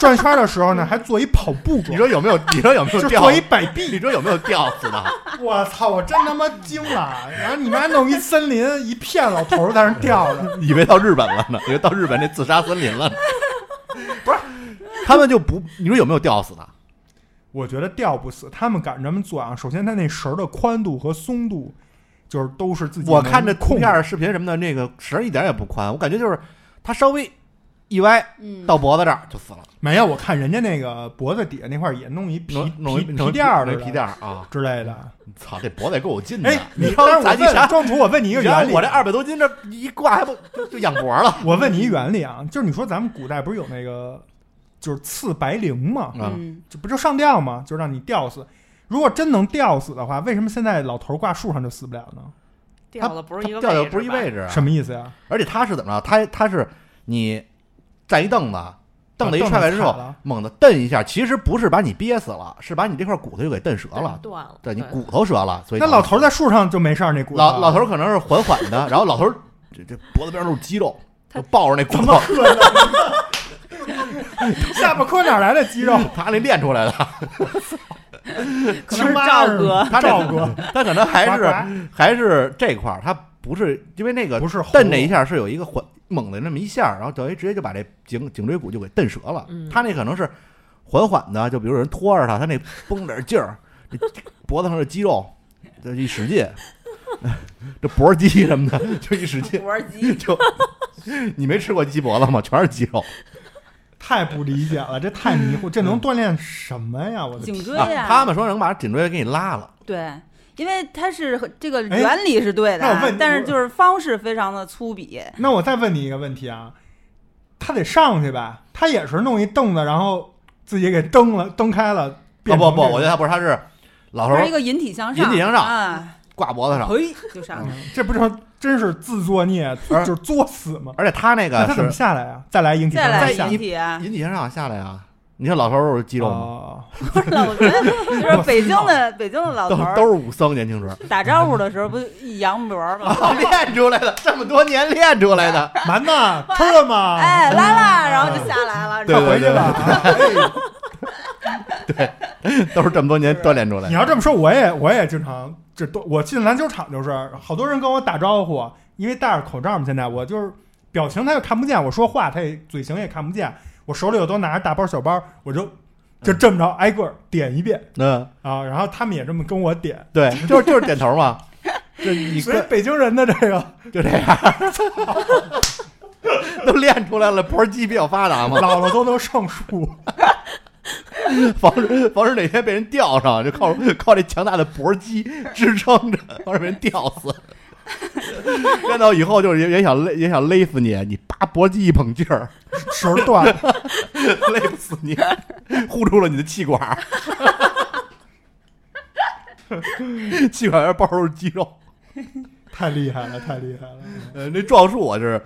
[SPEAKER 1] 转圈儿的时候呢，还做一跑步
[SPEAKER 2] 你
[SPEAKER 1] 状，
[SPEAKER 2] 说有没有？你说有没有
[SPEAKER 1] 就
[SPEAKER 2] 掉
[SPEAKER 1] 做？一摆
[SPEAKER 2] 你
[SPEAKER 1] 臂，
[SPEAKER 2] 说有没有吊死的？
[SPEAKER 1] 我操，我真他妈惊了！然后你妈弄一森林，一片老头儿在那儿吊
[SPEAKER 2] <laughs>
[SPEAKER 1] 着，
[SPEAKER 2] 以为到日本了呢，以为到日本那自杀森林了呢。 <laughs> 不是，他们就不，你说有没有吊死的？
[SPEAKER 1] 我觉得吊不死，他们敢这么做啊！首先，他那绳儿的宽度和松度，就是都是自己
[SPEAKER 2] 我看这
[SPEAKER 1] 控
[SPEAKER 2] 图
[SPEAKER 1] 制
[SPEAKER 2] 片儿、视频什么的，那个绳儿一点儿也不宽，我感觉就是他稍微一歪
[SPEAKER 3] 嗯
[SPEAKER 2] 到脖子这儿就死了，
[SPEAKER 1] 没有，我看人家那个脖子底下那块儿也弄一皮
[SPEAKER 2] 弄弄一
[SPEAKER 1] 皮
[SPEAKER 2] 弄一
[SPEAKER 1] 皮垫儿
[SPEAKER 2] 弄
[SPEAKER 1] 的
[SPEAKER 2] 一皮垫儿啊！
[SPEAKER 1] 之类的。
[SPEAKER 2] <laughs> 操，这脖子也够有劲的
[SPEAKER 1] 哎，。你当时我
[SPEAKER 2] 要是啊咱一
[SPEAKER 1] 问
[SPEAKER 2] 啥？
[SPEAKER 1] 庄主，我问你一个
[SPEAKER 2] 你要
[SPEAKER 1] 原理，
[SPEAKER 2] 我这二百多斤这一挂还不就就仰脖了？
[SPEAKER 1] 我问你一原理啊，就是你说咱们古代不是有那个就是刺白绫吗？
[SPEAKER 2] 啊
[SPEAKER 3] 嗯，
[SPEAKER 1] 这不就上吊吗？就让你吊死。如果真能吊死的话，为什么现在老头挂树上就死不了呢？
[SPEAKER 2] 他
[SPEAKER 4] 掉的不是一个
[SPEAKER 2] 他掉的
[SPEAKER 4] 位置
[SPEAKER 2] 不是一
[SPEAKER 4] 吧
[SPEAKER 2] 位置啊，
[SPEAKER 1] 什么意思呀？
[SPEAKER 2] 而且他是怎么着？他他是你站一凳子，凳子一
[SPEAKER 1] 啊
[SPEAKER 2] 踹开之
[SPEAKER 1] 凳子
[SPEAKER 2] 后
[SPEAKER 1] 踩了，
[SPEAKER 2] 猛地蹬一下，其实不是把你憋死了，是把你这块骨头就给蹬折了，
[SPEAKER 4] 断了，
[SPEAKER 2] 对你骨头折了。所以
[SPEAKER 1] 那老头在树上就没事儿，那骨头
[SPEAKER 2] 老老头可能是缓缓的，然后老头 <laughs> 这这脖子边上都是肌肉，就抱着那骨头，
[SPEAKER 1] <laughs> 下巴颏哪来的肌肉？
[SPEAKER 2] <laughs> 他那练出
[SPEAKER 1] <laughs>
[SPEAKER 2] 来的，
[SPEAKER 3] 可能是赵哥，
[SPEAKER 2] 他这
[SPEAKER 1] 赵哥
[SPEAKER 2] 他可能还
[SPEAKER 1] 呱呱
[SPEAKER 2] 是还是这块儿，他不是因为那个
[SPEAKER 1] 不是猴
[SPEAKER 2] 蹬那一下是有一个缓猛的那么一下，然后等于直接就把这颈颈椎骨就给蹬折了。
[SPEAKER 4] 嗯
[SPEAKER 2] 他那可能是缓缓的，就比如有人拖着他，他那绷着点劲儿， <laughs> 这脖子上的肌肉这一使劲， <laughs> 这脖肌什么的就一使劲， <laughs>
[SPEAKER 3] 脖儿
[SPEAKER 1] <laughs>
[SPEAKER 3] 肌
[SPEAKER 2] 就你没吃过鸡脖子吗？全是肌肉。
[SPEAKER 1] 太不理解了，这太迷糊，
[SPEAKER 2] <laughs>
[SPEAKER 1] 这能锻炼什么呀？我的天！
[SPEAKER 3] 颈椎
[SPEAKER 2] 啊
[SPEAKER 3] 呀，
[SPEAKER 2] 他们说能把颈椎给你拉了，
[SPEAKER 3] 对，因为它是和这个
[SPEAKER 1] 哎
[SPEAKER 3] 原理是对的
[SPEAKER 1] 那我
[SPEAKER 3] 啊
[SPEAKER 1] 问，你
[SPEAKER 3] 但是就是方式非常的粗鄙。
[SPEAKER 1] <laughs> 那我再问你一个问题啊，他得上去吧？他也是弄一凳子，然后自己给蹬了，蹬开了。
[SPEAKER 2] 不
[SPEAKER 1] 变
[SPEAKER 2] 啊不
[SPEAKER 1] 成
[SPEAKER 2] 不，
[SPEAKER 1] 这
[SPEAKER 2] 我觉得他不是，他是老头
[SPEAKER 3] 它
[SPEAKER 2] 儿
[SPEAKER 3] 是一个引体向上，
[SPEAKER 2] 哦引体向上哦嗯
[SPEAKER 3] 啊，
[SPEAKER 2] 挂脖子上，
[SPEAKER 3] 嘿，就上去了。
[SPEAKER 1] 这不就是真是自作孽，
[SPEAKER 2] 而
[SPEAKER 1] 就是作死吗？
[SPEAKER 2] 而且他
[SPEAKER 1] 那
[SPEAKER 2] 那个
[SPEAKER 1] 他怎么
[SPEAKER 2] 是
[SPEAKER 1] 下来啊？再来引体
[SPEAKER 3] 再
[SPEAKER 1] 向上
[SPEAKER 3] 来
[SPEAKER 1] 下
[SPEAKER 3] 引体 <laughs> 啊，
[SPEAKER 2] 引体向上下来啊。你看老头儿都是肌肉吗？
[SPEAKER 1] 哦
[SPEAKER 3] 不是，我觉得就是北京的北京的老
[SPEAKER 2] 都
[SPEAKER 3] 头儿
[SPEAKER 2] 都是武僧年
[SPEAKER 1] <laughs>
[SPEAKER 2] 轻时候哦
[SPEAKER 3] 打招呼的时候不一扬脖儿吗？
[SPEAKER 2] 练出来的，这么多年练出来的。
[SPEAKER 1] <laughs> 蛮
[SPEAKER 3] <laughs>
[SPEAKER 1] 呐，吃了吗？
[SPEAKER 3] 哎，来啦，然后就下来了，
[SPEAKER 2] 啊嗯对
[SPEAKER 1] 快回去吧。 <laughs> 哎
[SPEAKER 2] 都是这么多年锻炼出来
[SPEAKER 1] 你
[SPEAKER 2] 的。
[SPEAKER 1] 要这么说，我也我也经常这都，我进篮球场就是好多人跟我打招呼，因为戴着口罩嘛，现在我就是表情他又看不见，我说话他也嘴型也看不见，我手里又都拿着大包小包，我就就这么着挨个儿点一遍
[SPEAKER 2] 嗯，
[SPEAKER 1] 啊，然后他们也这么跟我点，
[SPEAKER 2] 对，就是就是点头
[SPEAKER 1] <laughs>
[SPEAKER 2] 嘛。这你
[SPEAKER 1] 所以
[SPEAKER 2] 跟
[SPEAKER 1] 北京人的这
[SPEAKER 2] <laughs>
[SPEAKER 1] 个
[SPEAKER 2] 就
[SPEAKER 1] <laughs>
[SPEAKER 2] 这样，都练出来了，脖肌比较发达嘛，
[SPEAKER 1] 老了都能上树，
[SPEAKER 2] <laughs> 防止防止哪天被人吊上，就靠靠这强大的脖肌支撑着，防止被人吊死。练到以后就是也也想勒也想勒死你，你叭脖肌一捧劲儿， <laughs>
[SPEAKER 1] 手断了。
[SPEAKER 2] 勒不死你，护住了你的气管儿， <laughs> 气管儿包都是肌肉。
[SPEAKER 1] 太厉害了，太厉害了。
[SPEAKER 2] 呃，那撞树我就是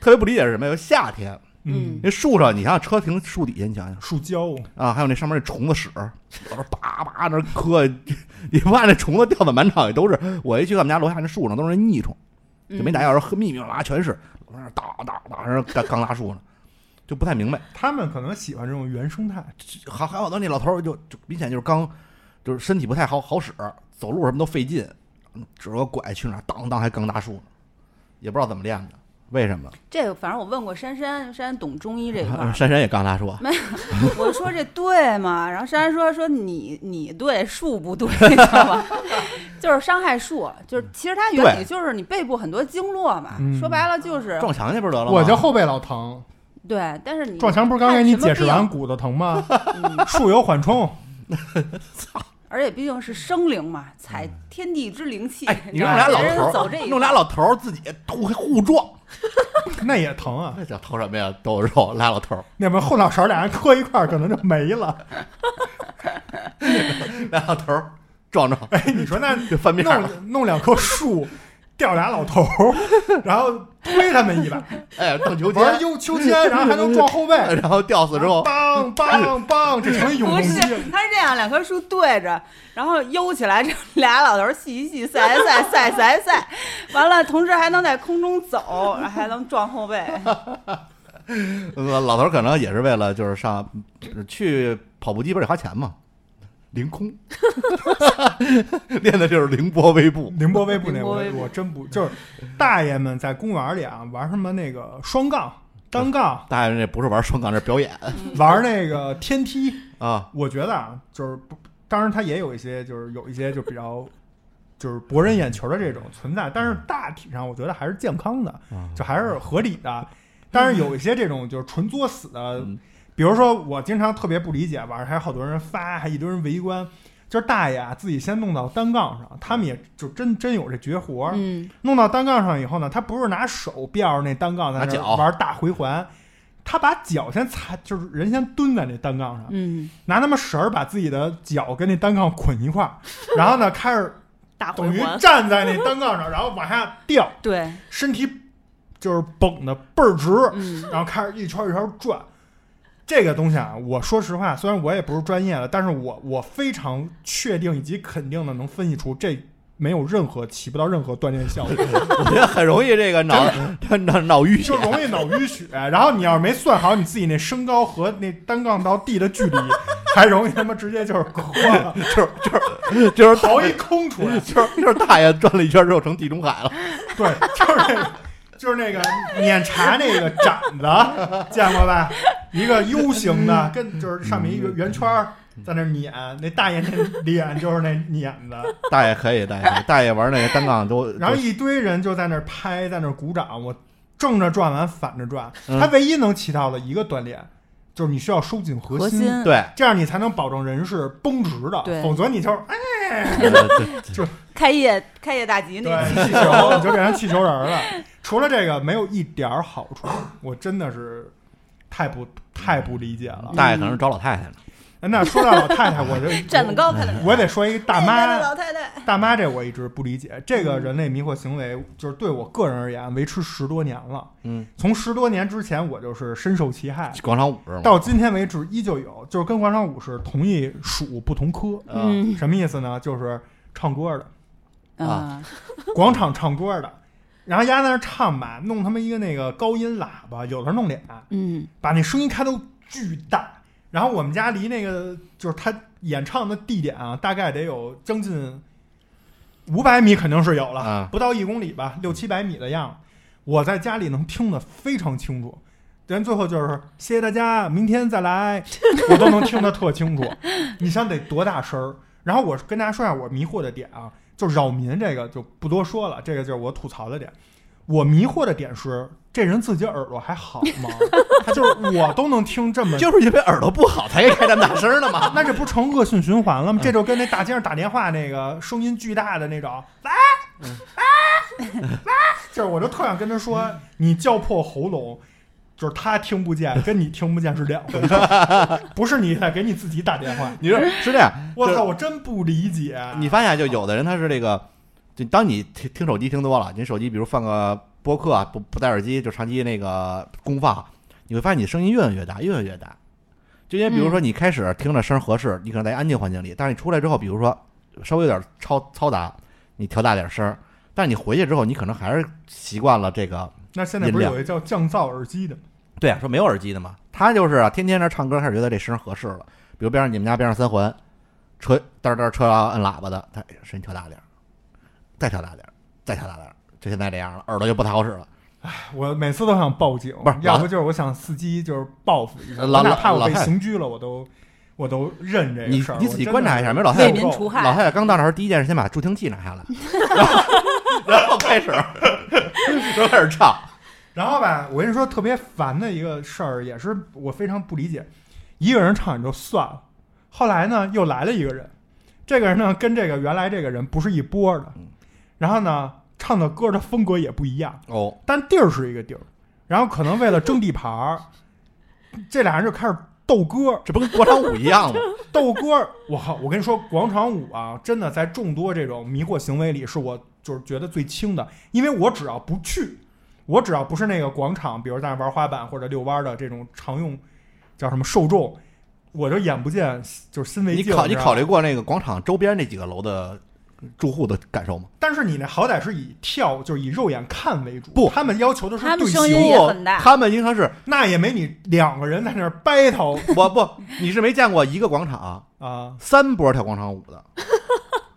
[SPEAKER 2] 特别不理解是什么呀？夏天
[SPEAKER 1] 嗯，
[SPEAKER 2] 那树上，你想想车停树底下，你想想
[SPEAKER 1] 树胶，
[SPEAKER 2] 啊，还有那上面那虫子屎，老是叭叭那磕，你怕那虫子掉的满场也都是。我一去我们家楼下那树上都是那腻虫，就
[SPEAKER 3] 嗯
[SPEAKER 2] 没拿钥匙，喝密密麻麻全是，我在那哒哒哒，那刚刚拉树呢，就不太明白。
[SPEAKER 1] 他们可能喜欢这种原生态。
[SPEAKER 2] 还还有的那老头儿就就明显就是刚，就是身体不太好好使，走路什么都费劲，指个拐去哪儿当当还刚大树呢，也不知道怎么练的，为什么？
[SPEAKER 3] 这个反正我问过珊珊，珊珊懂中医这一块
[SPEAKER 2] <laughs>
[SPEAKER 3] 儿，
[SPEAKER 2] 珊珊也刚大树啊，
[SPEAKER 3] 我说这对吗？然后珊珊说说你你对树
[SPEAKER 2] <laughs>
[SPEAKER 3] 不对，你知道吧？就是伤害树，就是其实它原理就是你背部很多经络嘛
[SPEAKER 1] 嗯，
[SPEAKER 3] 说白了就是
[SPEAKER 2] 撞墙去不是得了吗？
[SPEAKER 1] 我就后背老疼，
[SPEAKER 3] 对，但是你
[SPEAKER 1] 撞墙不是刚给你解释完骨头疼吗？ <laughs> 树有缓冲，
[SPEAKER 3] 而且毕竟是生灵嘛，采天地之灵气。
[SPEAKER 2] 哎，你
[SPEAKER 3] 知道
[SPEAKER 2] 弄
[SPEAKER 3] 吧
[SPEAKER 2] 俩老
[SPEAKER 3] 人
[SPEAKER 2] 头
[SPEAKER 3] 走
[SPEAKER 2] 儿
[SPEAKER 3] 这一，
[SPEAKER 2] 弄俩
[SPEAKER 3] 套
[SPEAKER 2] 老头儿自己互互撞，
[SPEAKER 1] 那也疼啊。
[SPEAKER 2] 哎那叫偷什么呀？都是肉，俩老 <laughs> 头儿，
[SPEAKER 1] 那边后脑勺俩人磕一块儿，可能就没了。
[SPEAKER 2] 俩老头儿撞撞，
[SPEAKER 1] 哎，你说那
[SPEAKER 2] 就翻面了。
[SPEAKER 1] 弄弄两棵树，吊俩老头儿，然后推他们一把，
[SPEAKER 2] 哎，荡秋千，
[SPEAKER 1] 玩悠秋千，然
[SPEAKER 2] <laughs>
[SPEAKER 1] 后还能撞后背，
[SPEAKER 2] 哎然后吊死之后，
[SPEAKER 1] 梆梆梆，这成一永
[SPEAKER 3] 不
[SPEAKER 1] 动
[SPEAKER 3] 是
[SPEAKER 1] 机。，
[SPEAKER 3] 它是这样，两棵树对着，然后悠起来，这俩老头儿细一细，晒一晒，晒一晒晒，完了，同时还能在空中走，还能撞后背。
[SPEAKER 2] 呃老老头儿可能也是为了就是上去跑步机不是得花钱嘛，凌空， <laughs> 练的就是凌波微步。
[SPEAKER 1] 凌波微步那
[SPEAKER 3] 凌波微步
[SPEAKER 1] 我我真不就是大爷们在公园里啊玩什么那个双杠、单杠，
[SPEAKER 2] 大爷，这不是玩双杠，这是表演
[SPEAKER 1] 玩那个天梯。
[SPEAKER 2] 啊！
[SPEAKER 1] 我觉得啊，就是不，当然他也有一些就是有一些就比较。就是博人眼球的这种存在，但是大体上我觉得还是健康
[SPEAKER 2] 嗯
[SPEAKER 1] 的，
[SPEAKER 2] 啊
[SPEAKER 1] 就还是合理的。但是有一些这种就是纯作死的
[SPEAKER 2] 嗯，
[SPEAKER 1] 比如说我经常特别不理解，网上还有好多人发，还一堆人围观，就是大爷啊自己先弄到单杠上，他们也就真真有这绝活儿，
[SPEAKER 3] 嗯，
[SPEAKER 1] 弄到单杠上以后呢，他不是拿手吊着那单杠在
[SPEAKER 2] 拿
[SPEAKER 1] 那
[SPEAKER 2] 脚
[SPEAKER 1] 儿玩大回环，他把脚先踩，就是人先蹲在那单杠上，
[SPEAKER 3] 嗯，
[SPEAKER 1] 拿他们绳儿把自己的脚跟那单杠捆一块儿，然后呢开始
[SPEAKER 4] 大回
[SPEAKER 1] 等于
[SPEAKER 4] 环，
[SPEAKER 1] 站在那单杠上，然后往下掉，
[SPEAKER 3] 对，
[SPEAKER 1] 身体嗯就是绷得倍儿直，
[SPEAKER 3] 嗯，
[SPEAKER 1] 然后开始一圈一圈转。这个东西啊，我说实话，虽然我也不是专业的，但是我我非常确定以及肯定的能分析出这没有任何起不到任何锻炼效果。
[SPEAKER 2] 我觉得很容易这个脑 <laughs> 脑脑淤血
[SPEAKER 1] 就，容易脑淤血。然后你要是没算好你自己那身高和那单杠到地的距离，还容易他妈直接就是磕了，
[SPEAKER 2] 就是就是就是
[SPEAKER 1] 头一空出来。
[SPEAKER 2] <laughs> 就是就是大爷转了一圈之后成地中海了，
[SPEAKER 1] <laughs> 对，就是那个，就是那个碾茶那个展子，见过吧？一个 U 型的，跟就是上面一个圆圈儿。在那碾，那大爷那脸就是那碾子，
[SPEAKER 2] <laughs> 大爷可以，大爷可以大爷玩那个单杠都，
[SPEAKER 1] 然后
[SPEAKER 2] 都
[SPEAKER 1] 一堆人就在那儿拍，在那儿鼓掌。我正着转完，反着转，
[SPEAKER 2] 嗯
[SPEAKER 1] 它唯一能起到的一个锻炼，就是你需要收紧
[SPEAKER 3] 核心
[SPEAKER 2] 对，
[SPEAKER 1] 这样你才能保证人是绷直的，
[SPEAKER 3] 对
[SPEAKER 1] 否则你就是哎，
[SPEAKER 2] 呃对
[SPEAKER 3] 开业开业大吉那个，
[SPEAKER 1] 对，气球你就变成气球人儿了。除了这个，没有一点儿好处，我真的是太不太不理解了。
[SPEAKER 2] 大爷可能是找老太太呢。
[SPEAKER 1] 那说到老太太，我就
[SPEAKER 3] <laughs> 站得高看得高。
[SPEAKER 1] 我得说一个嗯大
[SPEAKER 3] 那个
[SPEAKER 1] 妈，
[SPEAKER 3] 老太太，
[SPEAKER 1] 大妈这我一直不理解，这
[SPEAKER 3] 嗯
[SPEAKER 1] 个人类迷惑行为就是对我个人而言维持十多年了。
[SPEAKER 2] 嗯，
[SPEAKER 1] 从十多年之前我就是深受其害，
[SPEAKER 2] 广场舞是吗？
[SPEAKER 1] 到今天为止依旧有，就是跟广场舞是同一属不同科。
[SPEAKER 2] 嗯，
[SPEAKER 1] 什么意思呢？就是唱歌的，
[SPEAKER 2] 啊
[SPEAKER 6] 嗯
[SPEAKER 3] 啊，
[SPEAKER 1] <laughs> 广场唱歌的，然后丫在那儿唱吧，弄他妈一个那个高音喇叭，有的弄俩，
[SPEAKER 3] 嗯，
[SPEAKER 1] 把那声音开到巨大。然后我们家离那个就是他演唱的地点啊，大概得有将近五百米，肯定是有了，
[SPEAKER 2] 啊
[SPEAKER 1] 不到一公里吧，六七百米的样子。我在家里能听得非常清楚，人最后就是谢谢大家，明天再来，我都能听得特清楚。你想得多大声儿？然后我跟大家说一下我迷惑的点啊，就扰民这个就不多说了，这个就是我吐槽的点。我迷惑的点是，这人自己耳朵还好吗？他就是我都能听这么，
[SPEAKER 2] 就是因为耳朵不好才开这么大声的嘛。
[SPEAKER 1] <laughs> 那这不成恶性循环了吗？这就跟那大街上打电话那个声音巨大的那种，喂喂喂，就是我就特想跟他说，
[SPEAKER 2] 嗯
[SPEAKER 1] 你叫破喉咙。就是他听不见，跟你听不见是两回事儿，不是你在给你自己打电话。
[SPEAKER 2] 你说是这样，
[SPEAKER 1] 我
[SPEAKER 2] 就是
[SPEAKER 1] 操，我真不理解。啊
[SPEAKER 2] 你发现就有的人他是这个就当你听听手机听多了，你手机比如放个播客啊，不不戴耳机就长期那个公放，你会发现你声音越来越大，越来越大。就因为比如说你开始听着声合适，你可能在安静环境里，但是你出来之后，比如说稍微有点嘈嘈杂，你调大点声儿，但你回去之后，你可能还是习惯了这个
[SPEAKER 1] 那现在不是有一叫降噪耳机的？
[SPEAKER 2] 对啊，说没有耳机的嘛，他就是啊，天天那儿唱歌，开始觉得这声合适了。比如边上你们家边上三环，车嘚儿嘚儿车要摁喇叭的，他哎声音调大点儿，再调大点儿，再调大点儿，就现在这样了，耳朵就不太好使了。
[SPEAKER 1] 我每次都想报警，
[SPEAKER 2] 不是
[SPEAKER 1] 要
[SPEAKER 2] 老
[SPEAKER 1] 不就是我想伺机就是报复一下，
[SPEAKER 2] 老
[SPEAKER 1] 我哪怕
[SPEAKER 2] 老
[SPEAKER 1] 我被
[SPEAKER 2] 太太
[SPEAKER 1] 刑拘了，我都我都认这
[SPEAKER 2] 你
[SPEAKER 1] 个事儿。
[SPEAKER 2] 你
[SPEAKER 1] 我
[SPEAKER 2] 仔细
[SPEAKER 1] 真的
[SPEAKER 2] 观察一下，没有老太
[SPEAKER 6] 为
[SPEAKER 2] 太
[SPEAKER 6] 民除
[SPEAKER 2] 老
[SPEAKER 6] 害，
[SPEAKER 2] 太太刚到那儿，第一件事先把助听器拿下来，然后然后开始，然后开始唱。
[SPEAKER 1] 然后吧，我跟你说特别烦的一个事儿，也是我非常不理解，一个人唱也就算了，后来呢又来了一个人，这个人呢跟这个原来这个人不是一波的
[SPEAKER 2] 嗯，
[SPEAKER 1] 然后呢唱的歌的风格也不一样，
[SPEAKER 2] 哦，
[SPEAKER 1] 但地儿是一个地儿，然后可能为了争地盘儿，这俩人就开始斗歌，
[SPEAKER 2] 这不跟广场舞一样吗？
[SPEAKER 1] 斗歌 <laughs> 儿，我靠！我跟你说，广场舞啊，真的在众多这种迷惑行为里，是我就是觉得最轻的，因为我只要不去，我只要不是那个广场，比如在那玩滑板或者遛弯儿的这种常用叫什么受众，我就眼不见就是心为
[SPEAKER 2] 你
[SPEAKER 1] 净。
[SPEAKER 2] 考你
[SPEAKER 1] 知道吗
[SPEAKER 2] 考虑过那个广场周边那几个楼的住户的感受吗？
[SPEAKER 1] 但是你那好歹是以跳，就是以肉眼看为主。
[SPEAKER 2] 不
[SPEAKER 1] 他们要求的是
[SPEAKER 6] 他们
[SPEAKER 1] 队
[SPEAKER 6] 声音
[SPEAKER 1] 形，
[SPEAKER 6] 也很大
[SPEAKER 2] 他们经常是
[SPEAKER 1] 那也没你两个人在那儿 battle
[SPEAKER 2] <laughs> 我不，你是没见过一个广场
[SPEAKER 1] 啊。
[SPEAKER 2] 三波跳广场舞
[SPEAKER 1] <laughs>
[SPEAKER 2] 的，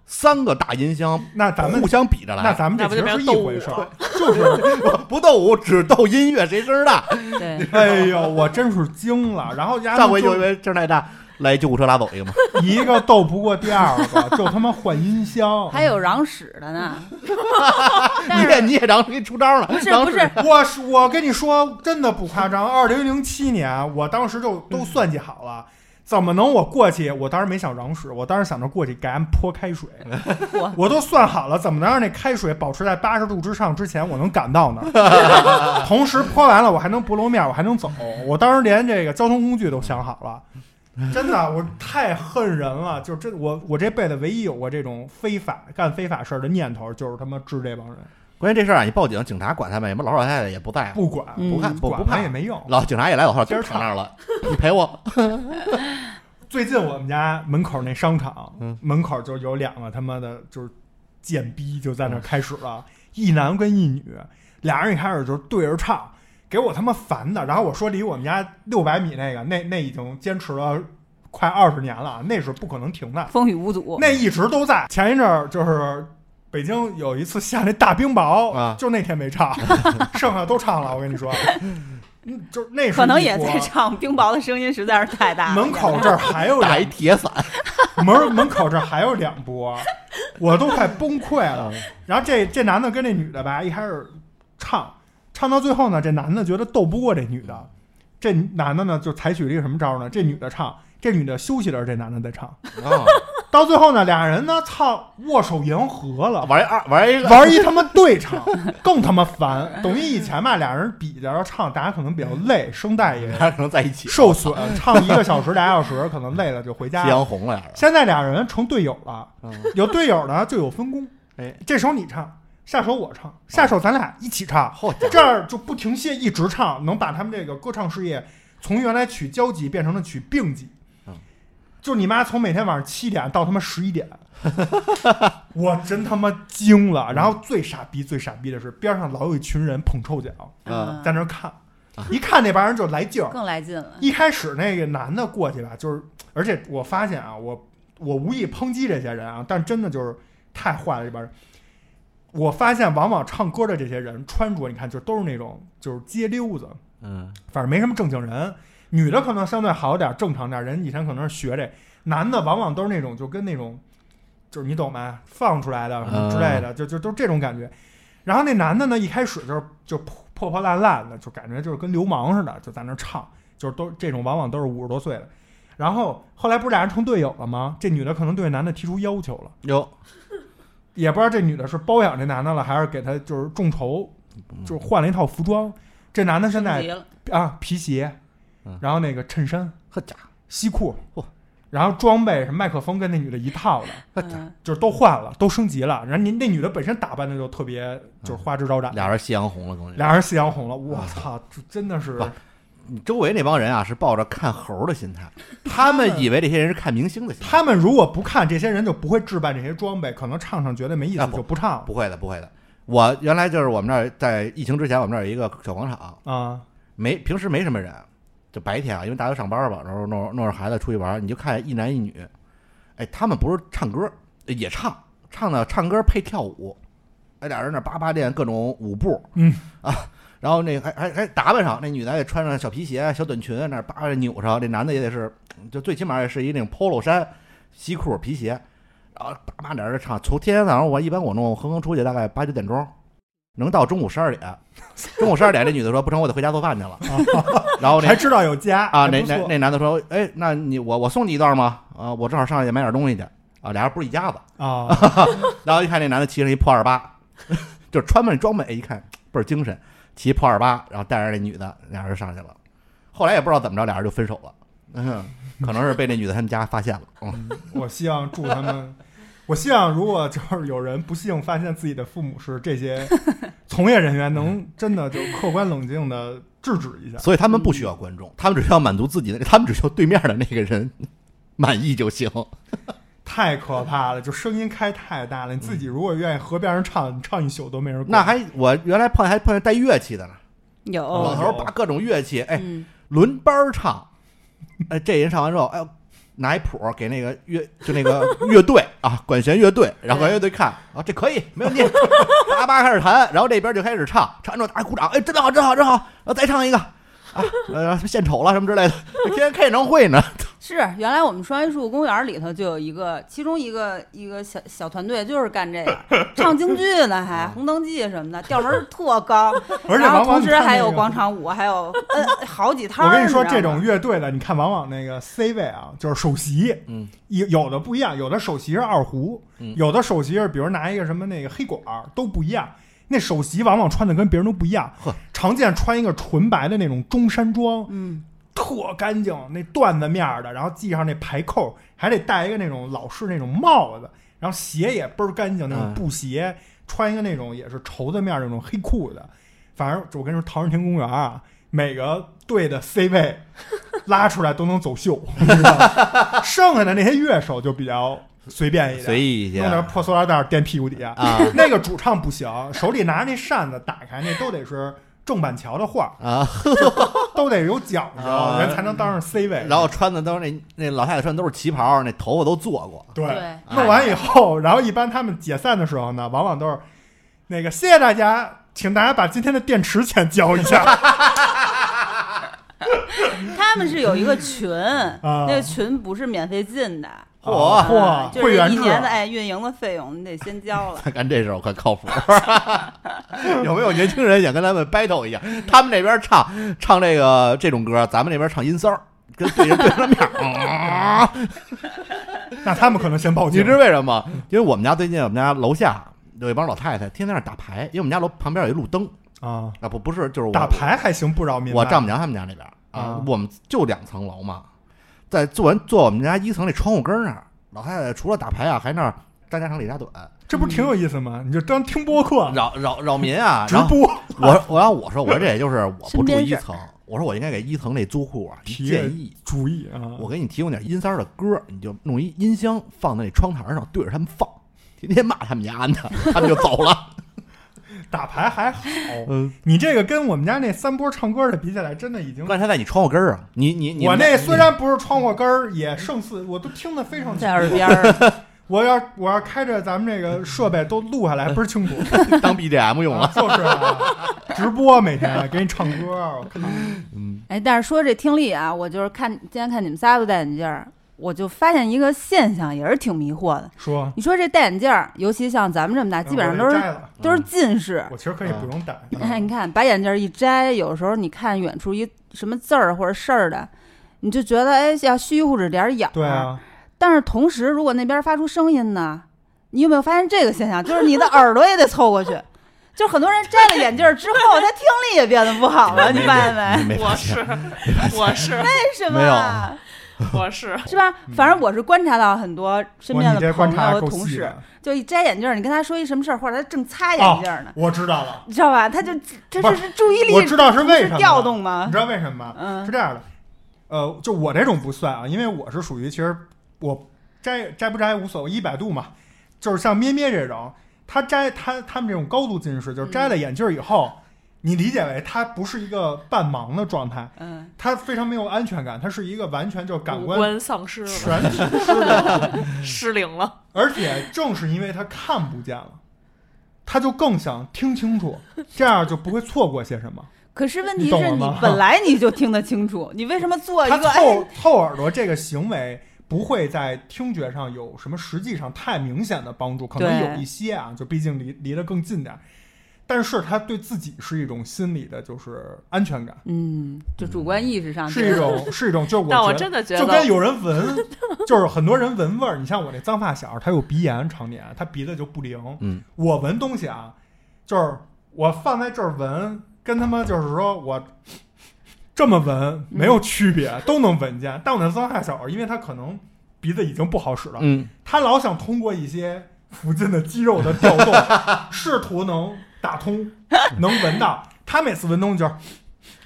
[SPEAKER 2] 三个大音箱
[SPEAKER 1] 那咱们
[SPEAKER 2] 互相比着
[SPEAKER 1] 那
[SPEAKER 2] 来，
[SPEAKER 1] 咱们这
[SPEAKER 4] 那不
[SPEAKER 1] 其
[SPEAKER 4] 就
[SPEAKER 1] 实是
[SPEAKER 4] 变
[SPEAKER 1] 一
[SPEAKER 4] 成斗
[SPEAKER 1] 回
[SPEAKER 4] 舞
[SPEAKER 1] 事儿
[SPEAKER 4] 了， <laughs>
[SPEAKER 1] 就是
[SPEAKER 2] <laughs> 不斗舞只斗音乐，谁声儿大？
[SPEAKER 3] 对，
[SPEAKER 1] 哎呦，我真是惊了。然后丫
[SPEAKER 2] 上回
[SPEAKER 1] 就
[SPEAKER 2] 就因为声儿太大，来救护车拉走
[SPEAKER 1] <laughs>
[SPEAKER 2] 一个嘛。
[SPEAKER 1] 一个斗不过第二个，就他妈换音箱。
[SPEAKER 3] 还有嚷屎的呢。但
[SPEAKER 2] 你也
[SPEAKER 3] 是
[SPEAKER 2] 你也嚷你出招了，
[SPEAKER 3] 不是
[SPEAKER 2] 嚷
[SPEAKER 3] 不
[SPEAKER 2] 嚷
[SPEAKER 1] <laughs>
[SPEAKER 3] 是，
[SPEAKER 1] 我是我跟你说，真的不夸张。二零零七年，我当时就都算计好了，怎么能我过去？我当时没想嚷屎，我当时想着过去给俺泼开水
[SPEAKER 3] 我，
[SPEAKER 1] 我都算好了，怎么能让那开水保持在八十度之上之前，我能赶到呢？同时泼完了，我还能不露面，我还能走。我当时连这个交通工具都想好了。真的，我太恨人了！就这，我我这辈子唯一有过这种非法干非法事儿的念头，就是他妈治这帮人，
[SPEAKER 2] 关键这事儿啊，你报警，警察管他们，什么老老太太也不在乎，
[SPEAKER 1] 不管
[SPEAKER 3] 嗯
[SPEAKER 2] 不看不
[SPEAKER 1] 管
[SPEAKER 2] 不怕
[SPEAKER 1] 了也。没用。
[SPEAKER 2] 老警察也来老头儿
[SPEAKER 1] 今
[SPEAKER 2] 都
[SPEAKER 1] 儿
[SPEAKER 2] 躺那儿了，你
[SPEAKER 1] <laughs>
[SPEAKER 2] 陪我。
[SPEAKER 1] 最近我们家门口那商场，
[SPEAKER 2] 嗯
[SPEAKER 1] 门口就有两个他妈的，就是贱逼就
[SPEAKER 2] 嗯
[SPEAKER 1] 在那儿开始了，一男跟一女，俩人一开始就是对着唱，给我他妈烦的。然后我说离我们家六百米那个，那那已经坚持了快二十年了，那是不可能停的，
[SPEAKER 3] 风雨无阻。
[SPEAKER 1] 那一直都在。前一阵儿就是。北京有一次下那大冰雹，
[SPEAKER 2] 啊
[SPEAKER 1] 就那天没
[SPEAKER 2] <laughs>
[SPEAKER 1] 唱，剩下都唱了。我跟你说，嗯，就是那是
[SPEAKER 3] 可能
[SPEAKER 1] 一
[SPEAKER 3] 也
[SPEAKER 1] 波
[SPEAKER 3] 在唱，冰雹的声音实在是太大了。
[SPEAKER 1] 门口这儿还有
[SPEAKER 2] 打
[SPEAKER 1] 俩
[SPEAKER 2] 一铁伞，
[SPEAKER 1] 门门口这还有两波，我都快崩溃了。然后这这男的跟这女的吧，一开始唱，唱到最后呢，这男的觉得斗不过这女的，这男的呢就采取了一个什么招呢？这女的唱，这女的休息了，这男的在唱，
[SPEAKER 2] 啊，
[SPEAKER 1] 到最后呢，俩人呢操握手言和了。
[SPEAKER 2] <laughs> 玩一二玩一
[SPEAKER 1] <laughs> 玩一他妈对唱，更他妈烦。等于以前吧，俩人比着唱，大家可能比较累，声带也
[SPEAKER 2] <laughs> 俩人可能在一
[SPEAKER 1] <laughs>
[SPEAKER 2] 起，
[SPEAKER 1] 受损，唱一个小时、俩小时，可能累了就回家
[SPEAKER 2] 夕
[SPEAKER 1] 了。
[SPEAKER 2] 阳红了俩人。
[SPEAKER 1] 现在俩人成队友了，
[SPEAKER 2] 嗯
[SPEAKER 1] <laughs> 有队友呢就有分工。
[SPEAKER 2] <laughs> 哎，
[SPEAKER 1] 这首你唱，下首我唱，下首咱俩一起唱，
[SPEAKER 2] 好家伙
[SPEAKER 1] 这样就不停歇，一直唱，能把他们这个歌唱事业从原来取交集变成了取并集
[SPEAKER 2] 嗯。
[SPEAKER 1] 就你妈从每天晚上七点到他妈十一点， <laughs> 我真他妈惊了。然后最傻逼、最傻逼的是，边上老有一群人捧臭脚
[SPEAKER 2] 嗯
[SPEAKER 1] 在那儿看，一看那帮人就来劲儿，
[SPEAKER 3] 更来劲了。
[SPEAKER 1] 一开始那个男的过去吧，就是，而且我发现啊，我我无意抨击这些人啊，但真的就是太坏了这帮人。我发现往往唱歌的这些人穿着，你看就都是那种就是街溜子，
[SPEAKER 2] 嗯，
[SPEAKER 1] 反正没什么正经人。女的可能相对好点儿，正常点儿，人以前可能是学这，男的往往都是那种就跟那种，就是你懂吗？放出来的什么之类的，就就都这种感觉。然后那男的呢，一开始就是就破破破烂烂的，就感觉就是跟流氓似的，就在那儿唱，就是都这种往往都是五十多岁的。然后后来不是俩人成队友了吗？这女的可能对男的提出要求了，
[SPEAKER 2] 哟，
[SPEAKER 1] 也不知道这女的是包养这男的了，还是给他就是众筹，就是换了一套服装。这男的现在
[SPEAKER 3] 升级了
[SPEAKER 1] 啊，皮鞋
[SPEAKER 2] 嗯，
[SPEAKER 1] 然后那个衬衫、
[SPEAKER 2] 呵家
[SPEAKER 1] 西裤
[SPEAKER 2] 嚯，
[SPEAKER 1] 然后装备什么麦克风跟那女的一套的，
[SPEAKER 3] 嗯
[SPEAKER 1] 就是都换了，都升级了。然后您那女的本身打扮的就特别，就是
[SPEAKER 2] 嗯
[SPEAKER 1] 花枝招展，
[SPEAKER 2] 俩人夕阳红了，跟我讲。
[SPEAKER 1] 俩人夕阳红了，我操，这真的是
[SPEAKER 2] 啊不你周围那帮人啊，是抱着看猴的心态，他们以为这些人是看明星的心态。
[SPEAKER 1] 他们如果不看，这些人就不会置办这些装备，可能唱唱觉得没意
[SPEAKER 2] 啊
[SPEAKER 1] 思
[SPEAKER 2] 不
[SPEAKER 1] 就不唱了
[SPEAKER 2] 不会的，不会的。我原来就是我们那儿在疫情之前，我们那儿有一个小广场，
[SPEAKER 1] 啊。
[SPEAKER 2] 没平时没什么人，就白天啊，因为大家都上班吧，然后弄弄着孩子出去玩，你就看一男一女，哎，他们不是唱歌也唱，唱的唱歌配跳舞，哎，俩人那叭叭练各种舞步，
[SPEAKER 1] 嗯
[SPEAKER 2] 啊，然后那还还还打扮上，那女的也穿上小皮鞋、小短裙，那叭叭扭上，那男的也得是，就最起码也是一那种 polo 衫、西裤、皮鞋，然后叭叭在这唱，从天天早上我一般我弄哼哼出去大概八九点钟，能到中午十二点， <laughs> 中午十二点这女的说不成，我得回家做饭去了， <laughs> 然后那
[SPEAKER 1] 还知道有家
[SPEAKER 2] 啊，
[SPEAKER 1] 还
[SPEAKER 2] 那
[SPEAKER 1] 不
[SPEAKER 2] 那
[SPEAKER 1] 错
[SPEAKER 2] 那男的说，哎，那你我我送你一段吗？啊，我正好上去买点东西去。啊，俩人不是一家子。
[SPEAKER 1] 啊，
[SPEAKER 2] 然后一看那男的骑上一破二八， <laughs> 就是穿扮装备，一看倍儿精神，骑破二八，然后带着那女的，俩人就上去了。后来也不知道怎么着，俩人就分手了。嗯，可能是被那女的他们家发现了。嗯，
[SPEAKER 1] 我希望祝他们，我希望如果就是有人不幸发现自己的父母是这些从业人员，能真的就客观冷静的制止一下。
[SPEAKER 2] 所以他们不需要观众，他们只需要满足自己的，他们只需要对面的那个人 <laughs> 满意就行。
[SPEAKER 1] 太可怕了，就声音开太大了。你自己如果愿意和边上唱，你唱一宿都没人管。
[SPEAKER 2] 嗯那还我原来碰还碰见带乐器的呢，老
[SPEAKER 3] 有，
[SPEAKER 1] 哦
[SPEAKER 2] 头儿把各种乐器，哎，
[SPEAKER 3] 嗯，
[SPEAKER 2] 轮班儿唱，哎，这人唱完之后，哎呦，拿一谱儿给那个乐，就
[SPEAKER 1] <laughs>
[SPEAKER 2] 那个乐队啊，管弦乐队，然后管弦乐队看啊，这可以，没问题，叭叭开始弹，然后这边就开始唱，唱完之后大家鼓掌，哎，真好，真好，真好，然后再唱一个啊，呃，献丑了什么之类的，天天开演唱会呢，
[SPEAKER 3] 是原来我们双榆树公园里头就有一个，其中一个一个小小团队就是干
[SPEAKER 1] <laughs>
[SPEAKER 3] 这个，唱京剧呢，还《红灯记》什么的，调门儿特高，
[SPEAKER 1] 嗯 <laughs> 而且
[SPEAKER 3] 然
[SPEAKER 1] 往
[SPEAKER 3] 后
[SPEAKER 1] 往
[SPEAKER 3] 同
[SPEAKER 1] 你
[SPEAKER 3] 时
[SPEAKER 1] 看那
[SPEAKER 3] 还有
[SPEAKER 1] 个
[SPEAKER 3] 广。场舞，还有呃 <laughs> 好几摊儿。
[SPEAKER 1] 我跟你说，
[SPEAKER 3] 知道
[SPEAKER 1] 这种
[SPEAKER 3] 吗
[SPEAKER 1] 乐队的，你看往往那个 C 位啊，就是首席，
[SPEAKER 2] 嗯，
[SPEAKER 1] 有有的不一样，有的首席是二胡，
[SPEAKER 2] 嗯
[SPEAKER 1] 有的首席是比如拿一个什么那个黑管儿都不一样。那首席往往穿的跟别人都不一样
[SPEAKER 2] 呵，
[SPEAKER 1] 常见穿一个纯白的那种中山装，
[SPEAKER 3] 嗯，
[SPEAKER 1] 特干净，那缎子面儿的，然后系上那排扣，还得戴一个那种老式那种帽子，然后鞋也倍儿干净，那种
[SPEAKER 2] 嗯
[SPEAKER 1] 布鞋，穿一个那种也是绸子面儿那种黑裤子。反正我跟你说，陶然亭公园啊，每个队的 C 位拉出来都能走秀，你知道吗剩下的那些乐手就比较随便一点，
[SPEAKER 2] <laughs> 随意一些
[SPEAKER 1] 弄点破塑料袋儿垫屁股底下。
[SPEAKER 2] 啊
[SPEAKER 1] <laughs> 那个主唱不行，手里拿那扇子打开，那都得是郑板桥的画儿，
[SPEAKER 2] 啊，
[SPEAKER 1] <laughs> 都得有讲究，
[SPEAKER 2] 啊
[SPEAKER 1] 人才能当上 C 位。
[SPEAKER 2] 然后穿的都是那那老太太穿的都是旗袍，那头发都做过，
[SPEAKER 1] 对
[SPEAKER 4] 对
[SPEAKER 1] 弄完以后，然后一般他们解散的时候呢，往往都是那个谢谢大家，请大家把今天的电池钱交一下。 <laughs>
[SPEAKER 3] 他们是有一个群，那个群不是免费进的，
[SPEAKER 1] 哦
[SPEAKER 3] 啊
[SPEAKER 2] 嚯
[SPEAKER 1] 嗯嚯，
[SPEAKER 3] 就
[SPEAKER 1] 会
[SPEAKER 3] 是
[SPEAKER 1] 员
[SPEAKER 3] 一
[SPEAKER 1] 制啊
[SPEAKER 3] 年的哎运营的费用你得先
[SPEAKER 1] <laughs>
[SPEAKER 3] 交了。
[SPEAKER 2] 看看这事儿我快靠谱， <laughs> 有没有年轻人想跟他们 battle 一样？他们那边唱唱这个这种歌，咱们那边唱阴骚儿，跟对人对上
[SPEAKER 1] <laughs>
[SPEAKER 2] 面儿。啊
[SPEAKER 1] 那他们可能先报
[SPEAKER 2] 你
[SPEAKER 1] 警
[SPEAKER 2] 知。为什么吗？因为我们家最近我们家楼下有一帮老太太天天在那儿打牌，因为我们家楼旁边有一路灯
[SPEAKER 1] 啊，
[SPEAKER 2] 啊，不不是就是我
[SPEAKER 1] 打牌还行，不扰民。
[SPEAKER 2] 我丈母娘他们家那边
[SPEAKER 1] 啊
[SPEAKER 2] 我们就两层楼嘛，在坐完坐我们家一层那窗户根儿那儿，老太太除了打牌啊，还那儿张家长李家短，
[SPEAKER 1] 这不挺有意思吗？你就当听播客、
[SPEAKER 2] 扰扰扰民 <laughs> 啊，
[SPEAKER 1] 直
[SPEAKER 2] 然后。
[SPEAKER 1] 播。
[SPEAKER 2] 我我让我说，我说这也就是我不
[SPEAKER 3] 身
[SPEAKER 2] 住
[SPEAKER 3] 边
[SPEAKER 2] 一
[SPEAKER 3] 事儿
[SPEAKER 2] 层，我说我应该给一层那租户啊一
[SPEAKER 1] 提
[SPEAKER 2] 建议，
[SPEAKER 1] 注意啊！
[SPEAKER 2] 我给你提供点阴三儿的歌儿，你就弄一音箱放在那窗台上，对着他们放，天天骂他们家的，他们就走 <laughs> 了。
[SPEAKER 1] 打牌还好，
[SPEAKER 2] 嗯，
[SPEAKER 1] 你这个跟我们家那三波唱歌的比起来，真的已经。
[SPEAKER 2] 刚才在你窗户根儿啊，你你你
[SPEAKER 1] 我
[SPEAKER 2] 们
[SPEAKER 1] 那
[SPEAKER 2] 你
[SPEAKER 1] 虽然不是窗户根儿，也胜似，我都听得非常清
[SPEAKER 3] 在
[SPEAKER 1] 楚。
[SPEAKER 3] 耳边儿，
[SPEAKER 1] 我要我要开着咱们这个设备都录下来，倍儿清
[SPEAKER 3] <laughs>
[SPEAKER 1] 楚。
[SPEAKER 2] 当 BGM 用
[SPEAKER 1] 啊
[SPEAKER 2] 了，
[SPEAKER 1] 就是啊，直播每天给你唱歌，我靠
[SPEAKER 3] 哎，但是说这听力啊，我就是看今天看你们仨都戴眼镜儿，我就发现一个现象，也是挺迷惑的。
[SPEAKER 1] 说嗯
[SPEAKER 3] 你说这戴眼镜儿，尤其像咱们这么大，啊基本上都
[SPEAKER 1] 我
[SPEAKER 3] 是啊
[SPEAKER 1] 给摘了。嗯
[SPEAKER 3] 都是近视。
[SPEAKER 1] 我其实可以不用戴，
[SPEAKER 3] 你 <laughs> 看，你看，把眼镜儿一摘，有时候你看远处一什么字儿或者事儿的，你就觉得哎，要虚乎着点儿眼儿。
[SPEAKER 1] 对啊，
[SPEAKER 3] 但是同时，如果那边发出声音呢，你有没有发现这个现象？就是你的耳朵也得凑过去。就是很多人摘了眼镜儿之后，他听力也变得不好了，你发现没？
[SPEAKER 2] 没
[SPEAKER 4] 我
[SPEAKER 2] 发
[SPEAKER 4] 是
[SPEAKER 3] <laughs>
[SPEAKER 2] 现，
[SPEAKER 4] 我是
[SPEAKER 3] 为什么啊？
[SPEAKER 4] 我是
[SPEAKER 3] 是吧？反正我是观察到很多身边
[SPEAKER 1] 嗯哇你
[SPEAKER 3] 的
[SPEAKER 1] 这
[SPEAKER 3] 朋
[SPEAKER 1] 观察
[SPEAKER 3] 友、
[SPEAKER 1] 够
[SPEAKER 3] 同
[SPEAKER 1] 细
[SPEAKER 3] 事，
[SPEAKER 1] 的。
[SPEAKER 3] 就一摘眼镜儿，你跟他说一什么事儿，或者他正擦
[SPEAKER 1] 哦
[SPEAKER 3] 眼镜儿呢，，
[SPEAKER 1] 我知道了，
[SPEAKER 3] 你知道吧？他就这
[SPEAKER 1] 不
[SPEAKER 3] 就是是注意力
[SPEAKER 1] 我知道是为什么
[SPEAKER 3] 是
[SPEAKER 1] 了
[SPEAKER 3] 调动吗
[SPEAKER 1] 你知？道为什么吗？
[SPEAKER 3] 嗯
[SPEAKER 1] 是这样的，呃，就我这种不算啊，因为我是属于其实我摘摘不摘无所谓，一百度嘛，就是像咩咩这种，他摘他他们这种高度近视，就是摘了眼镜以后，你理解为他不是一个半盲的状态，
[SPEAKER 3] 嗯，
[SPEAKER 1] 他非常没有安全感，他是一个完全就是感
[SPEAKER 4] 五
[SPEAKER 1] 官
[SPEAKER 4] 官丧失了，
[SPEAKER 1] 全失了，
[SPEAKER 4] 失灵了，
[SPEAKER 1] 而且正是因为他看不见了。他就更想听清楚，这样就不会错过些什么。
[SPEAKER 3] 可是问
[SPEAKER 1] 你
[SPEAKER 3] 题
[SPEAKER 1] 懂
[SPEAKER 3] 是
[SPEAKER 1] 了
[SPEAKER 3] 你
[SPEAKER 1] 吗
[SPEAKER 3] 本来你就听得清楚，你为什么
[SPEAKER 4] <laughs>
[SPEAKER 3] 做一
[SPEAKER 1] 他
[SPEAKER 3] 个哎
[SPEAKER 1] 凑凑耳朵这个行为不会在听觉上有什么实际上太明显的帮助，可能
[SPEAKER 3] 对
[SPEAKER 1] 有一些啊，就毕竟离离得更近点儿。但是他对自己是一种心理的，就是安全感，
[SPEAKER 3] 嗯，就主观意识上
[SPEAKER 1] 是一种是一种，就是
[SPEAKER 4] 啊但
[SPEAKER 1] 觉
[SPEAKER 4] 我
[SPEAKER 1] 得
[SPEAKER 4] 真的觉
[SPEAKER 1] 就
[SPEAKER 4] 得
[SPEAKER 1] 跟有人闻，就是很多人闻味儿。你像我这脏发小，他有鼻炎，常年他鼻子就不灵。
[SPEAKER 2] 嗯，
[SPEAKER 1] 我闻东西啊，就是我放在这儿闻，跟他妈就是说我这么闻没有区别，都能闻见。但我那脏发小，因为他可能鼻子已经不好使了，
[SPEAKER 2] 嗯，
[SPEAKER 1] 他老想通过一些附近的肌肉的调动，试图能打通，能闻到。他每次闻东西就是。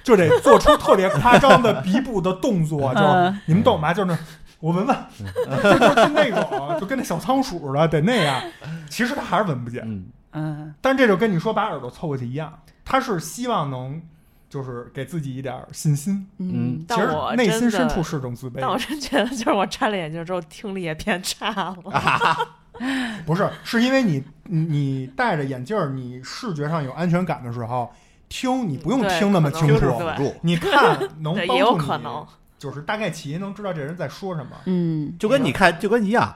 [SPEAKER 1] 就得做出特别夸张的鼻部的动作，就是
[SPEAKER 3] 嗯
[SPEAKER 1] 你们懂吗？就是那我闻闻，就就就那种，就跟那小仓鼠似的，得那样。其实他还是闻不见，
[SPEAKER 2] 嗯，
[SPEAKER 3] 嗯
[SPEAKER 1] 但这就跟你说把耳朵凑过去一样，他是希望能就是给自己一点信心，
[SPEAKER 2] 嗯
[SPEAKER 1] 其
[SPEAKER 4] 但
[SPEAKER 1] 实
[SPEAKER 4] 我
[SPEAKER 1] 内
[SPEAKER 4] 真
[SPEAKER 1] 心深
[SPEAKER 4] 的
[SPEAKER 1] 处是哎种自卑
[SPEAKER 4] 但。我真觉得，就是我摘了眼镜之后，听力也变差了。
[SPEAKER 1] 不是，是因为你你你戴着眼镜儿，你视觉上有安全感的时候，听你不用
[SPEAKER 4] 对
[SPEAKER 1] 听那么
[SPEAKER 4] 可
[SPEAKER 1] 清
[SPEAKER 4] 能
[SPEAKER 2] 听
[SPEAKER 4] 是
[SPEAKER 2] 着
[SPEAKER 1] 楚
[SPEAKER 4] 对，
[SPEAKER 2] 辅助，
[SPEAKER 1] 你看能
[SPEAKER 4] 对
[SPEAKER 1] 帮
[SPEAKER 4] 也有
[SPEAKER 1] 助
[SPEAKER 4] 可
[SPEAKER 1] 你
[SPEAKER 4] 能
[SPEAKER 1] 就是大概齐能知道这人在说什
[SPEAKER 4] <laughs>
[SPEAKER 1] 么。
[SPEAKER 3] 嗯，
[SPEAKER 2] 就跟你看就跟一样。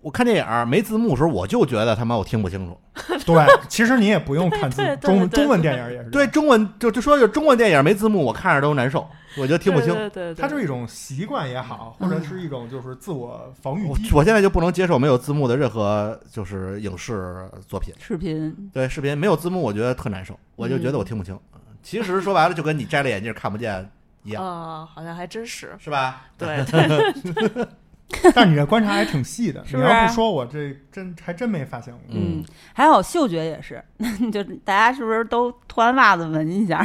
[SPEAKER 2] 我看电影儿没字幕的时候，我就觉得他妈我听不清楚。
[SPEAKER 1] 对，其实你也不用看字
[SPEAKER 4] 对对，对
[SPEAKER 1] 中
[SPEAKER 4] 对
[SPEAKER 1] 中文电影也是这
[SPEAKER 2] 对
[SPEAKER 1] 样，
[SPEAKER 2] 中文就就说就中文电影没字幕，我看着都难受，我就听不清。
[SPEAKER 4] 对对对对，嗯
[SPEAKER 1] 它就是一种习惯也好，或者是一种就是自我防御
[SPEAKER 2] 我
[SPEAKER 1] 机制。
[SPEAKER 2] 我现在就不能接受没有字幕的任何就是影视作品，
[SPEAKER 3] 视频
[SPEAKER 2] 对视频没有字幕，我觉得特难受，我就觉得我听不清。其实说白了，就跟你摘了眼镜看不见一样，
[SPEAKER 4] 啊，好像还
[SPEAKER 2] <laughs>
[SPEAKER 4] 真是。
[SPEAKER 2] 是吧？
[SPEAKER 4] 对对，
[SPEAKER 1] 但你这观察还挺细
[SPEAKER 4] <laughs>
[SPEAKER 1] 的，
[SPEAKER 3] 是
[SPEAKER 1] 你
[SPEAKER 3] 不是
[SPEAKER 4] 啊
[SPEAKER 1] 要不说我这真还真没发现过。
[SPEAKER 2] 嗯，
[SPEAKER 3] 还有嗅觉也是， <laughs> 就大家是不是都脱完袜子闻一下，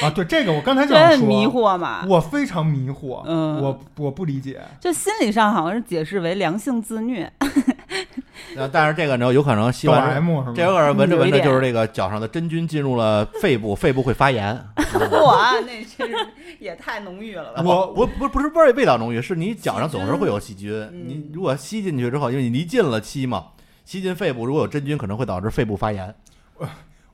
[SPEAKER 1] 啊，对这个我刚才就
[SPEAKER 3] 觉得
[SPEAKER 1] 想
[SPEAKER 3] 很
[SPEAKER 1] 说，
[SPEAKER 3] 迷惑嘛？
[SPEAKER 1] 我非常迷惑，
[SPEAKER 3] 嗯
[SPEAKER 1] 我我不理解，
[SPEAKER 3] 就心理上好像是解释为良性自虐，
[SPEAKER 2] 那但是这个呢，有可能吸
[SPEAKER 1] 抖
[SPEAKER 2] 完
[SPEAKER 1] M 是吗？
[SPEAKER 2] 这有可能闻着闻
[SPEAKER 3] 有一
[SPEAKER 2] 着
[SPEAKER 3] 点
[SPEAKER 2] 就是这个脚上的真菌进入了肺部，肺部会发炎。
[SPEAKER 3] <laughs> 哇，那真是也太浓郁 <laughs> 了吧？
[SPEAKER 2] 我我哦不不是味味道浓郁，是你脚上总是会有细菌。你如果吸进去之后，因为你离近了吸嘛，吸进肺部，如果有真菌，可能会导致肺部发炎。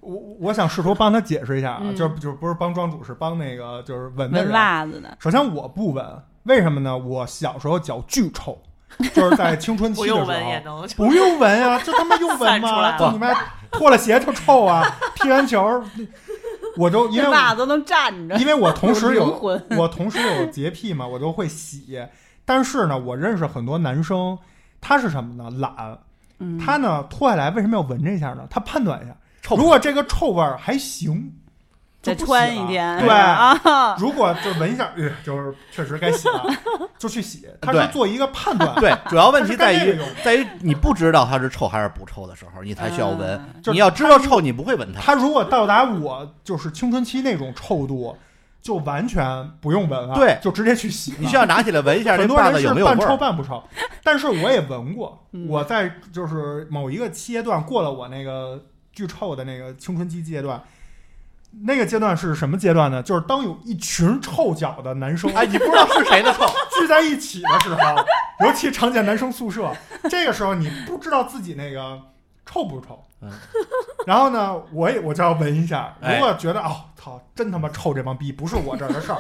[SPEAKER 1] 我我想试图帮他解释一下啊，
[SPEAKER 4] 嗯
[SPEAKER 1] 就就不是帮庄主，是帮那个就是闻的
[SPEAKER 3] 闻
[SPEAKER 1] 人。
[SPEAKER 3] 袜子呢？
[SPEAKER 1] 首先我不闻，为什么呢？我小时候脚巨臭，就是在青春期
[SPEAKER 4] <laughs> 不
[SPEAKER 1] 的时
[SPEAKER 4] 用
[SPEAKER 1] 候，
[SPEAKER 4] 闻也能，就
[SPEAKER 1] 不用闻啊，就他妈用
[SPEAKER 4] <laughs>
[SPEAKER 1] 闻
[SPEAKER 4] 散出来
[SPEAKER 1] 吗？
[SPEAKER 4] 了
[SPEAKER 1] 就你妈脱了鞋就臭啊，踢完球 <laughs> 我就因为
[SPEAKER 3] 这
[SPEAKER 1] 我
[SPEAKER 3] 袜子都能站着，
[SPEAKER 1] 因为我同时
[SPEAKER 3] 有
[SPEAKER 1] 有
[SPEAKER 3] 灵魂
[SPEAKER 1] <laughs> 我同时有洁癖嘛，我就会洗。但是呢，我认识很多男生，他是什么呢？懒，
[SPEAKER 3] 嗯
[SPEAKER 1] 他呢脱下来为什么要闻这一下呢？他判断一下，
[SPEAKER 2] 臭
[SPEAKER 1] 如果这个臭味儿还行，就不洗
[SPEAKER 3] 再穿一
[SPEAKER 1] 了
[SPEAKER 3] 天，
[SPEAKER 1] 对。
[SPEAKER 3] 啊，
[SPEAKER 1] 如果就闻一下，呃，就是确实该洗
[SPEAKER 2] <laughs>
[SPEAKER 1] 了，就去洗。他是
[SPEAKER 2] 对
[SPEAKER 1] 做一个判断，
[SPEAKER 2] 对，主要问题在
[SPEAKER 1] 它是干这
[SPEAKER 2] 于
[SPEAKER 1] 个用的
[SPEAKER 2] 在于你不知道它是臭还是不臭的时候，你才需要闻
[SPEAKER 3] 嗯。
[SPEAKER 1] 就是
[SPEAKER 2] 你要知道臭，你不会闻它。
[SPEAKER 1] 他如果到达我就是青春期那种臭度，就完全不用闻了，
[SPEAKER 2] 对
[SPEAKER 1] 就直接去洗了。
[SPEAKER 2] 你需要拿起来闻一下这
[SPEAKER 1] 很多
[SPEAKER 2] 袜
[SPEAKER 1] 人
[SPEAKER 2] 子
[SPEAKER 1] 是
[SPEAKER 2] 有没有
[SPEAKER 1] 半
[SPEAKER 2] 味
[SPEAKER 1] 臭
[SPEAKER 2] 儿。
[SPEAKER 1] 半不臭，但是我也闻过
[SPEAKER 3] 嗯，
[SPEAKER 1] 我在就是某一个阶段过了我那个巨臭的那个青春期阶段，那个阶段是什么阶段呢？就是当有一群臭脚的男生
[SPEAKER 2] 哎，你不知道是谁的臭，
[SPEAKER 1] <laughs> 聚在一起的时候，尤其常见男生宿舍，这个时候你不知道自己那个臭不臭
[SPEAKER 2] 嗯。
[SPEAKER 1] 然后呢，我也我就要闻一下，
[SPEAKER 2] 哎
[SPEAKER 1] 如果觉得哦操，真他妈臭这帮逼，不是我这儿的事儿，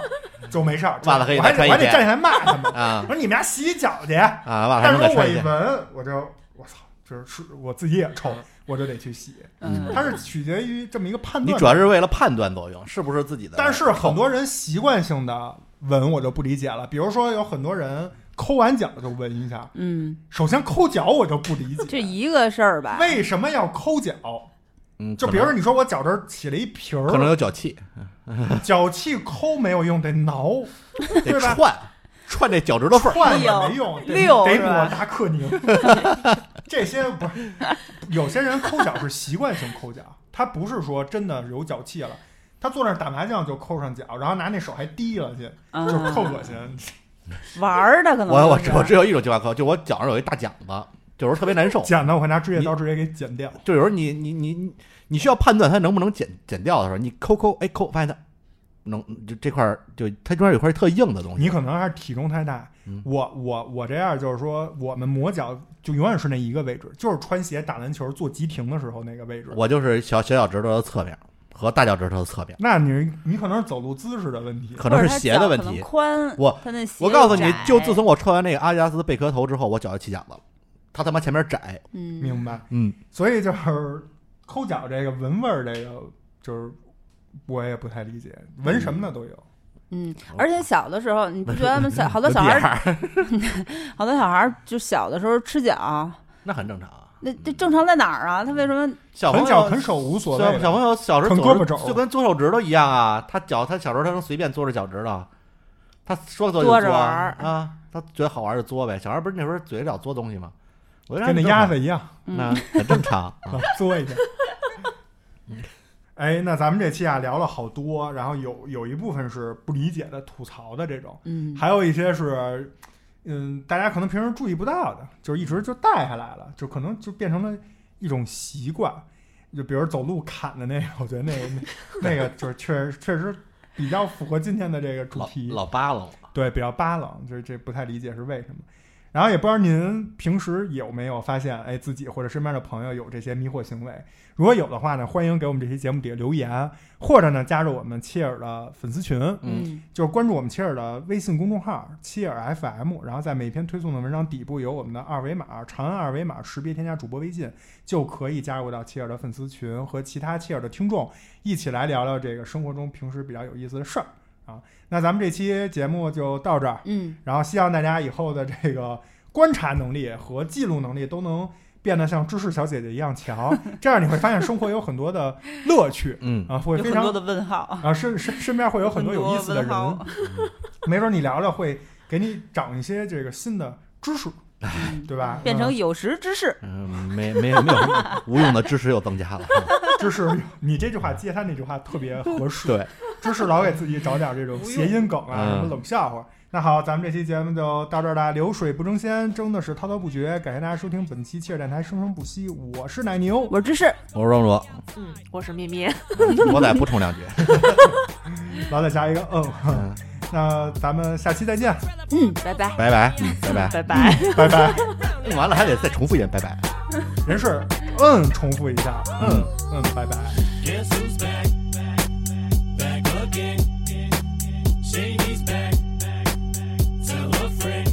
[SPEAKER 1] 就没事儿。
[SPEAKER 2] 袜子可以
[SPEAKER 1] 我还
[SPEAKER 2] 再
[SPEAKER 1] 得
[SPEAKER 2] 穿一
[SPEAKER 1] 我还得
[SPEAKER 2] 遍
[SPEAKER 1] 站起来骂他们，
[SPEAKER 2] 啊
[SPEAKER 1] 我说你们家洗洗脚去。
[SPEAKER 2] 啊，袜子还
[SPEAKER 1] 但
[SPEAKER 2] 能
[SPEAKER 1] 如
[SPEAKER 2] 再
[SPEAKER 1] 果我
[SPEAKER 2] 穿一
[SPEAKER 1] 一
[SPEAKER 2] 遍。
[SPEAKER 1] 闻，我就我操，就是是我自己也臭，我就得去洗。
[SPEAKER 3] 嗯
[SPEAKER 1] 它是取决于这么一个判
[SPEAKER 2] 你
[SPEAKER 1] 断。
[SPEAKER 2] 主要是为了判断作用，是不是自己的臭？
[SPEAKER 1] 但是很多人习惯性的闻，我就不理解了。比如说有很多人抠完脚就闻一下，
[SPEAKER 3] 嗯，
[SPEAKER 1] 首先抠脚我就不理
[SPEAKER 3] 这
[SPEAKER 1] 解，
[SPEAKER 3] 一个事儿吧，
[SPEAKER 1] 为什么要抠脚？
[SPEAKER 2] 嗯，
[SPEAKER 1] 就
[SPEAKER 2] 可
[SPEAKER 1] 比如
[SPEAKER 2] 能
[SPEAKER 1] 说你说我脚这儿起了一皮
[SPEAKER 2] 可能
[SPEAKER 1] 儿，
[SPEAKER 2] 有脚气，
[SPEAKER 1] 脚气抠没有用，得挠，
[SPEAKER 2] 得
[SPEAKER 1] 对吧
[SPEAKER 2] 串。串这脚趾头缝儿，
[SPEAKER 1] 换也没用，得
[SPEAKER 3] 六
[SPEAKER 1] 得
[SPEAKER 3] 是吧
[SPEAKER 1] 抹大克宁。 <laughs> 这些不是有些人抠脚是习惯性抠脚，他不是说真的有脚气了，他坐那儿打麻将就抠上脚，然后拿那手还滴了去，
[SPEAKER 3] 嗯
[SPEAKER 1] 就是特恶心。
[SPEAKER 3] 玩儿的可能
[SPEAKER 2] 我我
[SPEAKER 3] 就是
[SPEAKER 2] 我只有一种情况抠，就我脚上有一大茧子，有时候特别难受。
[SPEAKER 1] 剪的我会拿指甲刀直接给剪掉。
[SPEAKER 2] 就有时候你你你你你需要判断它能不能剪剪掉的时候，你抠抠哎抠，发现它能就这块儿就它中间有一块特硬的东西
[SPEAKER 1] 你，可能还是体重太大。
[SPEAKER 2] 嗯
[SPEAKER 1] 我我我这样就是说，我们磨脚就永远是那一个位置，就是穿鞋打篮球做急停的时候那个位置。
[SPEAKER 2] 我就是小小脚趾头的侧面和大脚趾头的侧面，
[SPEAKER 1] 那你你可能是走路姿势的问题。
[SPEAKER 2] 可能
[SPEAKER 3] 或
[SPEAKER 2] 是
[SPEAKER 3] 者他
[SPEAKER 2] 鞋的
[SPEAKER 3] 脚
[SPEAKER 2] 问
[SPEAKER 3] 可能
[SPEAKER 2] 题。
[SPEAKER 3] 宽，
[SPEAKER 2] 我
[SPEAKER 3] 他那鞋
[SPEAKER 2] 我告诉你
[SPEAKER 3] 窄，
[SPEAKER 2] 就自从我穿完那个阿迪达斯贝壳头之后，我脚就起茧子了。它他妈前面窄，
[SPEAKER 3] 嗯
[SPEAKER 1] 明白，
[SPEAKER 2] 嗯，
[SPEAKER 1] 所以就是抠脚这个闻味儿这个，就是我也不太理解，闻什么的都有。
[SPEAKER 3] 嗯，而且小的时候，你不觉得他
[SPEAKER 2] <laughs>
[SPEAKER 3] 们小好多小孩
[SPEAKER 2] 有点
[SPEAKER 3] 儿，
[SPEAKER 2] 儿
[SPEAKER 3] <laughs> 好多小孩儿就小的时候吃脚，
[SPEAKER 2] 那很正常啊。
[SPEAKER 3] 那这正常在哪儿啊？他为什么
[SPEAKER 2] 嗯小朋
[SPEAKER 1] 啃
[SPEAKER 2] 友
[SPEAKER 1] 脚啃手无所
[SPEAKER 2] 小
[SPEAKER 1] 谓，
[SPEAKER 2] 小朋友小时候
[SPEAKER 1] 啃
[SPEAKER 2] 左
[SPEAKER 1] 胳膊肘
[SPEAKER 2] 就跟嘬手指头一样啊，他脚他小时候他能随便嘬着脚趾头，他说嘬就
[SPEAKER 3] 嘬
[SPEAKER 2] 嘬
[SPEAKER 3] 着玩儿
[SPEAKER 2] 啊，他觉得好玩就嘬呗。小孩不是那时候嘴里老嘬东西吗？我就
[SPEAKER 1] 跟那鸭子一样，
[SPEAKER 2] 那很正常
[SPEAKER 1] <laughs>
[SPEAKER 2] 啊。
[SPEAKER 1] 嘬一下。哎，那咱们这期啊聊了好多，然后有有一部分是不理解的、吐槽的这种，
[SPEAKER 3] 嗯
[SPEAKER 1] 还有一些是，嗯，大家可能平时注意不到的，就是一直就带下来了，就可能就变成了一种习惯。就比如走路砍的那个，我觉得那个那那个就是确实确实比较符合今天的这个主
[SPEAKER 2] 老
[SPEAKER 1] 题，
[SPEAKER 2] 老扒拉我，
[SPEAKER 1] 对，比较巴冷，就是这不太理解是为什么。然后也不知道您平时有没有发现，哎，自己或者身边的朋友有这些迷惑行为。如果有的话呢，欢迎给我们这期节目底下留言，或者呢加入我们切尔的粉丝群。
[SPEAKER 3] 嗯
[SPEAKER 1] 就是关注我们切尔的微信公众号“切尔 FM”，然后在每篇推送的文章底部有我们的二维码，长按二维码识别添加主播微信，就可以加入到切尔的粉丝群，和其他切尔的听众一起来聊聊这个生活中平时比较有意思的事儿啊。那咱们这期节目就到这儿，
[SPEAKER 3] 嗯
[SPEAKER 1] 然后希望大家以后的这个观察能力和记录能力都能变得像知识小姐姐一样
[SPEAKER 3] <laughs>
[SPEAKER 1] 强，这样你会发现生活有很多的乐趣
[SPEAKER 2] 嗯，
[SPEAKER 1] 啊，会
[SPEAKER 3] 有
[SPEAKER 1] 非
[SPEAKER 3] 很
[SPEAKER 1] 常
[SPEAKER 3] 多的问号，
[SPEAKER 1] 啊，身身身边会有很多有意思的
[SPEAKER 3] 很多
[SPEAKER 1] 人嗯
[SPEAKER 3] 问，号
[SPEAKER 1] 没准你聊聊会给你长一些这个新的知识，
[SPEAKER 2] 哎
[SPEAKER 1] 对吧？
[SPEAKER 3] 变成有识之士，
[SPEAKER 2] 嗯，没没有没有无用的知识又增加
[SPEAKER 1] <laughs>
[SPEAKER 2] 了。
[SPEAKER 1] 嗯知识，你这句话接他那句话特别合
[SPEAKER 3] <laughs>
[SPEAKER 1] 适。
[SPEAKER 2] 对，
[SPEAKER 1] 知识老给自己找点这种谐音梗啊，
[SPEAKER 2] 嗯
[SPEAKER 1] 什么冷笑话。那好，咱们这期节目就到这儿了。流水不争先，争的是滔滔不绝。感谢大家收听本期切尔电台，生生不息。我是奶牛，
[SPEAKER 3] 我是之士。
[SPEAKER 2] 我说庄主，
[SPEAKER 1] <laughs>
[SPEAKER 4] 嗯，我是咩咩，
[SPEAKER 2] 我再补充两句，
[SPEAKER 1] 然后再加一个嗯。
[SPEAKER 2] 嗯
[SPEAKER 1] 那咱们下期再见，
[SPEAKER 3] 嗯，拜拜。
[SPEAKER 2] 拜拜，嗯，拜拜。
[SPEAKER 4] 拜拜。
[SPEAKER 1] 拜拜。
[SPEAKER 2] <laughs> 嗯完了还得再重复一遍，拜拜。
[SPEAKER 1] 人事，嗯，重复一下，嗯嗯，拜拜。
[SPEAKER 7] Guess who's back? Back again. Shady's back. Tell a friend.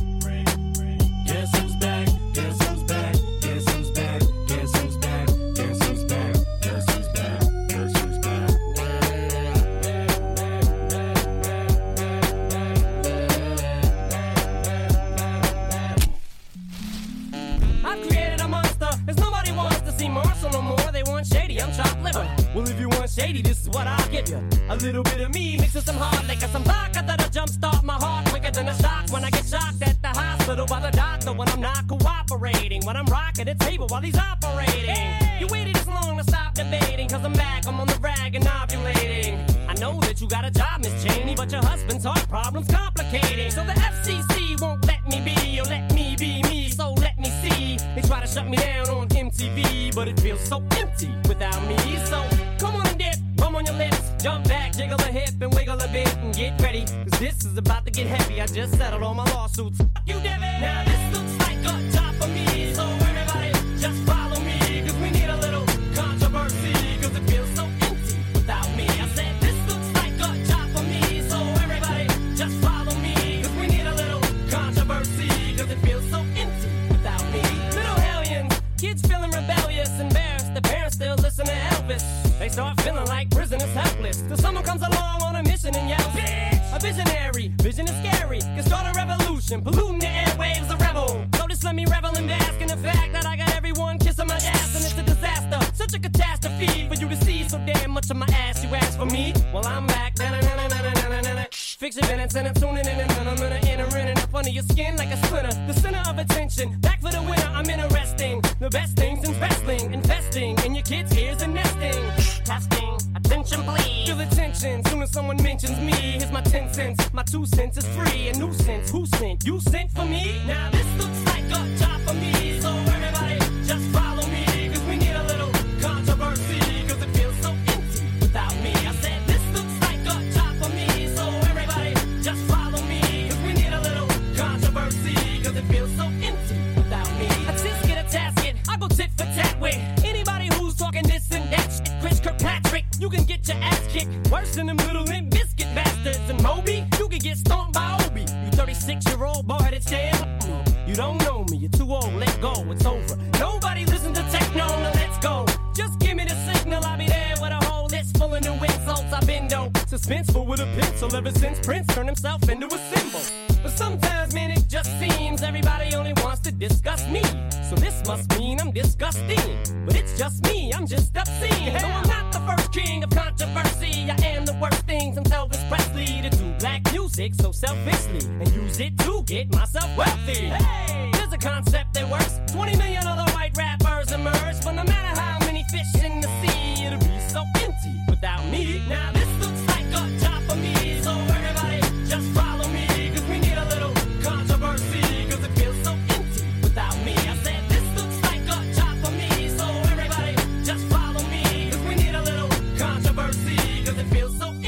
[SPEAKER 7] Guess who's back? Guess who's back? Guess who's back? Guess who's back? Guess who's back? Guess who's back? Guess who's back?
[SPEAKER 5] I created a monster, cause nobody wants to see Marshall no more. They want shady, I'm chopped liver. Well, if you want shady, this is what I'll give you. A little bit of me mixed with some hard liquor, some vodka that'll jumpstart my heart quicker than a shock when I get shocked at the hospital by the doctor when I'm not cooperating. When I'm rocking the table while he's operating. You waited this long to stop debating, cause I'm back, I'm on the rag and ovulating. I know that you got a job, Miss Cheney, but your husband's heart problem's complicating. So the FCC won't let me be, or let me be me, so let me see. They try to shut me down on MTV, but it feels so empty without me. So come on and dip, bum on your lips, jump back, jiggle a hip, and wiggle a bit, and get ready. Cause this is about to get heavy. I just settled all my lawsuits. Fuck You Devin! Now this looks like a job for me, so everybody just follow me, cause we need a little controversy, cause it feels so empty without me. I said this looks like a job for me, so everybody just follow me, cause we need a little controversy, cause it feels so empty without me. Little hellions, kids feeling rebellious, embarrassed, the parents still listen to Elvis. They start feeling like prisoners helpless, till someone comes along on a mission and yells, Bitch! A visionary, vision is scary, can start a revolution, polluting the airwaves, a rebel. So just let me revel and bask in the fact that I got everyone kissing my ass, and it's a disaster, such a catastrophe for you to see so damn much of my ass. You ask for me, well I'm back. Na-na-na-na-na-na-na-na. Fiction minutes and I'm tuning in and then I'm gonna enter in and up under your skin like a splinter. The center of attention, back for the winner, I'm interesting. The best things in wrestling, investing in your kids' ears and nesting. Testing, attention please. Feel the tension, soon as someone mentions me, here's my 10 cents. My two cents is free, a nuisance. Who sent? You sent for me? Now this looks like a job for me, so everybody just follow me, cause we need a little controversy, cause it feels so empty without me. I said this looks like a job for me, so everybody just follow me, cause we need a little controversy, cause it feels so empty without me. I just get a tasket, I go tit for tat with anybody who's talking this and that shit. Chris Kirkpatrick, you can get your ass kicked worse than them little limp biscuit bastards. And Moby, you can get stomped by Obi. You 36 year old boy that's dead. You don't know me, you're too old, let go, it's over. Nobody listen to techno, now let's go. Just give me the signal, I'll be there with a whole list full of new insults. I've been no suspenseful with a pencil ever since Prince turned himself into a symbol. But sometimes, man, it just seems everybody only wants to discuss me. So this must mean I'm disgusting. But it's just me, I'm just obscene. No, I'm not the first king of controversy. I am the worst thing since Elvis Presley to do black music so selfishly and use it to get myself wealthy. Hey, there's a concept that works. 20 million other white rappers emerge, but no matter how many fish in the sea, it'll be so empty without me. Now this looks like a job for me, so everybody just follow me, cause we need a little controversy, cause it feels so empty without me. I said this looks like a job for me, so everybody just follow me, cause we need a little controversy, cause it feels so